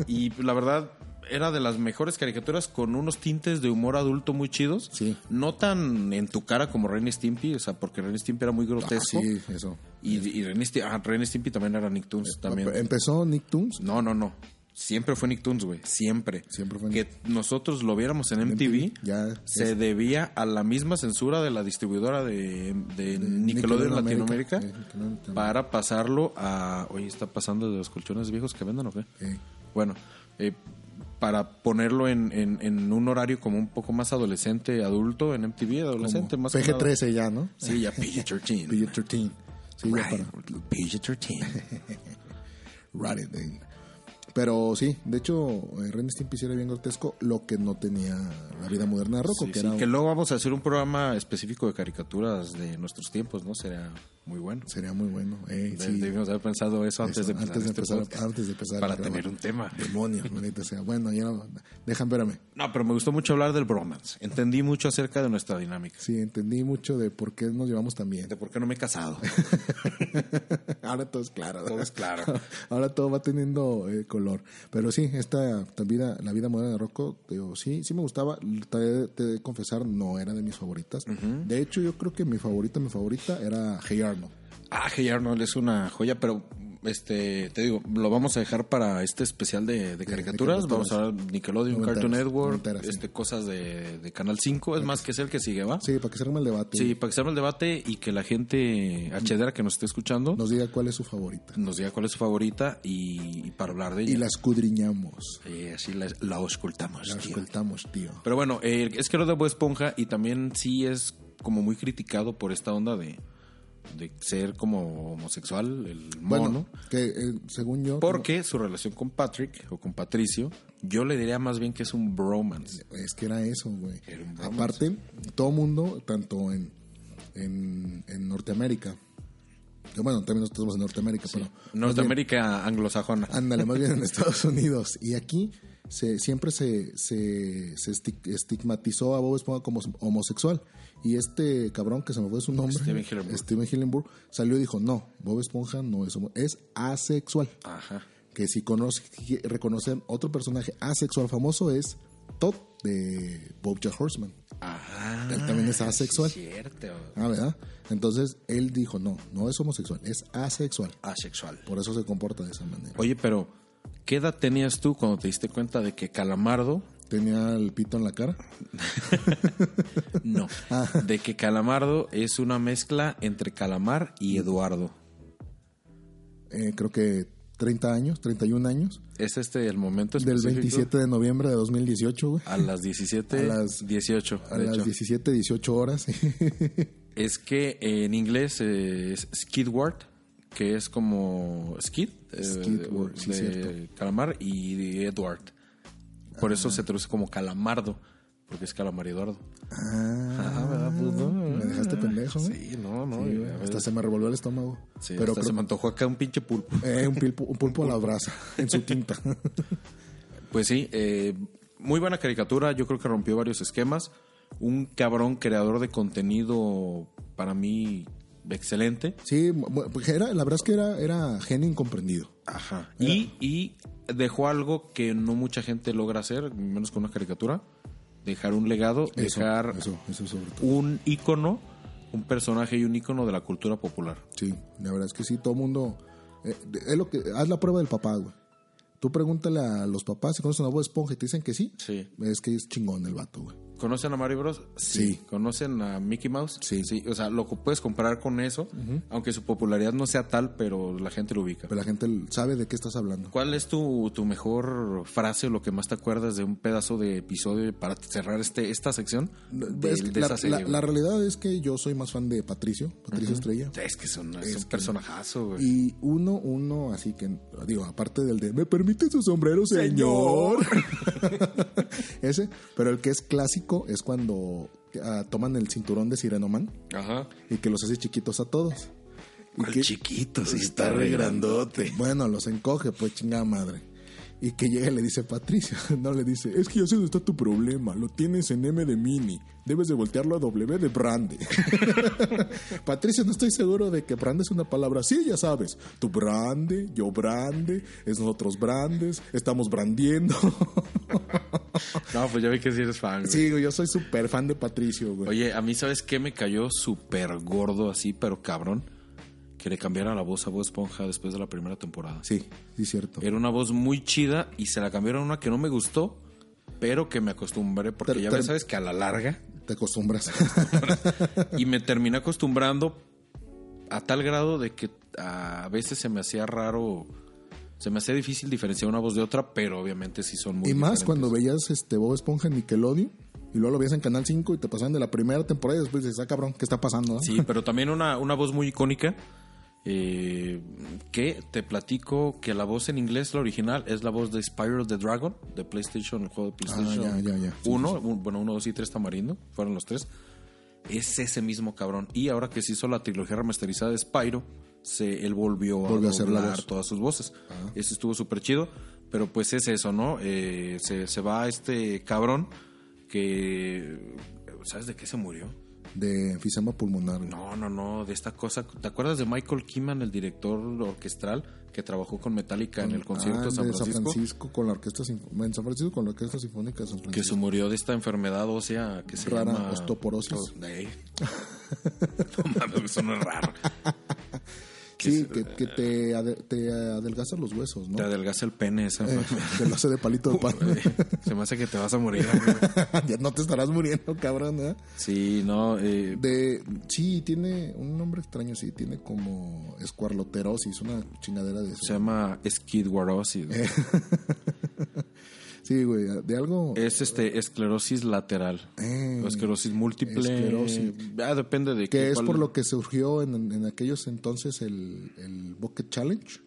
E: y pues, la verdad, era de las mejores caricaturas con unos tintes de humor adulto muy chidos.
F: Sí.
E: No tan en tu cara como Ren y Stimpy, o sea, porque Ren y Stimpy era muy grotesco.
F: Ah, sí, eso.
E: Y, y Ren, y Stimpy, ah, Ren y Stimpy también era Nicktoons. Pues
F: Eh,
E: también.
F: Empezó Nicktoons.
E: No, no, no. Siempre fue Nicktoons, güey. Siempre.
F: Siempre fue
E: Que nosotros lo viéramos en MTV.
F: Ya.
E: Se
F: es-
E: debía a la misma censura de la distribuidora de, de Nickelodeon
F: Nickelodeon
E: Latinoamérica
F: América. Sí, Nickelodeon Latinoamérica.
E: para pasarlo a... Oye, ¿está pasando de los colchones viejos que venden o qué?
F: eh,
E: Bueno, eh, para ponerlo en, en- en un horario como un poco más adolescente, adulto, en MTV, adolescente,
F: como
E: más que nada.
F: PG-13 ya, ¿no?
E: Sí, ya PG-13.
F: PG-13. Sí, ya para.
E: PG-13.
F: Right it, eh. Pero sí, de hecho, eh, Ren y Stimpy sí era bien grotesco, lo que no tenía la vida moderna de Rocco,
E: Sí,
F: que
E: sí,
F: era...
E: que luego vamos a hacer un programa específico de caricaturas de nuestros tiempos, ¿no? Será muy bueno.
F: Sería muy bueno. Eh,
E: De-
F: sí.
E: Debimos haber pensado eso antes, de,
F: Eso,
E: empezar
F: antes de
E: este
F: empezar-
E: podcast,
F: antes de empezar
E: Para
F: el programa.
E: tener un tema.
F: Demonios, maldita sea. Bueno, ya no... Déjame, espérame.
E: No, pero me gustó mucho hablar del bromance. Entendí mucho acerca de nuestra dinámica.
F: Sí, entendí mucho de por qué nos llevamos tan bien.
E: De por qué no me he casado.
F: Ahora todo es claro.
E: Todo es claro.
F: Ahora todo va teniendo eh, color. Pero sí, esta ta- vida, la vida moderna de Rocco, digo, sí, sí me gustaba. Te, he- te he de confesar, no era de mis favoritas. De hecho, yo creo que mi favorita, mi favorita era Hey Arnold.
E: Ah, Hey Arnold es una joya, pero este te digo, lo vamos a dejar para este especial de, de caricaturas.
F: caricaturas.
E: Vamos a hablar Nickelodeon,
F: Noventeras,
E: Cartoon Network,
F: noventeras, sí.
E: este cosas de, de Canal 5. Es más que es el que sigue, ¿va?
F: Sí, para que se arme el debate.
E: Sí, para que se arme el debate y que la gente hachedera que nos esté escuchando
F: Nos diga cuál es su favorita.
E: nos diga cuál es su favorita y, y para hablar de ella.
F: Y la escudriñamos.
E: Eh, así la, la auscultamos.
F: La
E: tío.
F: escoltamos, tío.
E: Pero bueno, eh, es que era de Bob Esponja y también sí es como muy criticado por esta onda de, de ser como homosexual, el mono.
F: Bueno, que eh, según yo...
E: Porque su relación con Patrick o con Patricio Yo le diría más bien que es un bromance.
F: Es que era eso, güey.
E: Era un bromance.
F: Aparte, todo mundo, tanto en, en, en Norteamérica, que bueno, también nosotros estamos en Norteamérica, pero... más bien-
E: Norteamérica anglosajona.
F: Ándale, más bien en Estados Unidos. Y aquí se, siempre se, se, se esti- estigmatizó a Bob Esponja como homosexual. Y este cabrón, que se me fue su nombre,
E: Steven Hillenburg.
F: Steven Hillenburg, salió y dijo, no, Bob Esponja no es homo- es asexual.
E: Ajá.
F: Que si conoce, reconocen otro personaje asexual famoso es Todd de Bojack Horseman.
E: Ajá.
F: Él también es asexual.
E: Ah, Sí, es cierto.
F: Ah, ¿verdad? Entonces él dijo, no, no es homosexual, es asexual.
E: Asexual.
F: Por eso se comporta de esa manera.
E: Oye, pero, ¿qué edad tenías tú cuando te diste cuenta de que Calamardo,
F: Tenía el pito en la cara.
E: no, de que Calamardo es una mezcla entre Calamar y Eduardo?
F: eh, creo que 30 años, 31 años,
E: Es este el momento
F: del
E: específico?
F: 27 de noviembre de 2018, güey.
E: A las 17,
F: A las-
E: 18.
F: A
E: Ah, de
F: las
E: hecho.
F: 17, 18 horas.
E: Es que eh, en inglés eh, es Skidward, que es como Skid, eh,
F: Skidward, sí,
E: de
F: cierto.
E: Calamar y de Edward. Por eso se traduce como Calamardo, porque es Calamar y Eduardo.
F: ah,
E: ¿verdad, puto?
F: Me dejaste pendejo, güey.
E: Sí, no, no.
F: ¿eh? Sí,
E: y
F: güey,
E: a
F: hasta
E: veces-
F: se me revolvió el estómago.
E: sí,
F: Pero
E: hasta
F: creo-
E: se me antojó acá un pinche pulpo.
F: eh, un, pulpo, un pulpo a la brasa, en su tinta.
E: Pues sí, eh, muy buena caricatura, yo creo que rompió varios esquemas. Un cabrón creador de contenido para mí excelente.
F: sí, mu- pues era, la verdad es que era, era genio incomprendido.
E: Ajá. Y, y dejó algo que no mucha gente logra hacer, menos con una caricatura. Dejar un legado,
F: Eso,
E: dejar
F: eso, eso sobre todo.
E: un ícono, un personaje y un ícono de la cultura popular.
F: Sí, la verdad es que sí, todo mundo. eh, de- es lo que, haz la prueba del papá, güey. Tú pregúntale a los papás si conocen a Bob Esponja y te dicen que sí.
E: Sí.
F: Es que es chingón el vato, güey.
E: ¿Conocen a Mario Bros?
F: Sí.
E: ¿Conocen a Mickey Mouse?
F: Sí.
E: O sea, lo co- puedes comparar con eso, aunque su popularidad no sea tal, pero la gente lo ubica.
F: Pero la gente sabe de qué estás hablando.
E: ¿Cuál es tu, tu mejor frase o lo que más te acuerdas de un pedazo de episodio para cerrar este, esta sección? de-
F: Es que
E: de
F: la,
E: esa serie,
F: la-
E: güey?
F: la realidad es que yo soy más fan de Patricio, Patricio Estrella.
E: Es que es un, es
F: Es
E: un
F: que-
E: personajazo, güey.
F: Y uno, uno, así que, digo, aparte del de, ¿me permite su sombrero, señor? Ese, pero el que es clásico es cuando ah, toman el cinturón de Sirenoman
E: Ajá.
F: y que los hace chiquitos a todos. Y
E: ¿Cuál
F: que-
E: chiquito? Sí,
F: Está re grandote. Bueno, los encoge, pues chingada madre. Y que llega y le dice Patricio, no le dice, es que yo sé dónde está tu problema, lo tienes en M de mini, debes de voltearlo a W de Brande. Patricio, no estoy seguro de que Brande es una palabra, sí, ya sabes, tu Brande, yo Brande, es nosotros Brandes, estamos brandiendo.
E: No, pues ya vi que sí eres fan, güey.
F: sí, güey, yo soy súper fan de Patricio, güey.
E: Oye, a mí, ¿sabes qué? Me cayó súper gordo así, pero cabrón. Que le cambiaran la voz a Voz Esponja después de la primera temporada.
F: Sí, sí, cierto.
E: Era una voz muy chida y se la cambiaron a una que no me gustó, pero que me acostumbré porque
F: Ter-
E: ya
F: ter-
E: ves, sabes que a la larga.
F: Te acostumbras.
E: y me terminé acostumbrando a tal grado de que a veces se me hacía raro, se me hacía difícil diferenciar una voz de otra, pero obviamente sí son muy
F: y más
E: diferentes.
F: cuando veías este Bob Esponja en Nickelodeon y luego lo veías en Canal 5 y te pasaban de la primera temporada y después dices, ah, cabrón, ¿qué está pasando? no?"
E: Sí, pero también una, una voz muy icónica. eh, que te platico que la voz en inglés, la original, es la voz de Spyro the Dragon, de PlayStation, el juego de PlayStation
F: Ah, ya, ya, ya. Sí,
E: 1, un- bueno, 1, 2 y 3 tamarindo, fueron los tres. Es ese mismo cabrón. Y ahora que se hizo la trilogía remasterizada de Spyro, se, él volvió,
F: Volvió
E: a
F: a hacer la
E: doblar
F: voz. Ah.
E: todas sus voces. Eso estuvo súper chido, pero pues es eso, ¿no? Eh, se, se va este cabrón que... ¿Sabes de qué se murió?
F: De enfisema pulmonar. güey.
E: No, no, no, de esta cosa. ¿Te acuerdas de Michael Kiman, el director orquestral que trabajó con Metallica en el concierto
F: Ah,
E: de San
F: de
E: Francisco?
F: con la orquesta sinf- en San Francisco con la orquesta sinfónica de San
E: Que se
F: Francisco.
E: murió de esta enfermedad ósea que se
F: Rara,
E: llama...
F: osteoporosis.
E: Ey. no mames, eso no es raro.
F: sí, que, que te, ade- te adelgaza los huesos, ¿no?
E: Te adelgaza el pene esa.
F: Eh, te lo hace de palito de pan.
E: se me hace que te vas a morir. amigo.
F: ya no te estarás muriendo, cabrón, ¿eh?
E: sí, no, eh,
F: De, sí, tiene un nombre extraño, sí, tiene como escuarloterosis, una chingadera de eso.
E: se llama esquidwarosis.
F: Eh. sí, güey, de algo...
E: Es este esclerosis lateral.
F: Eh,
E: o esclerosis múltiple.
F: esclerosis.
E: Ah, depende de
F: Que
E: qué-
F: es
E: cuál-
F: por lo que surgió en, en aquellos entonces el, el Bucket Challenge,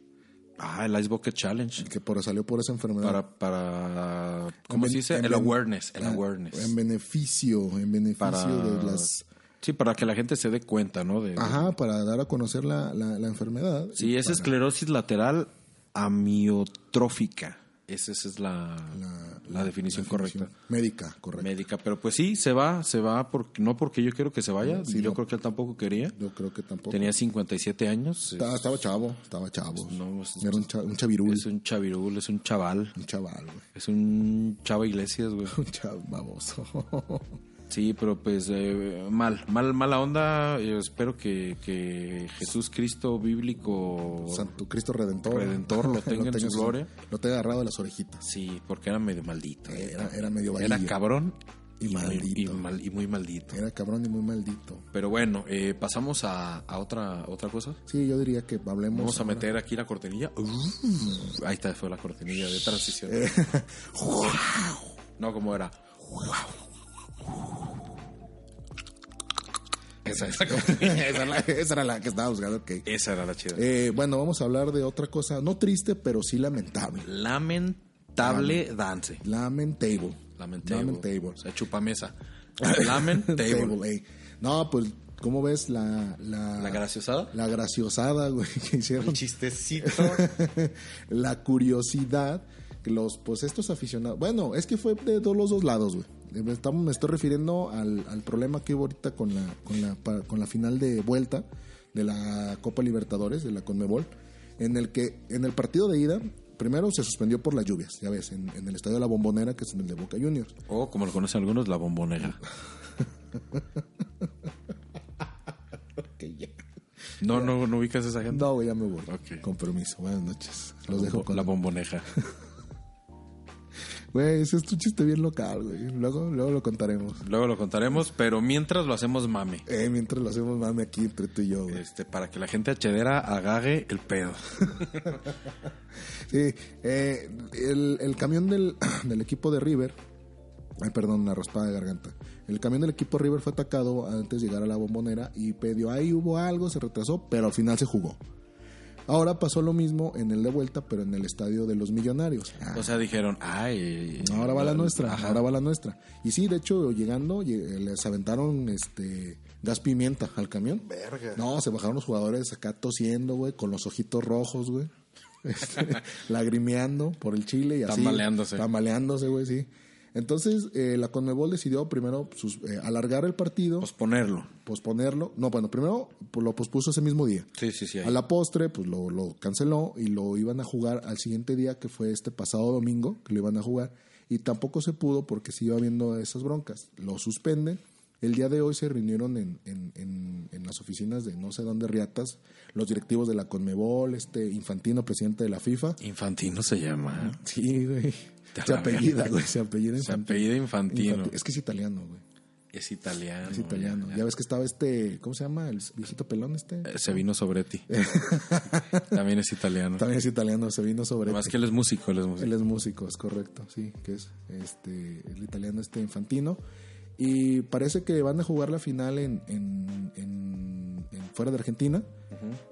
E: Ah, el Ice Bucket Challenge.
F: que por, salió por esa enfermedad.
E: Para, para ¿cómo se
F: ben-
E: dice?
F: en
E: El
F: ben-
E: awareness. El
F: ah,
E: awareness.
F: En beneficio, en beneficio
E: Para,
F: de las...
E: Sí, para que la gente se dé cuenta, ¿no? De,
F: Ajá, para dar a conocer la, la, la enfermedad.
E: Sí, es
F: Para-
E: esclerosis lateral amiotrófica. Esa, esa es la, la, definición correcta.
F: Médica, correcta.
E: Médica. Pero pues sí, se va, se va, porque, no porque yo quiero que se vaya.
F: Sí,
E: yo
F: no.
E: creo que él tampoco quería.
F: Yo creo que tampoco.
E: Tenía 57 años.
F: Estaba, estaba chavo, estaba chavo.
E: No, pues, es-
F: Era un, cha- un chavirul,
E: Es un chavirul, es un chaval.
F: un chaval, güey.
E: Es un chava Iglesias, güey.
F: Un chaval baboso.
E: Sí, pero pues eh, mal, mal, mala onda. Yo espero que, que Jesús Cristo bíblico.
F: Santo Cristo Redentor.
E: Redentor, lo tenga en su gloria.
F: Lo tenga agarrado de las orejitas.
E: Sí, porque era medio maldito.
F: Era- era medio
E: Era
F: varillo.
E: cabrón
F: Y
E: muy- y,
F: maldito.
E: mal- y muy maldito.
F: Era cabrón y muy maldito.
E: Pero bueno, eh, pasamos a, a otra, otra cosa.
F: Sí, yo diría que hablemos.
E: Vamos a
F: ahora.
E: meter aquí la cortinilla. Uh, ahí está, fue la cortinilla de transición.
F: Eh,
E: No, como era.
F: Esa, esa, esa, era la, esa era la que estaba buscando, ok.
E: Esa era la chida.
F: Eh, bueno, vamos a hablar de otra cosa, no triste, pero sí lamentable.
E: Lamentable dance.
F: Lamentable.
E: Lamentable.
F: Lamentable.
E: O sea, chupamesa. Lamentable.
F: Table, ey. No, pues, ¿cómo ves la... La,
E: La graciosada.
F: La graciosada, güey, que hicieron.
E: chistecito.
F: la curiosidad, que los, pues estos aficionados, bueno, es que fue de todos los dos lados, güey. Eh, me Estamos, me estoy refiriendo al, al problema que hubo ahorita con la, con, la, pa- con la final de vuelta de la Copa Libertadores, de la Conmebol, en el que en el partido de ida, primero se suspendió por las lluvias, ya ves, en, en el estadio de la Bombonera, que es en el de Boca Juniors.
E: O como lo conocen algunos, la bombonera. No, no, no ubicas a esa gente.
F: No, güey, ya me voy.
E: Ok.
F: Con permiso, buenas noches. Los dejo con
E: la bomboneja.
F: Güey, ese es tu chiste bien local, güey. Luego, luego lo contaremos.
E: Luego lo contaremos, pero mientras lo hacemos mame.
F: Eh, mientras lo hacemos, mame aquí entre tú y yo, güey.
E: Este, para que la gente achedera agague el pedo.
F: Sí, eh, el, el camión del, del equipo de River. Ay, perdón, la raspada de garganta. El camión del equipo River fue atacado antes de llegar a la bombonera y pidió ahí hubo algo, se retrasó, pero al final se jugó. Ahora pasó lo mismo en el de vuelta, pero en el estadio de los Millonarios. Ah,
E: O sea, dijeron, ay.
F: ahora va la nuestra,
E: Ajá.
F: ahora va la nuestra. Y sí, de hecho, llegando lle- les aventaron este gas pimienta al camión. Verga. No, se bajaron los jugadores acá tosiendo, güey, con los ojitos rojos, güey. Este, lagrimeando por el Chile y así.
E: Tambaleándose.
F: Tambaleándose, güey, sí. Entonces, eh, la Conmebol decidió primero sus- eh, alargar el partido,
E: Posponerlo.
F: posponerlo. No, bueno, primero pues, lo pospuso ese mismo día.
E: Sí, sí, sí. ahí.
F: A la postre, pues lo, lo canceló y lo iban a jugar al siguiente día, que fue este pasado domingo, que lo iban a jugar. Y tampoco se pudo porque siguió habiendo esas broncas. Lo suspenden. El día de hoy se reunieron en, en- en- en las oficinas de no sé dónde Riatas, los directivos de la Conmebol, este Infantino, presidente de la FIFA.
E: Infantino se llama. ¿eh?
F: Sí, güey.
E: Te
F: Se
E: la
F: apellida,
E: verga.
F: güey. Se apellida
E: Se
F: Infantino.
E: apellida Infantino.
F: Infanti- Es que es italiano, güey.
E: Es italiano.
F: Es italiano.
E: ya,
F: Ya,
E: ya.
F: ves que estaba este, ¿cómo se llama? El viejito pelón este.
E: Eh, Se vino sobre ti. También es italiano.
F: También es italiano, se vino sobre.
E: Más que él es músico, él es músico.
F: Él es músico, es correcto, sí, que es este el italiano este infantino. Y parece que van a jugar la final en, en- en- en fuera de Argentina,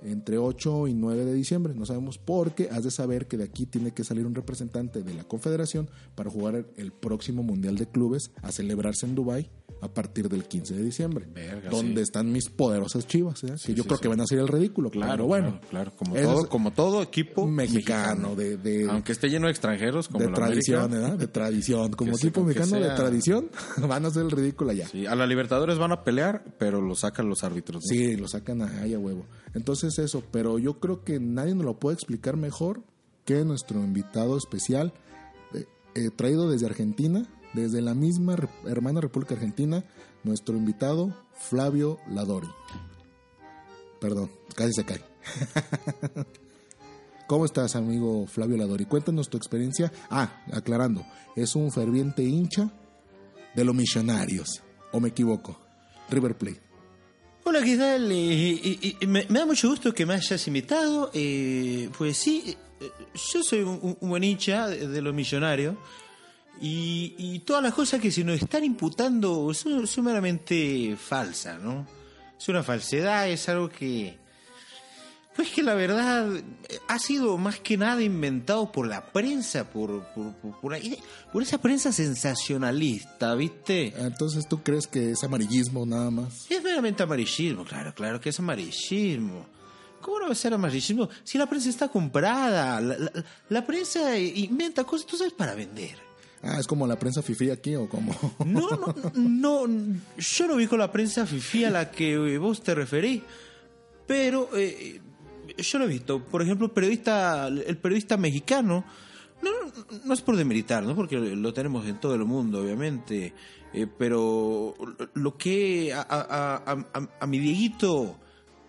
F: entre 8 y 9 de diciembre. No sabemos por qué. Has de saber que de aquí tiene que salir un representante de la Confederación para jugar el- el próximo Mundial de Clubes a celebrarse en Dubái a partir del 15 de diciembre.
E: Verga, sí.
F: donde están mis poderosas chivas, ¿eh? que yo
E: sí,
F: creo
E: sí.
F: que van a ser el ridículo, claro, bueno.
E: Claro, claro, como,
F: Eso
E: todo,
F: es-
E: como todo equipo
F: mexicano, de- de-
E: aunque esté lleno de extranjeros, como
F: de
E: la
F: tradición,
E: América.
F: ¿verdad? De tradición. Como
E: Que sí,
F: equipo
E: con que
F: mexicano de
E: sea-
F: tradición, van a hacer el ridículo allá. Sí,
E: Sí, a la Libertadores van a pelear, pero lo sacan los árbitros. ¿no?
F: lo sacan a, ay, a huevo. Entonces eso, pero yo creo que nadie nos lo puede explicar mejor que nuestro invitado especial, eh, eh, traído desde Argentina, desde la misma re- hermana República Argentina, nuestro invitado Flavio Ladori. Perdón, casi se cae. ¿Cómo estás, amigo Flavio Ladori? Cuéntanos tu experiencia. Ah, aclarando, es un ferviente hincha de los Millonarios. ¿O me equivoco? River Plate.
I: Hola, ¿qué tal? Eh, eh, eh, eh, me, me da mucho gusto que me hayas invitado. eh, pues sí, eh, eh, yo soy un, un- un buen hincha de, de los millonarios. Y, y todas las cosas que se nos están imputando son, son meramente falsas, ¿no? Es una falsedad, es algo que... Pues que la verdad eh, ha sido más que nada inventado por la prensa, por, por, por, por ahí, por esa prensa sensacionalista, ¿viste?
F: Entonces, ¿tú crees que es amarillismo nada más?
I: Es meramente amarillismo, claro, claro que es amarillismo. ¿Cómo no va a ser amarillismo si la prensa está comprada? La, la- la prensa inventa cosas, tú sabes, para vender.
F: Ah, es como la prensa fifí aquí o como...
I: No, no, no, yo no vi con la prensa fifí a la que eh, vos te referís, pero eh, yo lo he visto. Por ejemplo, el periodista, el periodista mexicano, no, no, no es por demeritar, ¿no? porque lo tenemos en todo el mundo, obviamente, eh, pero lo que a, a- a- a- a mi Dieguito,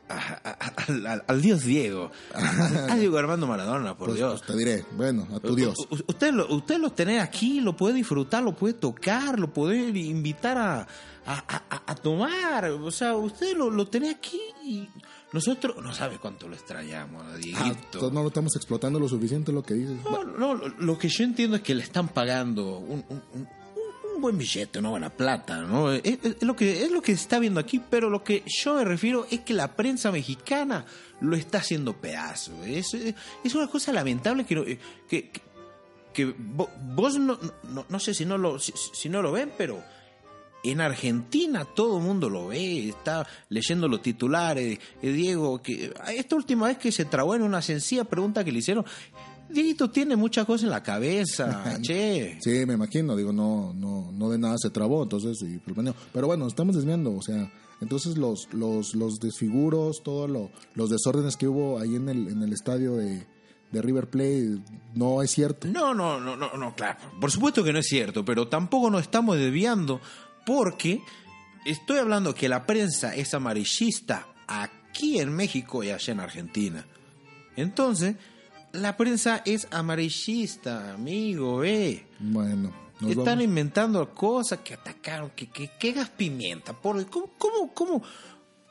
I: a- a- al- al- al Dios Diego, a Diego Armando Maradona, por
F: Pues,
I: Dios. Uh,
F: pues te diré, bueno, a tu Dios.
I: U- u- Usted lo, usted lo tiene aquí, lo puede disfrutar, lo puede tocar, lo puede invitar a, a- a- a- a tomar. O sea, usted lo, lo tiene aquí y nosotros no sabe cuánto lo extrañamos a
F: Ah,
I: Dieguito.
F: entonces no lo estamos explotando lo suficiente lo que dices.
I: No, no, lo, lo que yo entiendo es que le están pagando un, un- un- un- un buen billete, una buena plata, ¿no? Es, es- es lo que, es lo que se está viendo aquí, pero lo que yo me refiero es que la prensa mexicana lo está haciendo pedazo. Es, es una cosa lamentable que, no- que, que, que vo- vos no, no, no sé si no, lo, si- si no lo ven, pero... En Argentina todo el mundo lo ve, está leyendo los titulares. Eh, Diego, que ah, esta última vez que se trabó en una sencilla pregunta que le hicieron, Dieguito tiene muchas cosas en la cabeza, che.
F: Sí, me imagino, digo, no, no, no de nada se trabó, entonces, y, pues, bueno, pero bueno, estamos desviando, o sea, entonces los, los, los desfiguros, todos los desórdenes que hubo ahí en el, en el estadio de, de River Plate, no es cierto.
I: No, no, no, no, no, claro. Por supuesto que no es cierto, pero tampoco nos estamos desviando porque estoy hablando que la prensa es amarillista aquí en México y allá en Argentina. Entonces, la prensa es amarillista, amigo, eh.
F: Bueno, nos
I: Están
F: vamos.
I: inventando cosas que atacaron, que, que, que gas pimienta. Por, ¿cómo, cómo, cómo,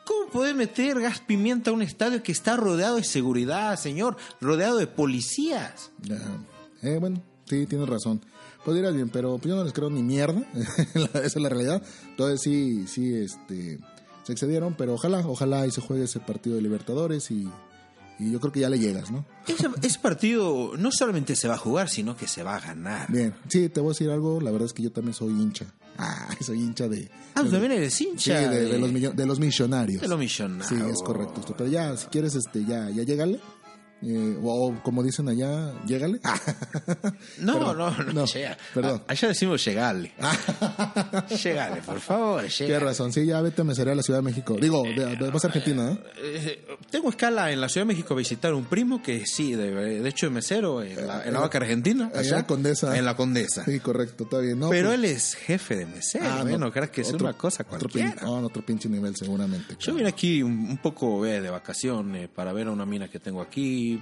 I: ¿Cómo puede meter gas pimienta a un estadio que está rodeado de seguridad, señor? Rodeado de policías.
F: Ya. Eh, bueno, sí, tienes razón. Pues dirás bien, pero pues, yo no les creo ni mierda. Esa es la realidad. Entonces sí, sí, este, se excedieron, pero ojalá, ojalá y se juegue ese partido de Libertadores y, y yo creo que ya le llegas, ¿no?
I: Ese, ese partido no solamente se va a jugar, sino que se va a ganar.
F: Bien, sí, te voy a decir algo, la verdad es que yo también soy hincha. Ah, soy hincha de...
I: Ah, tú
F: de-
I: también eres
F: Sí,
I: hincha.
F: de, de los, millo- de los millonarios.
I: de los millonarios.
F: Sí, es correcto. esto. Pero ya, si quieres, este, ya, ya llégale. Eh, o como dicen allá, llégale.
I: No,
F: Perdón,
I: no, no,
F: no,
I: che.
F: perdón.
I: A- Ah, Allá decimos llegale.
F: Ah.
I: llegale, por favor, llegale.
F: Tienes razón, sí, ya vete a mesería a la Ciudad de México. Digo, de- de- vas a Argentina, ¿eh?
I: Eh, tengo escala en la Ciudad de México a visitar un primo que sí, de, de hecho es mesero en la, en la vaca argentina.
F: Eh, Allá en la Condesa.
I: En la condesa.
F: Sí, correcto, está bien, ¿no?
I: Pero
F: pues-
I: él es jefe de mesero.
F: Ah,
I: bueno, creas que es
F: otro-
I: una cosa
F: otro
I: cualquiera.
F: pin- ah, otro pinche nivel, seguramente.
I: Yo
F: claro.
I: vine aquí un, un poco eh, de vacaciones para ver a una mina que tengo aquí.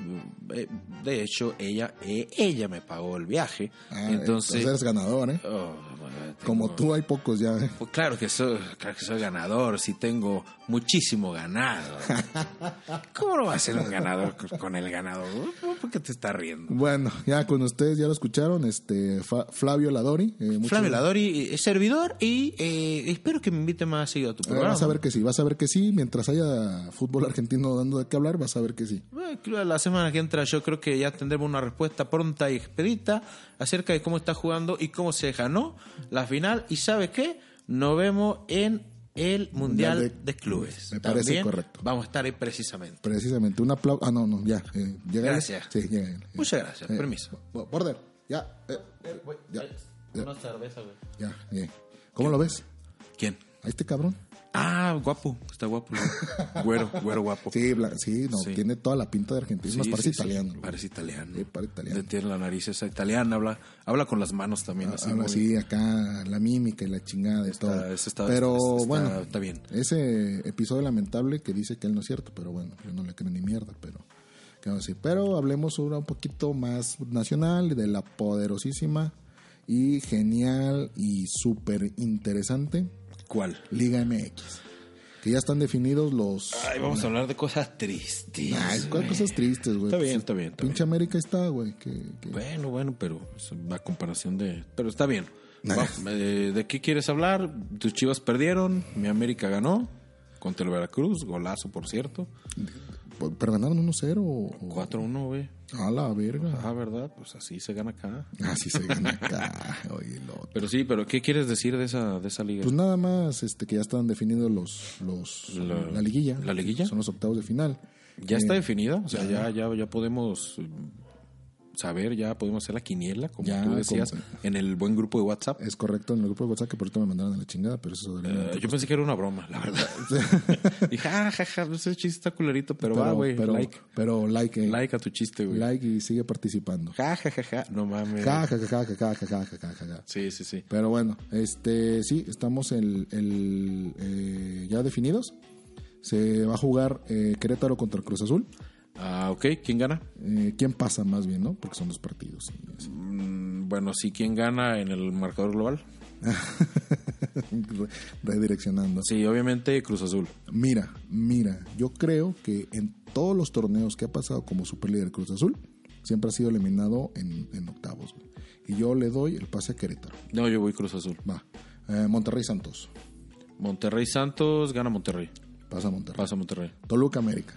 I: Eh, de hecho, ella eh, ella me pagó el viaje.
F: Ah,
I: entonces,
F: eres ganador, ¿eh?
I: oh, bueno, tengo-
F: Como tú, hay pocos ya. ¿eh?
I: Pues claro que soy, claro que soy ganador, si tengo muchísimo ganado. ¿Cómo no va a ser un ganador co- con el ganador? ¿Por qué te estás riendo?
F: Bueno, ya con ustedes ya lo escucharon, este Fa- Flavio Ladori. eh, mucho-
I: Flavio Ladori es servidor y eh, espero que me invite más seguido a tu
F: Eh,
I: programa.
F: vas a ver que sí, vas a ver que sí. Mientras haya fútbol argentino dando de qué hablar, vas a ver que sí.
I: Bueno, creo que La semana que entra yo creo que ya tendremos una respuesta pronta y expedita acerca de cómo está jugando y cómo se ganó la final. Y ¿sabes qué? Nos vemos en el Mundial,
F: Mundial
I: de,
F: de
I: Clubes.
F: Me parece
I: También
F: correcto.
I: Vamos a estar ahí precisamente.
F: Precisamente, un aplauso. Ah, no, no, ya. eh, llega-
I: Gracias.
F: Sí, llega- eh,
I: Muchas gracias, permiso.
F: bo- Border, ya. eh, ya, ya, ya, eh. ¿Cómo lo ves?
I: ¿Quién?
F: ¿A este cabrón?
I: Ah, guapo. Está guapo. Güero, güero guapo.
F: Sí, bla- sí, no,
I: Sí.
F: tiene toda la pinta de argentino. más
I: Sí,
F: parece
I: sí, sí.
F: italiano.
I: Parece italiano.
F: Sí, parece italiano. Ah,
I: De- Tiene la nariz esa italiana. Habla, habla con las manos también. así,
F: Ahora
I: muy-
F: sí, acá la mímica y la chingada y todo.
I: eso está-
F: pero
I: eso está-
F: bueno,
I: está bien.
F: Ese episodio lamentable que dice que él no es cierto, pero bueno, yo no le creo ni mierda, pero qué vamos a decir. Pero hablemos ahora un poquito más nacional de la poderosísima y genial y súper interesante
I: ¿Cuál?
F: Liga MX. Que ya están definidos los.
I: Ay, vamos a hablar de cosas tristes.
F: Ay, ¿cuál cosas tristes, güey? Pues
I: Está bien, está bien, está
F: Pinche América está, güey. que- que-
I: Bueno, bueno, pero es la comparación de... Pero está bien. Va, eh, ¿De qué quieres hablar? Tus chivas perdieron, mi América ganó contra el Veracruz, golazo por cierto.
F: pero ganaron 1-0 o... o-
E: 4-1, güey.
F: A la verga.
E: Oh. Ah, ¿verdad? Pues así se gana acá.
F: Así se gana acá. Oye, lo-
E: Pero sí, pero ¿qué quieres decir de esa, de esa liga?
F: Pues nada más este que ya están definiendo los, los
E: La-
F: la, liguilla.
E: ¿La liguilla?
F: Son los octavos de final.
E: ya está definida, o sea, eh, ya,
F: ya.
E: ya, ya podemos mm, saber, ya podemos hacer la quiniela, como Eh,
F: Ya,
E: tú decías,
F: como-
E: en el buen grupo de WhatsApp.
F: Es correcto en el grupo de WhatsApp que por esto me mandaron a la chingada, pero eso
E: Eh,
F: es
E: yo pensé que era una broma, la verdad. Dije, ah, jaja, ese chiste está culerito, pero, va, güey,
F: pero,
E: like,
F: pero like, eh,
E: like a tu chiste, güey.
F: like y sigue participando.
E: Ja, ja, ja, ja, no mames.
F: Ja, ja, ja, ja, ja, ja, ja, ja, ja, ja, ja, ja.
E: Sí, sí, sí.
F: Pero bueno, este sí, estamos el, el, eh, ya definidos. Se va a jugar eh, Querétaro contra Cruz Azul.
E: Ah, ok, ¿quién gana?
F: Eh, ¿Quién pasa más bien, no? Porque son dos partidos. y así.
E: Mm, Bueno, sí, ¿quién gana en el marcador global?
F: Re- Redireccionando.
E: Sí, obviamente Cruz Azul.
F: Mira, mira, yo creo que en todos los torneos que ha pasado como superlíder Cruz Azul, siempre ha sido eliminado en, en octavos. güey. Y yo le doy el pase a Querétaro.
E: No, yo voy Cruz Azul.
F: Va. Eh, Monterrey Santos.
E: Monterrey Santos, gana Monterrey.
F: Pasa Monterrey.
E: Pasa Monterrey.
F: Toluca América.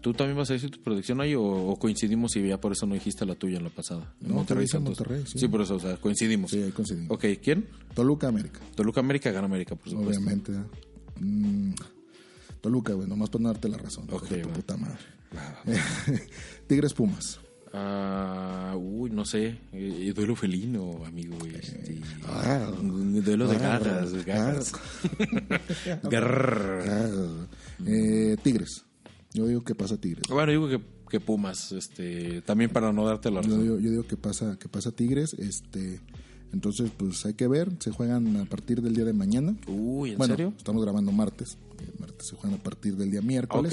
E: ¿Tú también vas a decir tu predicción ahí o, o coincidimos y ya por eso no dijiste la tuya en la pasada?
F: No, te dije Monterrey, sí.
E: por eso, o sea, coincidimos.
F: Sí, ahí coincidimos.
E: Ok, ¿quién?
F: Toluca América.
E: Toluca América gana América, por supuesto.
F: Obviamente. ¿eh? Mm, Toluca, güey, nomás para darte la razón. hijo
E: Ok,
F: de tu
E: va.
F: puta madre. Tigres Pumas.
E: Ah, uy, no sé. eh, eh, duelo felino, amigo. este,
F: ah,
E: un duelo de
F: ah,
E: garras,
F: ah.
E: garras. Grrr.
F: Ah,
E: Mm.
F: eh, Tigres. Yo digo que pasa Tigres.
E: Bueno, digo que, que Pumas, este, también para no darte la
F: Yo
E: razón.
F: digo, yo digo que pasa, que pasa Tigres, este entonces pues hay que ver, se juegan a partir del día de mañana.
E: Uy, ¿en
F: bueno,
E: serio?
F: estamos grabando martes. eh, Martes se juegan a partir del día miércoles.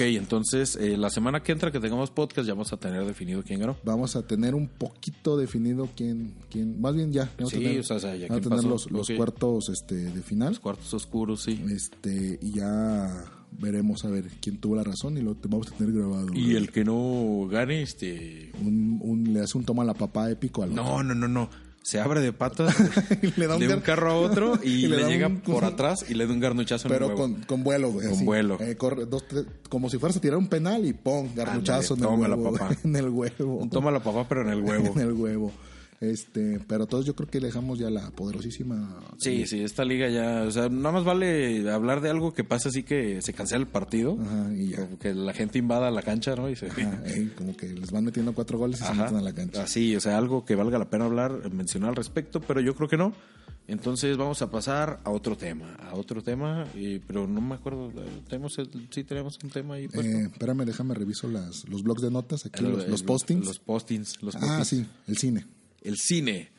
E: Ok, entonces eh, la semana que entra que tengamos podcast ya vamos a tener definido quién ganó.
F: Vamos a tener un poquito definido quién, quién, más bien ya. Vamos
E: Sí,
F: a tener,
E: o sea, ya quién
F: vamos a tener
E: pasó.
F: los, los
E: Ok.
F: cuartos este, de final.
E: Los cuartos oscuros, sí.
F: Este, y ya veremos a ver quién tuvo la razón y lo te- vamos a tener
E: Y
F: grabado. güey.
E: el que no gane, este.
F: un, un- le hace un toma a la papá épico al
E: No, no, no, no. Se abre de patas
F: Y le da un
E: de un
F: gar-
E: carro a otro y,
F: y le
E: le,
F: da
E: llega
F: un-
E: por atrás y le da un garnuchazo en el
F: Pero
E: huevo.
F: con, con vuelo, güey.
E: Con
F: así.
E: vuelo.
F: Eh, corre, dos, tres, como si fueras a tirar un penal y pon, garnuchazo en el,
E: tómala,
F: huevo,
E: papá.
F: güey, en el huevo.
E: Un toma la papá, pero en el huevo.
F: En el huevo. Este, pero todos yo creo que le dejamos ya la poderosísima.
E: Sí, sí, esta liga ya. O sea, nada más vale hablar de algo que pasa así que se cancela el partido.
F: Ajá, y ya.
E: Como Que la gente invada la cancha, ¿no? Y se.
F: Ah, eh, como que les van metiendo cuatro goles y se
E: Ajá.
F: meten a la cancha.
E: Así, o sea, algo que valga la pena hablar, mencionar al respecto, pero yo creo que no. Entonces vamos a pasar a otro tema, a otro tema, y- pero no me acuerdo, eh, tenemos el- sí tenemos un tema ahí. puesto?
F: Eh, espérame, déjame reviso las, los blogs de notas,
E: pues,
F: aquí
E: El-
F: los,
E: el-
F: los postings.
E: Los postings, los
F: ah,
E: postings.
F: sí, el cine.
E: El cine.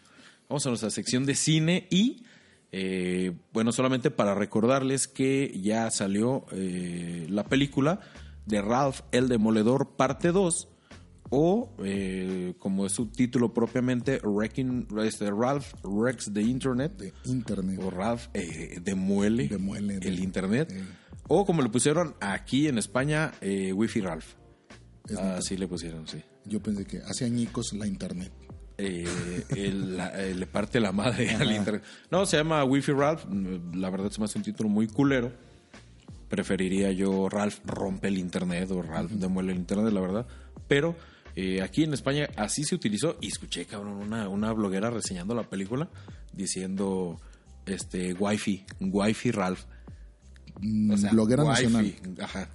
E: Vamos a nuestra sección de cine y, eh, bueno, solamente para recordarles que ya salió eh, la película de Ralph el Demoledor, parte 2, o eh, como es su título propiamente, Wrecking- este, Ralph Rex the Internet,
F: De internet.
E: o Ralph eh, demuele,
F: Demuele,
E: el
F: de-
E: Internet,
F: eh.
E: o como le pusieron aquí en España, eh, Wi-Fi Ralph.
F: Es
E: Así le pusieron, sí.
F: Yo pensé que hace añicos la internet.
E: Eh, el- la- eh, le parte la madre al internet. No, se llama Wi-Fi Ralph. Mm, La verdad se me hace un título muy culero. Preferiría yo Ralph rompe el internet o Ralph demuele el internet, la verdad. Pero eh, aquí en España así se utilizó y escuché, cabrón, una, una bloguera reseñando la película diciendo este Wi-Fi, Wi-Fi Ralph.
F: Mm,
E: O sea,
F: bloguera
E: Wi-Fi,
F: nacional.
E: Ajá.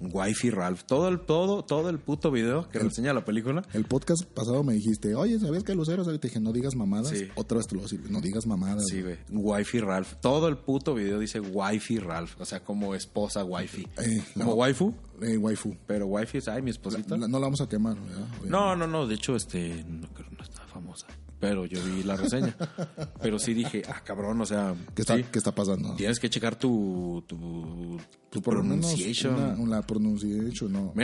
E: Wi-Fi Ralph. Todo el, todo, todo el puto video que reseña la película
F: El podcast pasado me dijiste, oye, ¿sabías que Lucero sale? Te dije, no digas mamadas.
E: Sí.
F: Otra vez te lo voy a decir, no digas mamadas.
E: Sí, güey. Wifi Ralph. Todo el puto video dice Wifi Ralph. O sea, como esposa Wifi.
F: Eh,
E: como
F: no.
E: waifu,
F: Eh, waifu.
E: pero Wifi es, ay, mi esposita.
F: La- no la vamos a quemar, ¿verdad? Obviamente.
E: no, no, no. De hecho, este, no, creo que no está famosa. Pero yo vi la reseña. pero sí dije, ah, cabrón, o sea,
F: ¿Qué está,
E: sí,
F: qué está pasando?
E: tienes que checar tu, tu, tu
F: Pues por lo menos
E: pronunciation.
F: una-
E: Menos,
F: una pronunciation, no.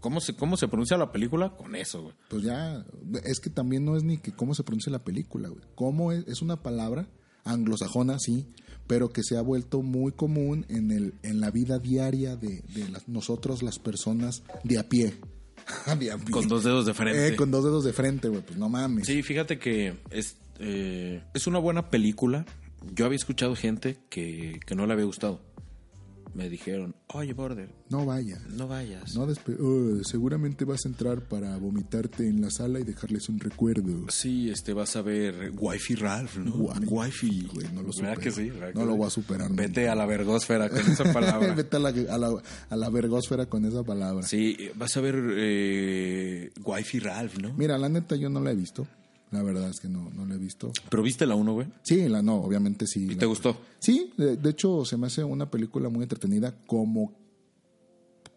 E: cómo se, cómo se pronuncia la película con eso, güey.
F: Pues ya, es que también no es ni que cómo se pronuncia la película, güey. Cómo es, es una palabra anglosajona, sí, pero que se ha vuelto muy común en el en la vida diaria de, de las- nosotros las personas de a pie. De a pie.
E: Con dos dedos de frente.
F: Eh, con dos dedos de frente, güey, pues no mames.
E: Sí, fíjate que es, eh, es una buena película. Yo había escuchado gente que, que no le había gustado. me dijeron, oye, Border,
F: No vayas.
E: no vayas.
F: No despe- Uh, seguramente vas a entrar para vomitarte en la sala y dejarles un recuerdo.
E: Sí, este, vas a ver Wifi Ralph, ¿no?
F: Guay.
E: Wifi.
F: Güey, no lo
E: ¿Verdad
F: supero.
E: que sí? ¿Verdad que
F: No lo
E: sí?
F: voy a superar nunca.
E: Vete a la vergósfera con esa palabra.
F: Vete a la, a, la, a la vergósfera con esa palabra.
E: Sí, eh, vas a ver eh, Wifi Ralph, ¿no?
F: Mira, la neta yo no la he visto. La verdad es que no, no la he visto.
E: Pero viste la 1, güey.
F: Sí, la no, obviamente sí.
E: ¿Y
F: la-
E: te gustó?
F: Sí, de, de hecho se me hace una película muy entretenida como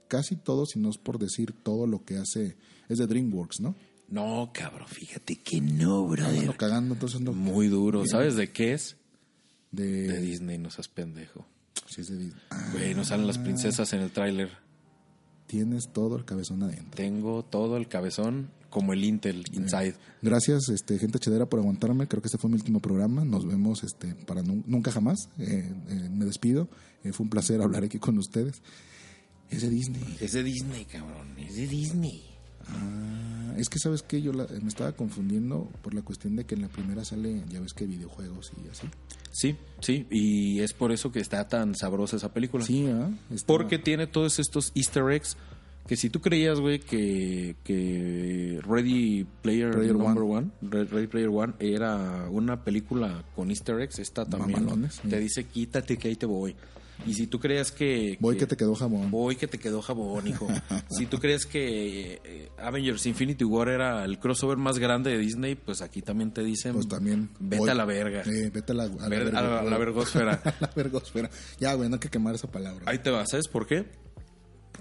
F: casi todo, si no es por decir todo lo que hace, es de DreamWorks, ¿no?
E: No, cabrón, fíjate que no,
F: Bueno,
E: brother.
F: cagando, entonces no.
E: Muy duro. ¿Sabes de qué es?
F: De,
E: De Disney, no seas pendejo.
F: sí, es de Disney. Ah,
E: Güey, no salen las princesas en el tráiler.
F: tienes todo el cabezón adentro.
E: Tengo todo el cabezón como el Intel Inside.
F: Gracias, este, gente chedera, por aguantarme. Creo que este fue mi último programa. Nos vemos este, para nu- nunca jamás. Eh, eh, me despido. Eh, fue un placer hablar aquí con ustedes. Es de Disney.
E: Es de Disney, cabrón. Es de Disney.
F: Ah, es que sabes que yo la- me estaba confundiendo por la cuestión de que en la primera sale, ya ves que videojuegos y así.
E: Sí, sí. Y es por eso que está tan sabrosa esa película.
F: Sí, ¿ah? Estaba-
E: Porque tiene todos estos easter eggs que si tú creías, güey, que, que Ready Player,
F: Player
E: Number
F: One.
E: One, Re- Ready Player One era una película con easter eggs, esta también
F: Mamalones,
E: te
F: sí.
E: dice quítate que ahí te voy. Y si tú creías que...
F: Voy que te quedó jamón.
E: Voy que te quedó jabón, hijo. si tú crees que eh, Avengers Infinity War era el crossover más grande de Disney, pues aquí también te dicen...
F: Pues también.
E: Vete
F: voy-
E: a la verga.
F: Eh, vete a la, a
E: Ver- a la- a la vergósfera.
F: a la vergósfera. Ya, güey, no hay que quemar esa palabra.
E: Ahí te va, ¿sabes por qué?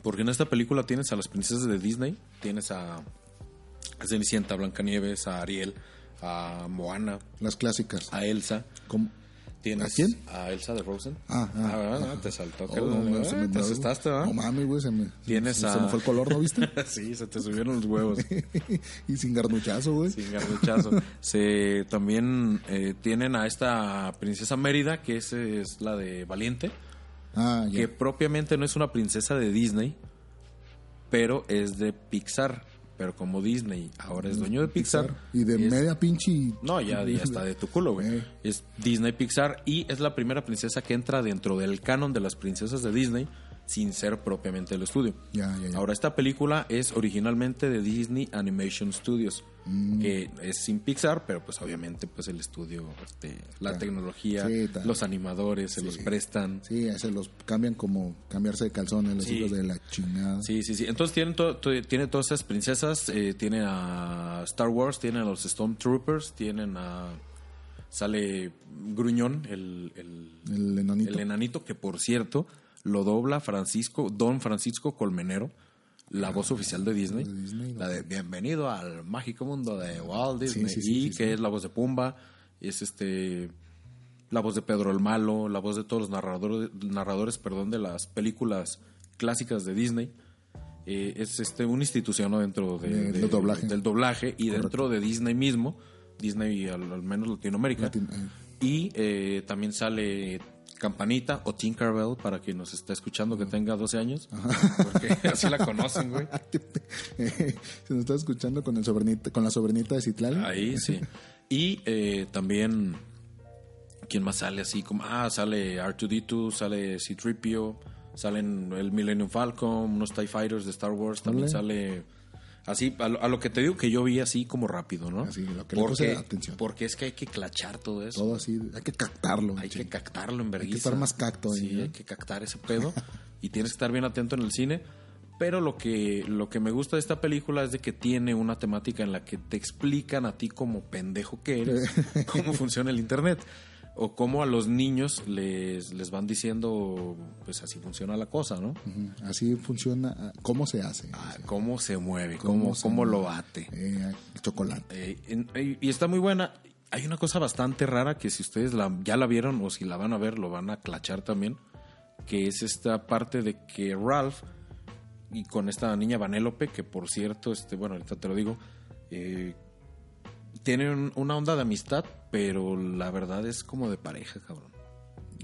E: Porque en esta película tienes a las princesas de Disney, tienes a a Cenicienta, a Blancanieves, a Ariel, a Moana,
F: Las clásicas.
E: a Elsa.
F: Como-
E: Tienes
F: ¿A quién?
E: A Elsa de Frozen.
F: Ah, ah,
E: ¿verdad?
F: ah.
E: te saltó.
F: Oh,
E: que-
F: no,
E: eh,
F: me- se me-
E: te asustaste, ¿verdad?
F: No mames, güey, se me,
E: Tienes
F: se, se
E: a-
F: me fue el color, ¿no viste?
E: sí, se te subieron los huevos.
F: y sin garnuchazo, güey.
E: Sin garruchazo. Se, también eh, tienen a esta princesa Mérida, que es, es la de Valiente,
F: Ah, ya.
E: que propiamente no es una princesa de Disney, pero es de Pixar. Pero como Disney ahora es dueño de Pixar.
F: Y de
E: es-
F: media pinche.
E: No, ya, ya está de tu culo, güey.
F: Eh.
E: Es Disney Pixar y es la primera princesa que entra dentro del canon de las princesas de Disney sin ser propiamente el estudio.
F: Ya, ya, ya.
E: Ahora, esta película es originalmente de Disney Animation Studios,
F: Mm.
E: que es sin Pixar, pero pues obviamente pues el estudio, este, la
F: Ta-
E: tecnología,
F: sí, ta-
E: los animadores se los prestan.
F: Sí, se los cambian como cambiarse de calzones, los
E: Sí.
F: hijos de la chingada.
E: Sí, sí, sí. Entonces tienen to- to- tiene todas esas princesas. eh, tiene a Star Wars, tiene a los Stormtroopers, tienen a... Sale Gruñón, el, el,
F: El enanito.
E: el enanito, que por cierto lo dobla Francisco, Don Francisco Colmenero, la voz oficial de Disney.
F: Ah, de Disney, ¿no?
E: la de Bienvenido al mágico mundo de Walt Disney.
F: sí, sí,
E: y
F: sí,
E: que
F: sí.
E: es la voz de Pumba, es este... La voz de Pedro el Malo, la voz de todos los narradores, narradores perdón, de las películas clásicas de Disney. Eh, es este un institución ¿no? dentro de-
F: De-
E: de-
F: del doblaje.
E: del doblaje y dentro de Disney mismo, Disney al, al menos Latinoamérica.
F: Latin- eh.
E: Y eh, también sale Campanita o Tinkerbell para quien nos está escuchando que tenga 12 años, porque así la conocen, güey.
F: Eh, se nos está escuchando con el sobrinita, con la sobrinita de Citlali.
E: Ahí sí. Y eh, también quién más sale así como ah, sale R2D2, sale C3PO, salen el Millennium Falcon, unos TIE Fighters de Star Wars, también
F: Ole.
E: sale así a lo, a lo que te digo que yo vi así como rápido, ¿no?
F: Así, lo que le puse atención.
E: Porque es que hay que clachar todo eso.
F: Todo así, hay que captarlo.
E: Hay que
F: ching.
E: cactarlo en vergüenza.
F: estar más cacto ahí,
E: Sí,
F: ¿no?
E: hay que cactar ese pedo. y tienes que estar bien atento en el cine. Pero lo que, lo que me gusta de esta película es de que tiene una temática en la que te explican a ti como pendejo que eres cómo funciona el internet. O cómo a los niños les, les van diciendo, pues así funciona la cosa, ¿no?
F: Ujú, Así funciona, ah, cómo se hace.
E: Ah,
F: O sea,
E: cómo se mueve, cómo,
F: ¿Cómo
E: cómo,
F: se
E: lo
F: mueve?
E: bate.
F: eh, el chocolate.
E: Eh, en- eh, y está muy buena. Hay una cosa bastante rara que si ustedes la, ya la vieron o si la van a ver, lo van a clachar también, que es esta parte de que Ralph y con esta niña Vanélope, que por cierto, este, bueno, ahorita te lo digo, eh, tienen una onda de amistad, pero la verdad es como de pareja, cabrón.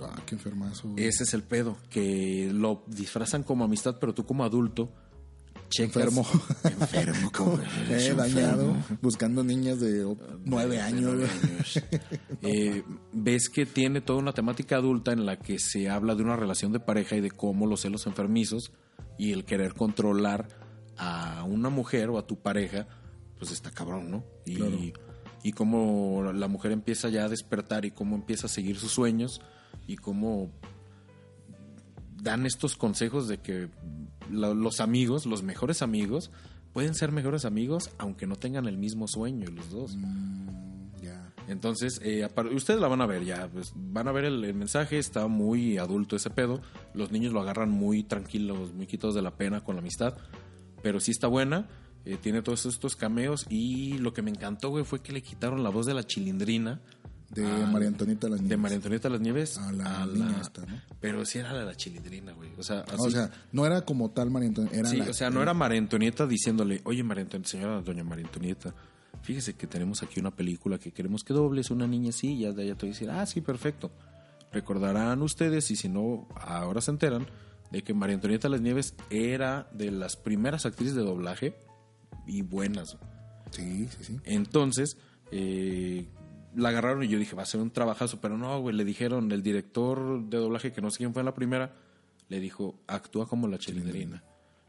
F: Ah, qué enfermazo. güey.
E: Ese es el pedo, que lo disfrazan como amistad, pero tú como adulto checas. Enfermo. Enfermo, como eres
F: Eh,
E: enfermo. Ah,
F: dañado, buscando niñas de oh, nueve años. güey.
E: Eh, ves que tiene toda una temática adulta en la que se habla de una relación de pareja y de cómo los celos enfermizos y el querer controlar a una mujer o a tu pareja, pues está cabrón, ¿no? Y,
F: Claro.
E: y cómo la mujer empieza ya a despertar y cómo empieza a seguir sus sueños y cómo dan estos consejos de que la- los amigos, los mejores amigos, pueden ser mejores amigos aunque no tengan el mismo sueño los dos.
F: Ya.
E: Entonces, eh, apar- ustedes la van a ver ya, pues, van a ver el, el mensaje, está muy adulto ese pedo, los niños lo agarran muy tranquilos, muy quitados de la pena con la amistad, pero sí está buena, eh, tiene todos estos cameos y lo que me encantó, güey, fue que le quitaron la voz de la chilindrina
F: De
E: Al-
F: María Antonieta las
E: Ah, de
F: Niñas.
E: María Antonieta de las Nieves
F: A la niña esta, ¿no?
E: Pero sí era la de la chilindrina, güey, o sea,
F: O
E: así-
F: sea, no era como tal María Antonieta. Era
E: Sí,
F: la-
E: o sea, no era María Antonieta diciéndole, oye, María Antonieta, señora doña María Antonieta, fíjese que tenemos aquí una película que queremos que dobles, una niña así, y ya de allá te voy a decir, ah, sí, perfecto. Recordarán ustedes, y si no, ahora se enteran, de que María Antonieta Las Nieves era de las primeras actrices de doblaje y buenas.
F: Sí, sí, sí.
E: Entonces, eh, la agarraron y yo dije, va a ser un trabajazo, pero no, güey, le dijeron, el director de doblaje, que no sé quién fue en la primera, le dijo, actúa como la chilindrina.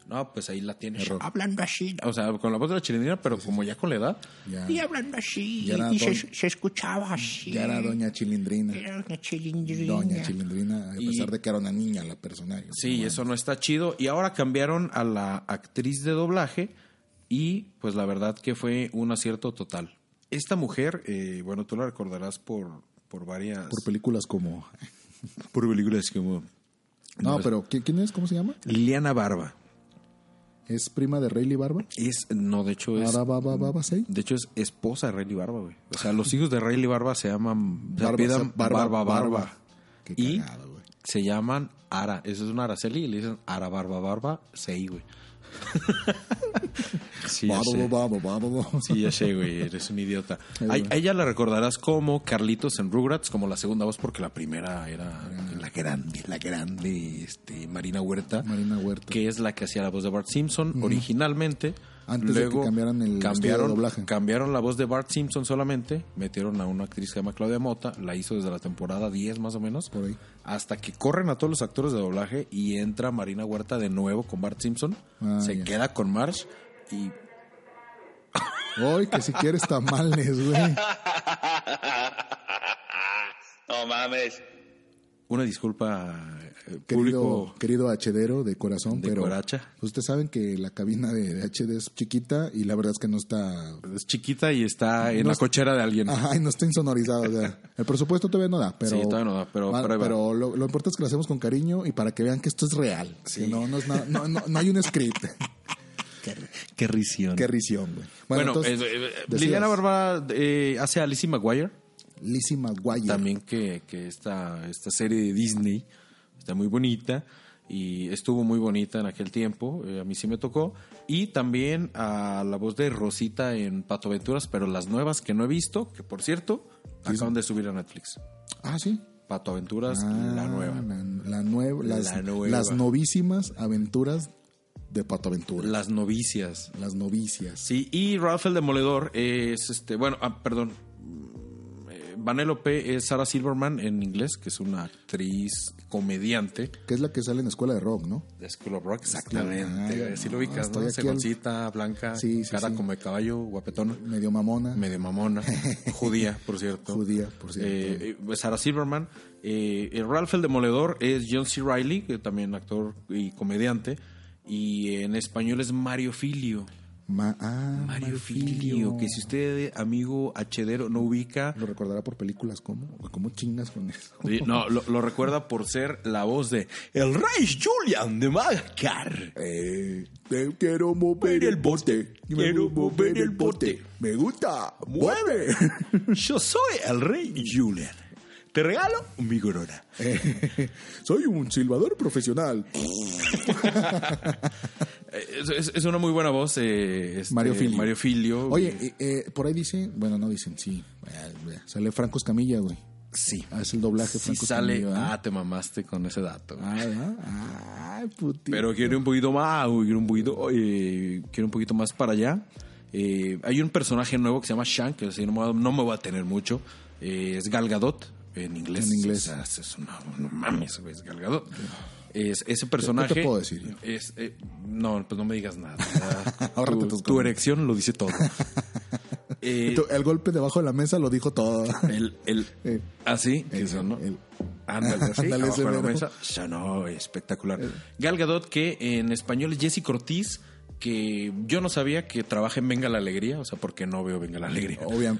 E: No, pues ahí la tienes. Hablando así. O sea, con la voz de la chilindrina, pero como ya con la edad.
F: Ya.
J: Y hablando así,
F: Ya era
J: y
F: don-
J: se, se escuchaba así.
F: Ya era Doña Chilindrina.
J: Era una chilindrina.
F: Doña Chilindrina, a
E: Y-
F: pesar de que era una niña la personaje.
E: Sí, eso no está chido. Y ahora cambiaron a la actriz de doblaje y pues la verdad que fue un acierto total. Esta mujer, eh, bueno, tú la recordarás por, por varias...
F: Por películas como...
E: por películas como...
F: No,
E: pues
F: pero ¿qui- ¿quién es? ¿Cómo se llama?
E: Liliana Barba.
F: ¿Es prima de Rayleigh Barba?
E: Es, no, de hecho es.
F: Ahora va- va- va- va- sí.
E: De hecho es esposa de Rayleigh Barba, güey. O sea, los hijos de Rayleigh Barba se llaman. se
F: Barba-
E: apellidan
F: Barba-
E: Barba, Barba.
F: Barba. Qué
E: y
F: cagado, güey.
E: se llaman Ara. Eso es una Araceli y le dicen Ara Barba Barba Sei, güey. sí, ya
F: Barba,
E: sé.
F: barba, barba, barba.
E: Sí, ya sé, güey. Eres un idiota.
F: Ay,
E: A,
F: güey.
E: a ella la recordarás como Carlitos en Rugrats, como la segunda voz, porque la primera era la grande, la grande este, Marina Huerta.
F: Marina Huerta.
E: Que es la que hacía la voz de Bart Simpson originalmente.
F: Antes de que cambiaran el estudio de
E: cambiaron,
F: doblaje.
E: cambiaron la voz de Bart Simpson solamente. Metieron a una actriz que se llama Claudia Mota. La hizo desde la temporada 10 más o menos.
F: Por ahí.
E: Hasta que corren a todos los actores de doblaje y entra Marina Huerta de nuevo con Bart Simpson.
F: Ah,
E: se
F: ya.
E: queda con Marsh y
F: Ay, que si quieres tamales, güey.
D: No mames.
E: Una disculpa, eh,
F: Querido,
E: público.
F: querido HDero de corazón,
E: De
F: pero
E: coracha.
F: ustedes saben que la cabina de, de HD es chiquita y la verdad es que no está
E: Es chiquita y está en
F: No
E: la
F: es- Ah,
E: cochera de alguien.
F: Ajá, y no está insonorizado. o sea, el presupuesto todavía no da, pero.
E: Sí, todavía no da, pero
F: va-
E: por ahí va.
F: pero lo, lo importante es que lo hacemos con cariño y para que vean que esto es real. Que no, no, es nada- no, no- no hay un script.
E: Qué risión.
F: Qué risión, güey.
E: bueno,
F: entonces,
E: eh, eh,
F: decías,
E: Liliana Bárbara eh, hace a Lizzie McGuire.
F: Lizzie McGuire.
E: También que, que esta, esta serie de Disney está muy bonita y estuvo muy bonita en aquel tiempo. eh, a mí sí me tocó. Y también a la voz de Rosita en Pato Aventuras, pero las nuevas que no he visto, que por cierto, acaban de subir a Netflix.
F: Ah, sí.
E: Pato Aventuras, la
F: Ah,
E: nueva.
F: La, la nueva, las,
E: La nueva.
F: las novísimas aventuras de Pato Aventura.
E: Las novicias.
F: Las novicias.
E: Sí, y Ralph el Demoledor es este. Bueno, ah, perdón. Mm, eh, Vanellope es Sarah Silverman en inglés, que es una actriz comediante
F: Que es la que sale en la escuela de rock, ¿no?
E: de School of Rock.
F: Ah, ya,
E: güey, sí lo
F: no,
E: ubicas,
F: estoy
E: ¿no?
F: aquí al-
E: Segoncita, blanca,
F: Sí, sí,
E: cara
F: sí.
E: como de caballo, guapetona,
F: Medio mamona.
E: medio mamona, judía, por cierto.
F: Judía, por cierto.
E: Eh, eh, Sarah Silverman. Eh, eh, Ralph el Demoledor es John C. Riley, que también actor y comediante. Y en español es Mario Filio.
F: Ma- ah,
E: Mario Filio, que si usted, amigo hachedero, no ubica. eh,
F: Lo recordará por películas como. ¿Cómo chingas con eso?
E: No, lo, lo recuerda por ser la voz de El Rey Julian de Madagascar.
F: Eh, eh, quiero mover el bote.
E: Quiero mover el bote.
F: Me gusta. Mueve.
E: Yo soy el Rey Julian. Te regalo mi corona.
F: Soy un silbador profesional.
E: Eh, Es, es- es una muy buena voz. eh, este,
F: Mario Filio.
E: Mario Filio.
F: Oye, eh, eh, por ahí dicen. Bueno, no dicen, sí. Eh, Sale Franco Escamilla, güey.
E: Sí.
F: Ah, es el doblaje
E: Sí
F: Franco
E: sale.
F: Escamilla, ¿verdad?
E: Ah, te mamaste con ese dato. güey.
F: Ah, ¿verdad? Ay, putito.
E: Pero quiero ir un poquito más, güey, quiero un poquito, eh, quiero un poquito más para allá. Eh, hay un personaje nuevo que se llama Shank, que así no, me va- no me va a tener mucho. Eh, es Gal Gadot en inglés.
F: En inglés.
E: O sea, es- es una- no mames, güey, es Gal Gadot. Es, ese
F: ¿Qué
E: personaje.
F: te puedo decir?
E: Es, eh, no, pues no me digas nada. Ya,
F: Ahórrate
E: tu,
F: tus
E: tu
F: comentarios.
E: erección lo dice todo. Eh,
F: Tú, El golpe debajo de la mesa lo dijo todo.
E: el, el,
F: Eh.
E: así, que
F: Eh,
E: eso, ¿no?
F: el-
E: Ándale, así,
F: Ándale,
E: abajo
F: ese
E: de la
F: mero. Eh.
E: mesa. Sonó espectacular. Gal Gadot, que en español es Jesse Cortiz, que yo no sabía que trabaja en Venga la Alegría, o sea, porque no veo Venga la Alegría.
F: Obvia-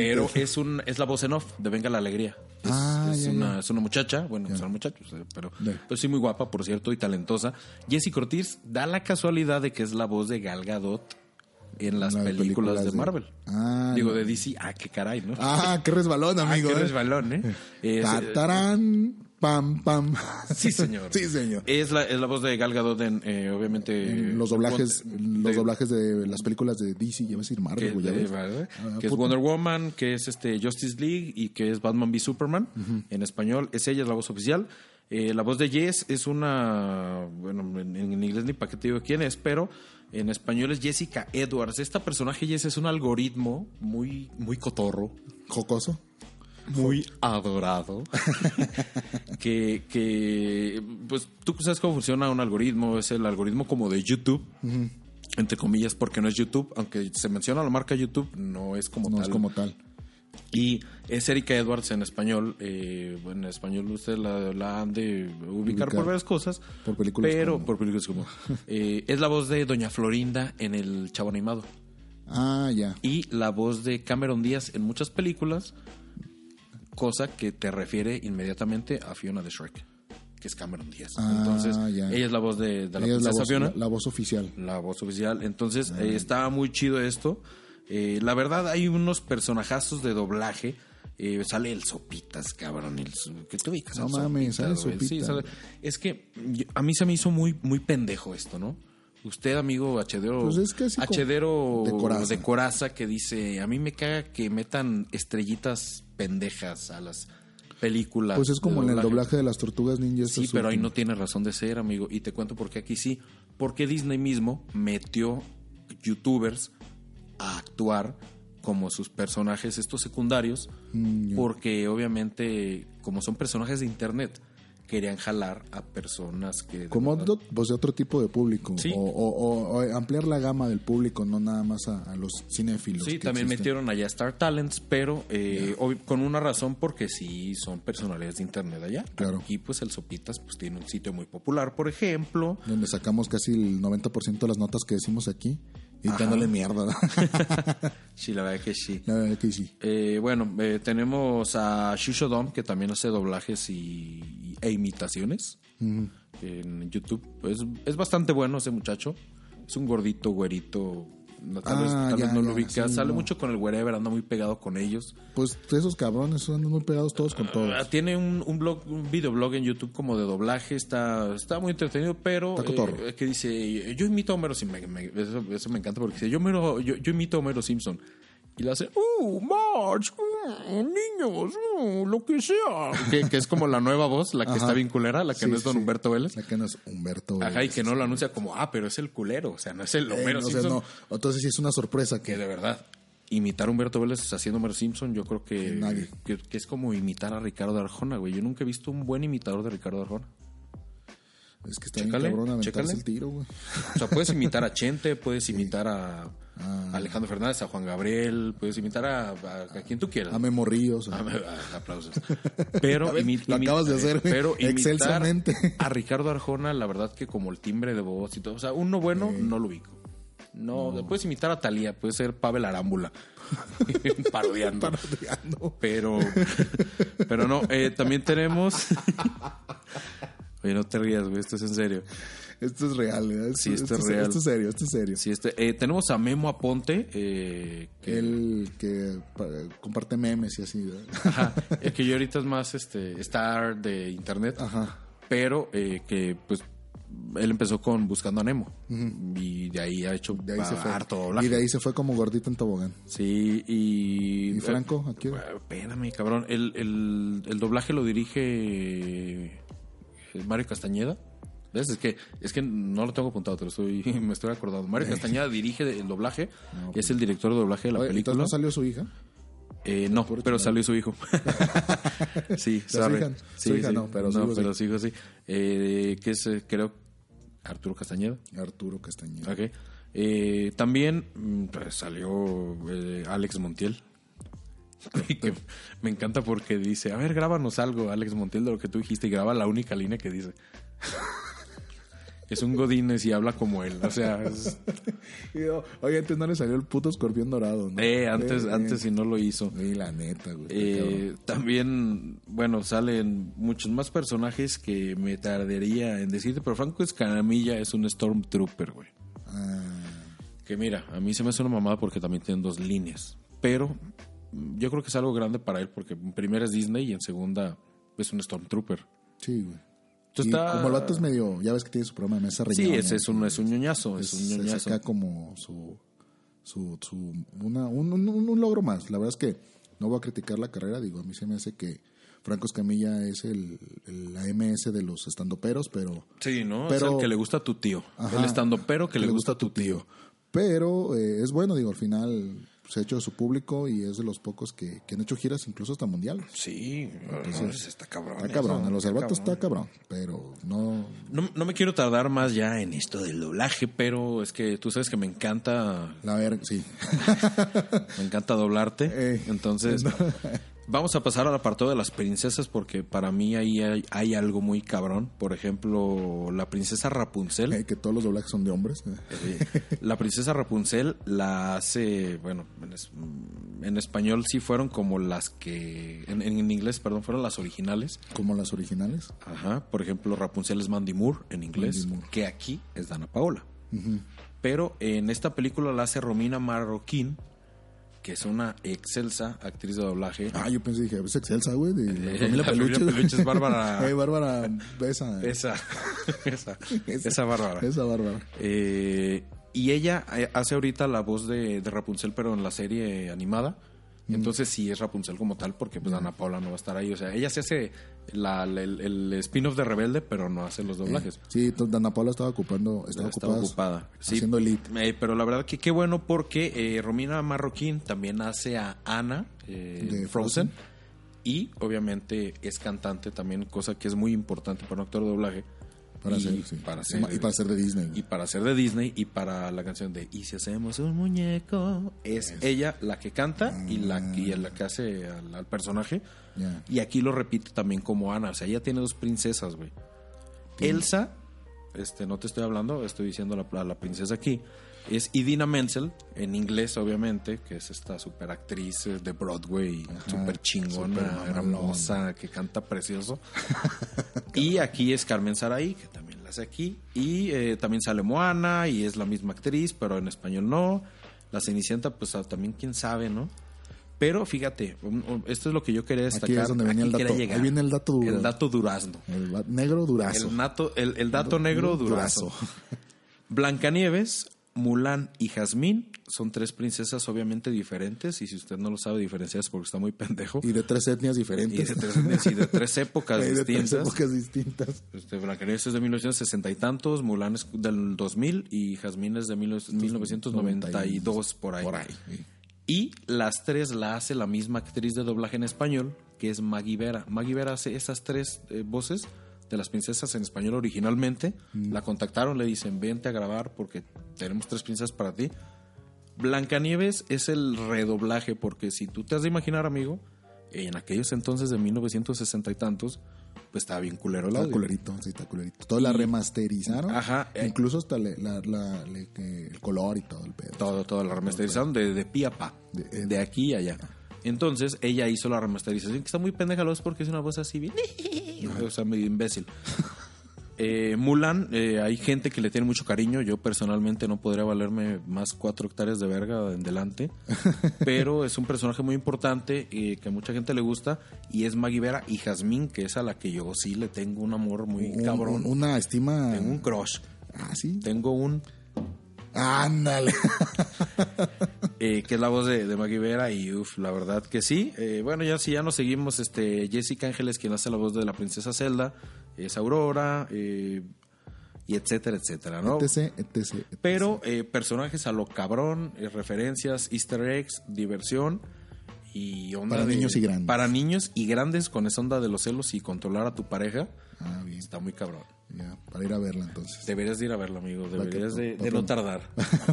E: Pero eh, es un es la voz en off de Venga la Alegría. Es,
F: eh. Ah,
E: es
F: ya, ya.
E: una, es una muchacha, bueno, es una muchacha, o sea, pero,
F: Ya.
E: pero sí muy guapa, por cierto, y talentosa. Jesse Cortiz da la casualidad de que es la voz de Gal Gadot en las
F: Las
E: películas,
F: películas
E: de
F: de-
E: Marvel.
F: Ah,
E: Digo,
F: no.
E: de DC. Ah, qué caray, ¿no?
F: Ah, qué resbalón, amigo.
E: Ah,
F: ¿eh?
E: qué resbalón, ¿eh? Es,
F: Tatarán, pam, pam.
E: Sí, señor. Eh,
F: sí, señor.
E: Es la, es la voz de Gal Gadot en, eh, obviamente...
F: En los doblajes,
E: Won-
F: los
E: de-
F: doblajes de las películas de DC, ya vas a ir Marvel,
E: Que,
F: güey, ya
E: de-
F: ves.
E: ¿verdad?
F: Ah,
E: Que es
F: puta.
E: Wonder Woman, que es este Justice League y que es Batman v Superman en español. Es ella es la voz oficial. Eh, la voz de Jess es una. Bueno, en, en inglés ni para qué te digo quién es, pero en español es Jessica Edwards. Esta personaje Jess es un algoritmo muy, muy cotorro,
F: Jocoso.
E: muy adorado. que, que, pues tú sabes cómo funciona un algoritmo, es el algoritmo como de YouTube. Entre comillas, porque no es YouTube, aunque se menciona la marca YouTube, no es como
F: no
E: tal.
F: es como tal.
E: Y es Erika Edwards en español. eh, en español ustedes la, la han de ubicar,
F: Ubicar.
E: por varias cosas.
F: Por películas
E: Pero
F: como-
E: por películas como. eh, es la voz de Doña Florinda en El Chavo Animado.
F: Ah, ya.
E: Y la voz de Cameron Díaz en muchas películas. Cosa que te refiere inmediatamente a Fiona de Shrek, que es Cameron Díaz.
F: Ah,
E: Entonces,
F: ya.
E: ella es la voz de, de la
F: Ella es
E: princesa
F: voz,
E: Fiona
F: la- la voz oficial.
E: la voz oficial. Entonces, eh, estaba muy chido esto. Eh, la verdad, hay unos personajazos de doblaje. Eh, sale el Sopitas, cabrón. El, so- ¿Qué te ubicas?
F: No
E: al
F: mames, sale
E: güey?
F: Sopitas.
E: Sí, sale- Es que yo- a mí se me hizo muy, muy pendejo esto, ¿no? Usted, amigo hachedero,
F: Pues es que así como-
E: hachedero
F: de coraza.
E: de coraza que dice, a mí me caga que metan estrellitas pendejas a las películas.
F: Pues es
E: de
F: como en el doblaje de las tortugas ninjas.
E: Sí, pero ahí no tiene razón de ser, amigo. Y te cuento por qué aquí sí. Porque Disney mismo metió youtubers a actuar como sus personajes, estos secundarios,
F: Mm,
E: porque obviamente, como son personajes de internet, querían jalar a personas que... de
F: Como
E: verdad-
F: otro, pues de otro tipo de público.
E: Sí.
F: O, o- o- o ampliar la gama del público, no nada más a, a los cinéfilos.
E: Sí,
F: que
E: también
F: existen.
E: metieron allá Star Talents, pero eh, obvi- con una razón porque sí son personalidades de internet allá.
F: Claro.
E: Aquí pues el Sopitas pues tiene un sitio muy popular, por ejemplo.
F: Donde sacamos casi el 90% de las notas que decimos aquí. Y dándole mierda.
E: Sí, la verdad que sí.
F: la verdad que sí.
E: Eh, bueno, eh, tenemos a Shusho Dom, que también hace doblajes y, e imitaciones en YouTube. Es, es bastante bueno ese muchacho. Es un gordito, güerito. No, Tal,
F: Ah,
E: vez, tal
F: ya,
E: vez no lo
F: ya,
E: ubica.
F: sí,
E: Sale
F: no.
E: mucho con el wherever, anda muy pegado con ellos.
F: Pues esos cabrones son muy pegados todos con todos.
E: Ah, Tiene un, un blog, un videoblog en YouTube como de doblaje, está, está muy entretenido, pero
F: Está cotorro.
E: eh, que dice, yo imito a Homero Simpson, me- me- eso, eso me encanta porque dice, yo, miro- yo, yo imito a Homero Simpson. Y le hace, ¡Uh, March! uh, ¡Niños! uh, ¡Lo que sea! que, que es como la nueva voz, la que
F: Ajá.
E: está bien culera, la que
F: Sí,
E: no es Don
F: sí.
E: Humberto Vélez.
F: La que no es Humberto Vélez.
E: Ajá, y que no lo anuncia como, ah, pero es el culero, o sea, no es el
F: Eh,
E: Homero
F: o sea,
E: Simpson.
F: no. Entonces sí es una sorpresa
E: Que
F: que
E: de verdad, imitar a Humberto Vélez haciendo Homero Simpson, yo creo que,
F: Nadie.
E: que, que es como imitar a Ricardo Arjona, güey. Yo nunca he visto un buen imitador de Ricardo Arjona.
F: es que está bien
E: Chécale,
F: cabrón aventarse
E: chécale.
F: el tiro, güey.
E: O sea, puedes imitar a Chente, puedes imitar a,
F: Ah. Ah.
E: a Alejandro Fernández, a Juan Gabriel, puedes imitar a, a- a quien tú quieras.
F: A Memo Ríos. o-
E: Ah, me- ah, aplausos. Pero,
F: Ya ves,
E: imi-
F: lo
E: imi-
F: acabas de hacer, güey.
E: pero imitar
F: Excelsamente.
E: A Ricardo Arjona, la verdad que como el timbre de voz y todo. O sea, uno bueno no lo ubico. No, puedes imitar a Talía, puede ser Pavel Arámbula. Parodiando.
F: Parodiando.
E: Pero, pero no, eh, también tenemos. Oye, no te rías, güey, esto es en serio.
F: Esto es real, ¿eh?
E: Sí, esto es real.
F: Esto es serio, esto es serio.
E: Sí, este, eh, tenemos a Memo Aponte, eh, que,
F: El que pa- comparte memes y así, ¿verdad?
E: Ajá, eh,
F: Ah.
E: que yo ahorita es más este star de internet,
F: Ajá.
E: pero eh, que pues él empezó con Buscando a Nemo. Y de ahí ha hecho
F: De ahí se fue.
E: harto doblaje.
F: Y de ahí se fue como gordito en tobogán.
E: Sí, y.
F: ¿Y Franco? ¿A quién?
E: Eh, espérame, cabrón. El, el, el doblaje lo dirige eh, Mario Castañeda. ¿Ves? Es que, es que no lo tengo apuntado, te lo estoy, me estoy acordando. Mario Castañeda dirige el doblaje, es el director de doblaje de la
F: pues. Oye,
E: película.
F: Entonces no salió su hija.
E: Eh, no, pero salió su hijo. sí,
F: su
E: sorry.
F: hija- su
E: Sí,
F: hija
E: sí,
F: no, pero su hijo
E: su hijo sí. Eh, que es, eh, creo, Arturo Castañeda.
F: Arturo Castañeda.
E: Ok. Eh, también mm, pues, salió eh, Alex Montiel. Que me encanta porque dice, a ver, grábanos algo, Alex Montiel, de lo que tú dijiste, y graba la única línea que dice. es un Godínez y habla como él. O sea, es-
F: Y yo, Oye, antes no le salió el puto escorpión dorado, ¿no?
E: eh, antes, antes si no lo hizo.
F: Sí, la neta, güey. qué
E: Eh, también, bueno, salen muchos más personajes que me tardaría en decirte, pero Franco Escamilla es un Stormtrooper, güey.
F: cabrón. Ah,
E: Que mira, a mí se me hace una mamada porque también tienen dos líneas. Pero mm, yo creo que es algo grande para él porque en primera es Disney y en segunda es un Stormtrooper.
F: sí, güey.
E: Tú
F: Y
E: está-
F: Como el vato es medio. Ya ves que tiene su programa de mesa
E: Sí,
F: reñoña,
E: ese es un, es un ñoñazo, es,
F: Es,
E: un
F: es
E: ñoñazo.
F: acá como su. su, su una, un, un- un logro más. La verdad es que no voy a criticar la carrera. Digo, a mí se me hace que Franco Escamilla es el, el AMS de los estandoperos, pero.
E: Sí, ¿no? es
F: Pero-
E: el que le gusta a tu tío.
F: Ajá.
E: el estando pero que le gusta a tu tío.
F: Pero eh, es bueno, digo, al final se ha hecho de su público y es de los pocos que, que han hecho giras incluso hasta mundiales.
E: Sí, está cabrón. ¿eh?
F: Está cabrón, a los Albatos está cabrón, pero no.
E: No, no me quiero tardar más ya en esto del doblaje, pero es que tú sabes que me encanta
F: La verga, sí.
E: Me encanta doblarte.
F: Eh,
E: Entonces, vamos a pasar al apartado de las princesas porque para mí ahí hay, hay algo muy cabrón. Por ejemplo, la princesa Rapunzel. Eh,
F: Eh, que todos los doblajes son de hombres. eh,
E: La princesa Rapunzel la hace, bueno, en, es- en español sí fueron como las que, en, en inglés, perdón, fueron las originales.
F: Como las originales.
E: Ajá. Por ejemplo, Rapunzel es Mandy Moore en inglés,
F: Mandy Moore.
E: que aquí es Dana Paola. Pero en esta película la hace Romina Marroquín, que es una excelsa actriz de doblaje.
F: Ah, yo pensé, dije, es Excelsa, güey, de la
E: Eh,
F: familia
E: la familia
F: Peluche.
E: Peluche es Bárbara.
F: Eh, Bárbara, esa.
E: Esa, esa, esa bárbara.
F: Esa Bárbara.
E: Eh, y ella eh, hace ahorita la voz de, de Rapunzel, pero en la serie animada. Entonces sí es Rapunzel como tal, porque pues Ana Paula no va a estar ahí. O sea, ella se hace la- la- el, el spin-off de Rebelde, pero no hace los doblajes.
F: Eh, sí, to- Dana Paula estaba ocupando. Estaba,
E: Estaba
F: ocupada.
E: ocupada. Sí.
F: Haciendo elite.
E: Eh, pero la verdad que qué bueno porque eh, Romina Marroquín también hace a Ana eh,
F: De
E: Frozen.
F: Frozen.
E: y obviamente es cantante también, cosa que es muy importante para un actor de doblaje.
F: Para
E: y
F: ser, sí.
E: Para
F: Y ma- y para ser de Disney, güey.
E: y para ser de Disney y para la canción de Y si hacemos un muñeco es ella la que canta y la que, y la
F: Mm.
E: que hace al, al personaje
F: Ya.
E: y aquí lo repite también como Ana, o sea, ella tiene dos princesas, güey. Elsa, este no te estoy hablando, estoy diciendo la- la, la princesa aquí. Es Idina Menzel, en inglés obviamente, que es esta super actriz de Broadway, super chingona,
F: súper mamalona.
E: hermosa, que canta precioso. Y aquí es Carmen Saray, que también la hace aquí. Y eh, también sale Moana, y es la misma actriz, pero en español no. La Cenicienta, pues ah, también quién sabe, ¿no? Pero fíjate, un- un- esto es lo que yo quería destacar.
F: Aquí es donde venía el
E: quería
F: dato.
E: llegar.
F: Ahí viene el dato duro.
E: El dato durazno.
F: El va- negro durazo.
E: El, nato- el, el dato
F: Du-
E: negro
F: durazo.
E: durazo. Blancanieves, Mulan y Jazmín son tres princesas obviamente diferentes. Y si usted no lo sabe diferenciar es porque está muy pendejo.
F: Y de tres etnias
E: Y de
F: diferentes.
E: tres, y de tres épocas
F: Eh, de tres
E: distintas.
F: épocas distintas.
E: Este, Blancanieves es de 1960 y tantos, Mulan es del 2000 y Jazmín es de mil- 1992 por ahí.
F: Por ahí. sí.
E: Y las tres la hace la misma actriz de doblaje en español, que es Maggie Vera. Maggie Vera hace esas tres eh, voces de las princesas en español originalmente.
F: Mm.
E: La contactaron, le dicen, vente a grabar porque tenemos tres princesas para ti. Blancanieves es el redoblaje, porque si tú te has de imaginar, amigo, en aquellos entonces de 1960 y tantos, pues estaba bien culero el
F: Está
E: audio.
F: culerito, sí, está culerito. Todo la remasterizaron.
E: Ajá, eh.
F: Incluso hasta le- la- la- le- que el color y todo el pedo.
E: Todo, todo, la remasterizaron de, de pi a pa,
F: De-
E: de, aquí a allá. Entonces, ella hizo la remasterización, que está muy pendeja la voz porque es una voz así bien... O sea, medio imbécil. Eh, Mulan, eh, hay gente que le tiene mucho cariño. Yo personalmente no podría valerme más cuatro hectáreas de verga en delante. pero es un personaje muy importante eh, que a mucha gente le gusta. Y es Maggie Vera y Jazmín, que es a la que yo sí le tengo un amor muy
F: Un-
E: cabrón.
F: un- una estima.
E: Tengo un crush.
F: Ah, sí.
E: Tengo un.
F: Ándale.
E: eh, que es la voz de, de Maggie Vera. Y uff, la verdad que sí. Eh, bueno, ya si ya nos seguimos, este Jessica Ángeles, quien hace la voz de la princesa Zelda, es Aurora. eh, y etcétera, etcétera, ¿no?
F: etc, etc, etc.
E: Pero eh, personajes a lo cabrón, eh, referencias, easter eggs, diversión y onda
F: Para
E: de-
F: niños y grandes.
E: Para niños y grandes con esa onda de los celos y controlar a tu pareja.
F: Ah, bien.
E: Está muy cabrón.
F: Ya, para ir a verla entonces.
E: Deberías de ir a verlo, amigo. Deberías
F: que-
E: de,
F: pa-
E: de
F: pa-
E: no tardar.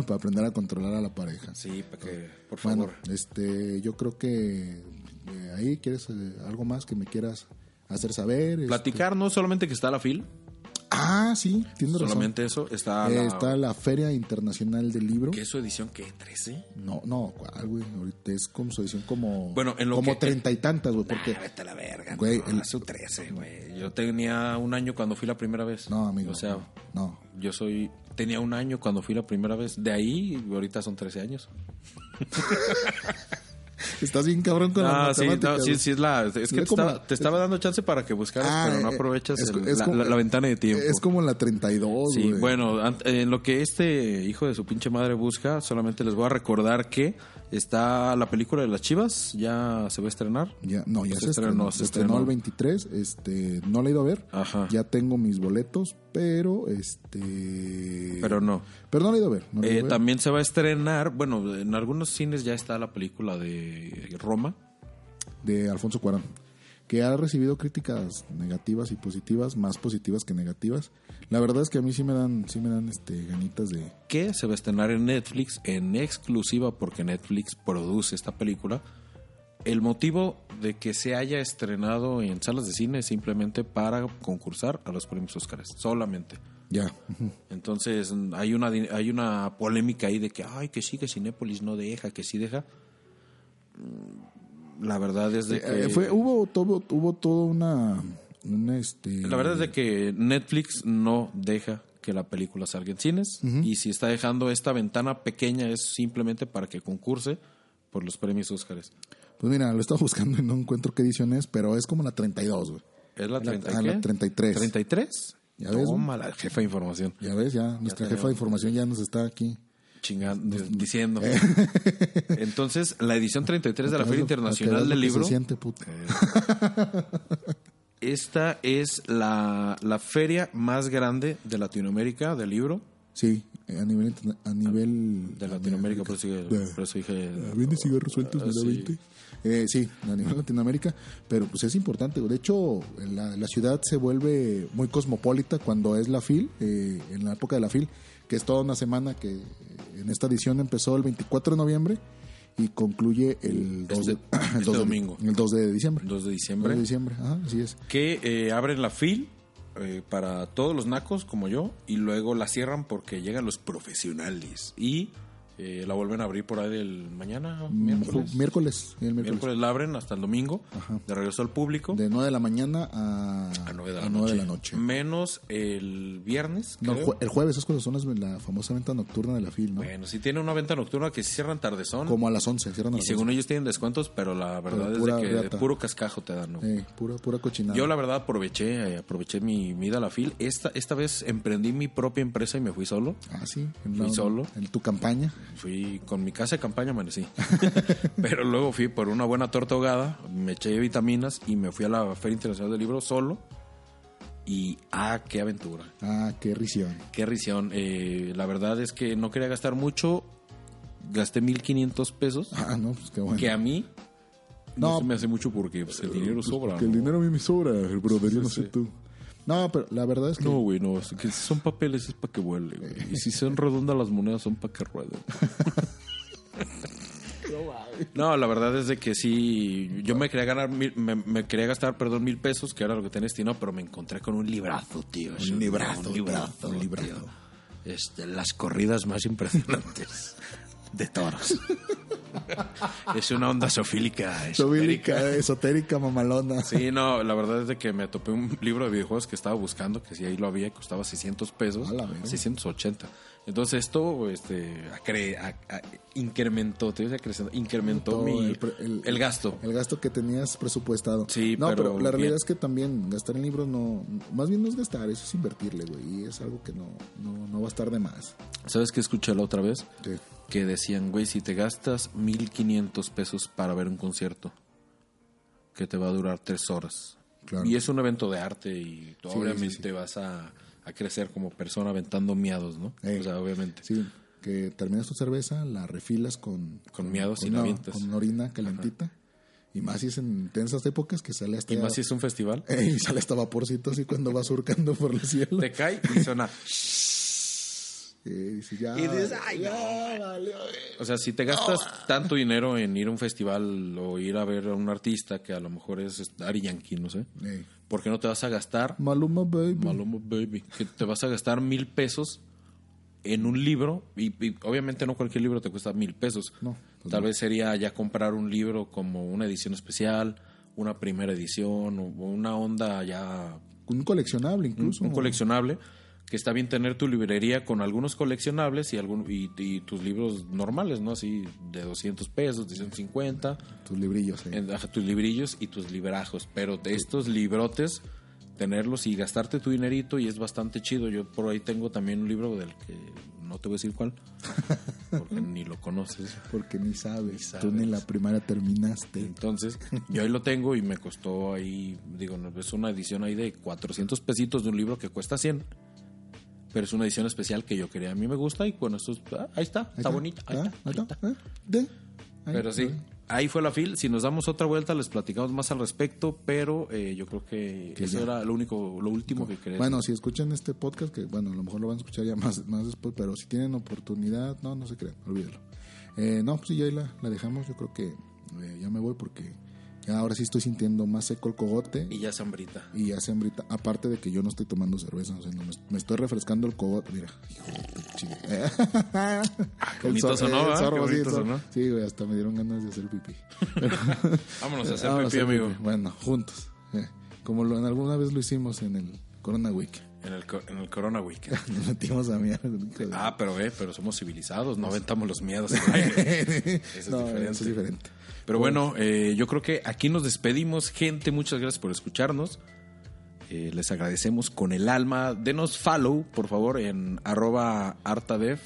F: para aprender a controlar a la pareja.
E: Sí, para que, por
F: Bueno,
E: favor.
F: este, yo creo que eh, ahí quieres eh, algo más que me quieras hacer saber. este.
E: Platicar no solamente que está la FIL,
F: Ah, sí, tienes razón.
E: solamente eso, está,
F: Eh,
E: la-
F: Está la Feria Internacional del Libro.
E: ¿Qué es su edición? ¿Qué? ¿13?
F: No, no, ¿cuál, güey? Ahorita es como su edición como.
E: Bueno, en lo
F: como
E: que-
F: treinta y tantas, güey. Porque.
E: Vete a la verga.
F: Güey,
E: no,
F: el-
E: es su 13, güey. Yo tenía un año cuando fui la primera vez.
F: No, amigo.
E: O sea,
F: no.
E: Yo soy. Tenía un año cuando fui la primera vez. De ahí, ahorita son 13 años.
F: Estás bien cabrón con
E: Ah,
F: las
E: sí,
F: matemáticas.
E: no, sí,
F: güey.
E: sí, es la. Es que
F: Ve
E: te
F: como-
E: estaba, te estaba dando chance para que buscaras,
F: Ah,
E: pero no
F: eh,
E: aprovechas
F: es-
E: el-
F: es
E: la,
F: como-
E: la- la ventana de tiempo.
F: Es como la 32,
E: Sí,
F: güey.
E: bueno, an- en lo que este hijo de su pinche madre busca, solamente les voy a recordar que está la película de las chivas, ya se va a estrenar.
F: Ya, no, ya
E: Se
F: se,
E: estrenó,
F: estrenó,
E: se
F: se estrenó
E: estrenó.
F: el 23, este, no la he ido a ver,
E: Ajá.
F: ya tengo mis boletos, pero este...
E: Pero no.
F: Pero no la he ido a ver. no la he
E: Eh,
F: ido a ver.
E: también se va a estrenar, bueno, en algunos cines ya está la película de Roma.
F: De Alfonso Cuarón, que ha recibido críticas negativas y positivas, más positivas que negativas. La verdad es que a mí sí me dan, sí me dan este, ganitas de...
E: que se va a estrenar en Netflix en exclusiva porque Netflix produce esta película. El motivo de que se haya estrenado en salas de cine es simplemente para concursar a los premios Óscares, solamente.
F: Ya.
E: Entonces mm, hay una di- hay una polémica ahí de que ay que sí que Cinépolis no deja, que sí deja. Mm, La verdad es de que
F: Eh, fue, hubo todo, hubo todo una... una, este,
E: La verdad es de que Netflix no deja que la película salga en cines y si está dejando esta ventana pequeña es simplemente para que concurse por los premios Óscares.
F: Pues mira, lo estaba buscando y no encuentro qué edición es, pero es como la 32, güey.
E: ¿Es la,
F: La-
E: 30 y
F: ah, la
E: qué?
F: 33.
E: ¿33?
F: Ya ves,
E: Toma la jefa de información.
F: Ya ves, ya, nuestra
E: te veo.
F: jefa de información ya nos está aquí.
E: Chingando, diciendo.
F: Eh.
E: Entonces, la edición 33 de la Feria
F: Acá es lo- acá
E: Internacional
F: es lo
E: del
F: que
E: Libro.
F: Se siente, puta.
E: Eh, Esta es la, la feria más grande de Latinoamérica del libro.
F: Sí, a nivel. interna- A nivel Ah,
E: De Latinoamérica, por eso, dije- por eso dije.
F: Vende cigarros sueltos, me da
E: Ah, sí.
F: 20. Eh, sí, a nivel Latinoamérica, pero pues es importante. güey. De hecho, la, la ciudad se vuelve muy cosmopolita cuando es la FIL, eh, en la época de la FIL, que es toda una semana que eh, en esta edición empezó el 24 de noviembre y concluye el 2 de,
E: Este-
F: el
E: este
F: 2 de-
E: domingo.
F: El 2 de diciembre.
E: 2 de diciembre.
F: 2 de diciembre, ajá, así es.
E: que eh, abren la fil eh, para todos los nacos como yo y luego la cierran porque llegan los profesionales y eh, la vuelven a abrir por ahí del mañana miércoles.
F: Mm, Miércoles. Miércoles, el miércoles.
E: Miércoles la abren hasta el domingo de regreso al público
F: De 9 de la mañana a,
E: a 9 de
F: a
E: la,
F: nueve
E: noche.
F: de la noche.
E: menos el viernes
F: No, el
E: creo.
F: jue- el jueves es cuando son las, la famosa venta nocturna de la FIL, ¿no?
E: bueno si tiene una venta nocturna que sí cierran tardezón
F: Como a las 11, cierran a
E: y
F: las
E: según ellos tienen descuentos pero la verdad es
F: pura
E: de que de
F: reata.
E: puro cascajo te dan ¿no?
F: 11. Eh, pura, pura cochinada.
E: Yo la verdad aproveché, eh, aproveché mi, mi ida a la fil. Esta, esta vez emprendí mi propia empresa y me fui solo.
F: Ah, sí. En
E: Fui solo.
F: En tu campaña.
E: Fui con mi casa de campaña, amanecí. Pero luego fui por una buena torta ahogada, me eché vitaminas y me fui a la Feria Internacional del Libro solo. Y ah, qué aventura,
F: Ah, qué risión.
E: qué risión. Eh, la verdad es que no quería gastar mucho, gasté 1500 pesos,
F: Ah, no, pues qué bueno.
E: que a mí no,
F: No.
E: se me hace mucho porque pues, el dinero sobra.
F: Que el
E: ¿no?
F: dinero a mí me sobra, el brother, yo no sé tú. No, pero la verdad es que...
E: No, güey, no, es que si son papeles es para que vuele, güey. Y si son redondas las monedas son para que rueden. No, la verdad es de que sí, yo me quería ganar, mil- me, me quería gastar, perdón, mil pesos, que era lo que tenía destinado, pero me encontré con un librazo, tío. Es Un librazo, un librazo, un librazo. Este, las corridas más impresionantes de toros. Es una onda sofílica.
F: Sofílica, esotérica, mamalona.
E: Sí, no, la verdad es de que me topé un libro de videojuegos que estaba buscando, que si ahí lo había, costaba 600 pesos,
F: A la verga.
E: 680. Entonces esto este, acre- a- a- incrementó, te iba a decir acrecentó, incrementó
F: Todo
E: mi, el,
F: pre-
E: gasto.
F: El gasto que tenías presupuestado.
E: Sí,
F: no, pero,
E: pero
F: la realidad
E: bien.
F: es que también gastar en libros no. Más bien no es gastar, eso es invertirle, güey. Y es algo que no, no, no va a estar de más.
E: ¿Sabes qué escuché la otra vez?
F: Sí.
E: Que decían, güey, si te gastas 1500 pesos para ver un concierto, que te va a durar tres horas.
F: Claro.
E: Y es un evento de arte y tú
F: Sí,
E: obviamente
F: sí, sí.
E: vas a, a crecer como persona aventando miados, ¿no?
F: Ey.
E: O sea, obviamente.
F: Sí, que terminas tu cerveza, la refilas con.
E: Con miados y la
F: una-
E: avientas.
F: Con una orina calentita. Y más si es en intensas épocas que sale hasta.
E: Y más si es un festival.
F: Ey, y sale hasta vaporcito así cuando va surcando por el cielo.
E: Te cae y suena.
F: Y dices, ya.
E: Y dices, ay,
F: ya,
E: no,
F: valió, eh.
E: O sea, si te gastas tanto dinero en ir a un festival o ir a ver a un artista que a lo mejor es este, Ari Yankee, no sé,
F: Ey.
E: ¿por qué no te vas a gastar,
F: Maluma, baby.
E: Maluma Baby, que te vas a gastar mil pesos en un libro? Y, y obviamente no cualquier libro te cuesta mil pesos.
F: No, pues
E: Tal
F: no.
E: vez sería ya comprar un libro como una edición especial, una primera edición o o una onda ya
F: Un coleccionable
E: un,
F: incluso.
E: un coleccionable que está bien tener tu librería con algunos coleccionables y algún y, y tus libros normales, ¿no? Así de 200 pesos, de 150,
F: Tus librillos, eh.
E: en- ajá, tus librillos y tus librajos, pero de estos librotes tenerlos y gastarte tu dinerito y es bastante chido. Yo por ahí tengo también un libro del que no te voy a decir cuál, porque ni lo conoces.
F: Porque ni sabes.
E: Ni
F: Tú ni
E: sabes.
F: la primaria terminaste.
E: Entonces, yo ahí lo tengo y me costó ahí, digo, no, es una edición ahí de 400 pesitos de un libro que cuesta 100. Pero es una edición especial que yo quería. A mí me gusta y con eso ah, ahí está, está, bonita. Ahí
F: ¿Ah?
E: está, ahí está.
F: ¿Ah? ¿De? Ahí Ah.
E: Pero sí,
F: está.
E: ahí fue la fil. Si nos damos otra vuelta, les platicamos más al respecto. Pero eh, yo creo que,
F: Que
E: eso
F: ya.
E: era lo único, lo último que quería.
F: Bueno, si escuchan este podcast, que bueno, a lo mejor lo van a escuchar ya más, más después, pero si tienen oportunidad, no, no se crean, olvídalo. Eh, no, pues sí, ya ahí la, la dejamos. Yo creo que eh, ya me voy porque ya ahora sí estoy sintiendo más seco el cogote
E: decir. y ya Zambrita.
F: y ya se hambrita. Aparte de que yo no estoy tomando cerveza, o sea, no, me, me estoy refrescando el cogote. Mira, hijo de tu chile. El
E: Ah, bonito
F: zor-
E: sonó,
F: el
E: ¿verdad?
F: zorro,
E: Qué
F: sí, el
E: bonito
F: zorro.
E: sonó.
F: Sí, güey, hasta me dieron ganas de hacer pipí. Ah,
E: Vámonos a hacer
F: eh, Vamos
E: pipí, amigo.
F: pipí. Bueno, juntos. Eh, Como lo, en alguna vez lo hicimos en el Corona Week.
E: En el, co- en el Corona Week.
F: Nos metimos a mirar. hijo de-
E: ah, pero eh, pero somos civilizados,
F: Pues
E: no aventamos los miedos. es
F: No,
E: diferente.
F: Eso es diferente.
E: Pero bueno, eh, yo creo que aquí nos despedimos. Gente, muchas gracias por escucharnos. Eh, les agradecemos con el alma. Denos follow, por favor, en arroba artadefmx.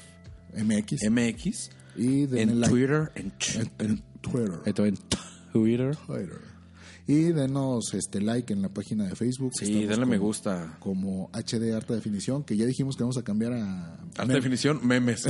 F: MX. y denle
E: En
F: like.
E: Twitter. En, ch-
F: En, en Twitter.
E: esto en Twitter.
F: Twitter. Y denos este like en la página de Facebook.
E: Sí,
F: Estamos
E: denle me
F: como-
E: gusta.
F: Como HD Harta Definición, que ya dijimos que vamos a cambiar a.
E: Alta
F: mem-
E: definición, memes.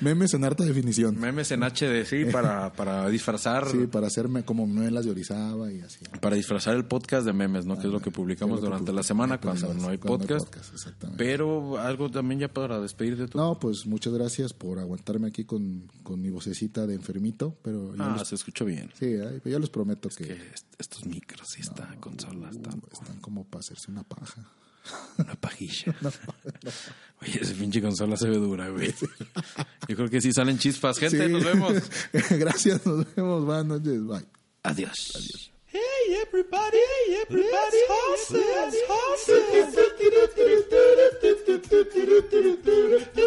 F: Memes en harta definición.
E: memes en HD, sí, para, para disfrazar.
F: Sí, para hacerme como melas de Orizaba y así.
E: Para disfrazar el podcast de memes, ¿no? Que es lo que publicamos
F: Es lo que
E: durante la
F: publicamos.
E: semana cuando no hay
F: Cuando
E: podcast.
F: exactamente.
E: Pero algo también ya para despedir de tu...
F: No, pues muchas gracias por aguantarme aquí con, con mi vocecita de enfermito, pero ya
E: ah,
F: les,
E: se escuchó bien.
F: sí, eh, pero ya les prometo que,
E: que est- estos micros y esta consola están
F: están como para hacerse una paja.
E: una pajilla. Oye, esa pinche consola se ve dura, güey. Yo creo que sí salen chispas. Gente,
F: Sí.
E: nos vemos.
F: gracias, nos vemos, buenas noches, bye.
E: Adiós. Adiós.
D: Hey, everybody! Hey, everybody! Horses! Horses!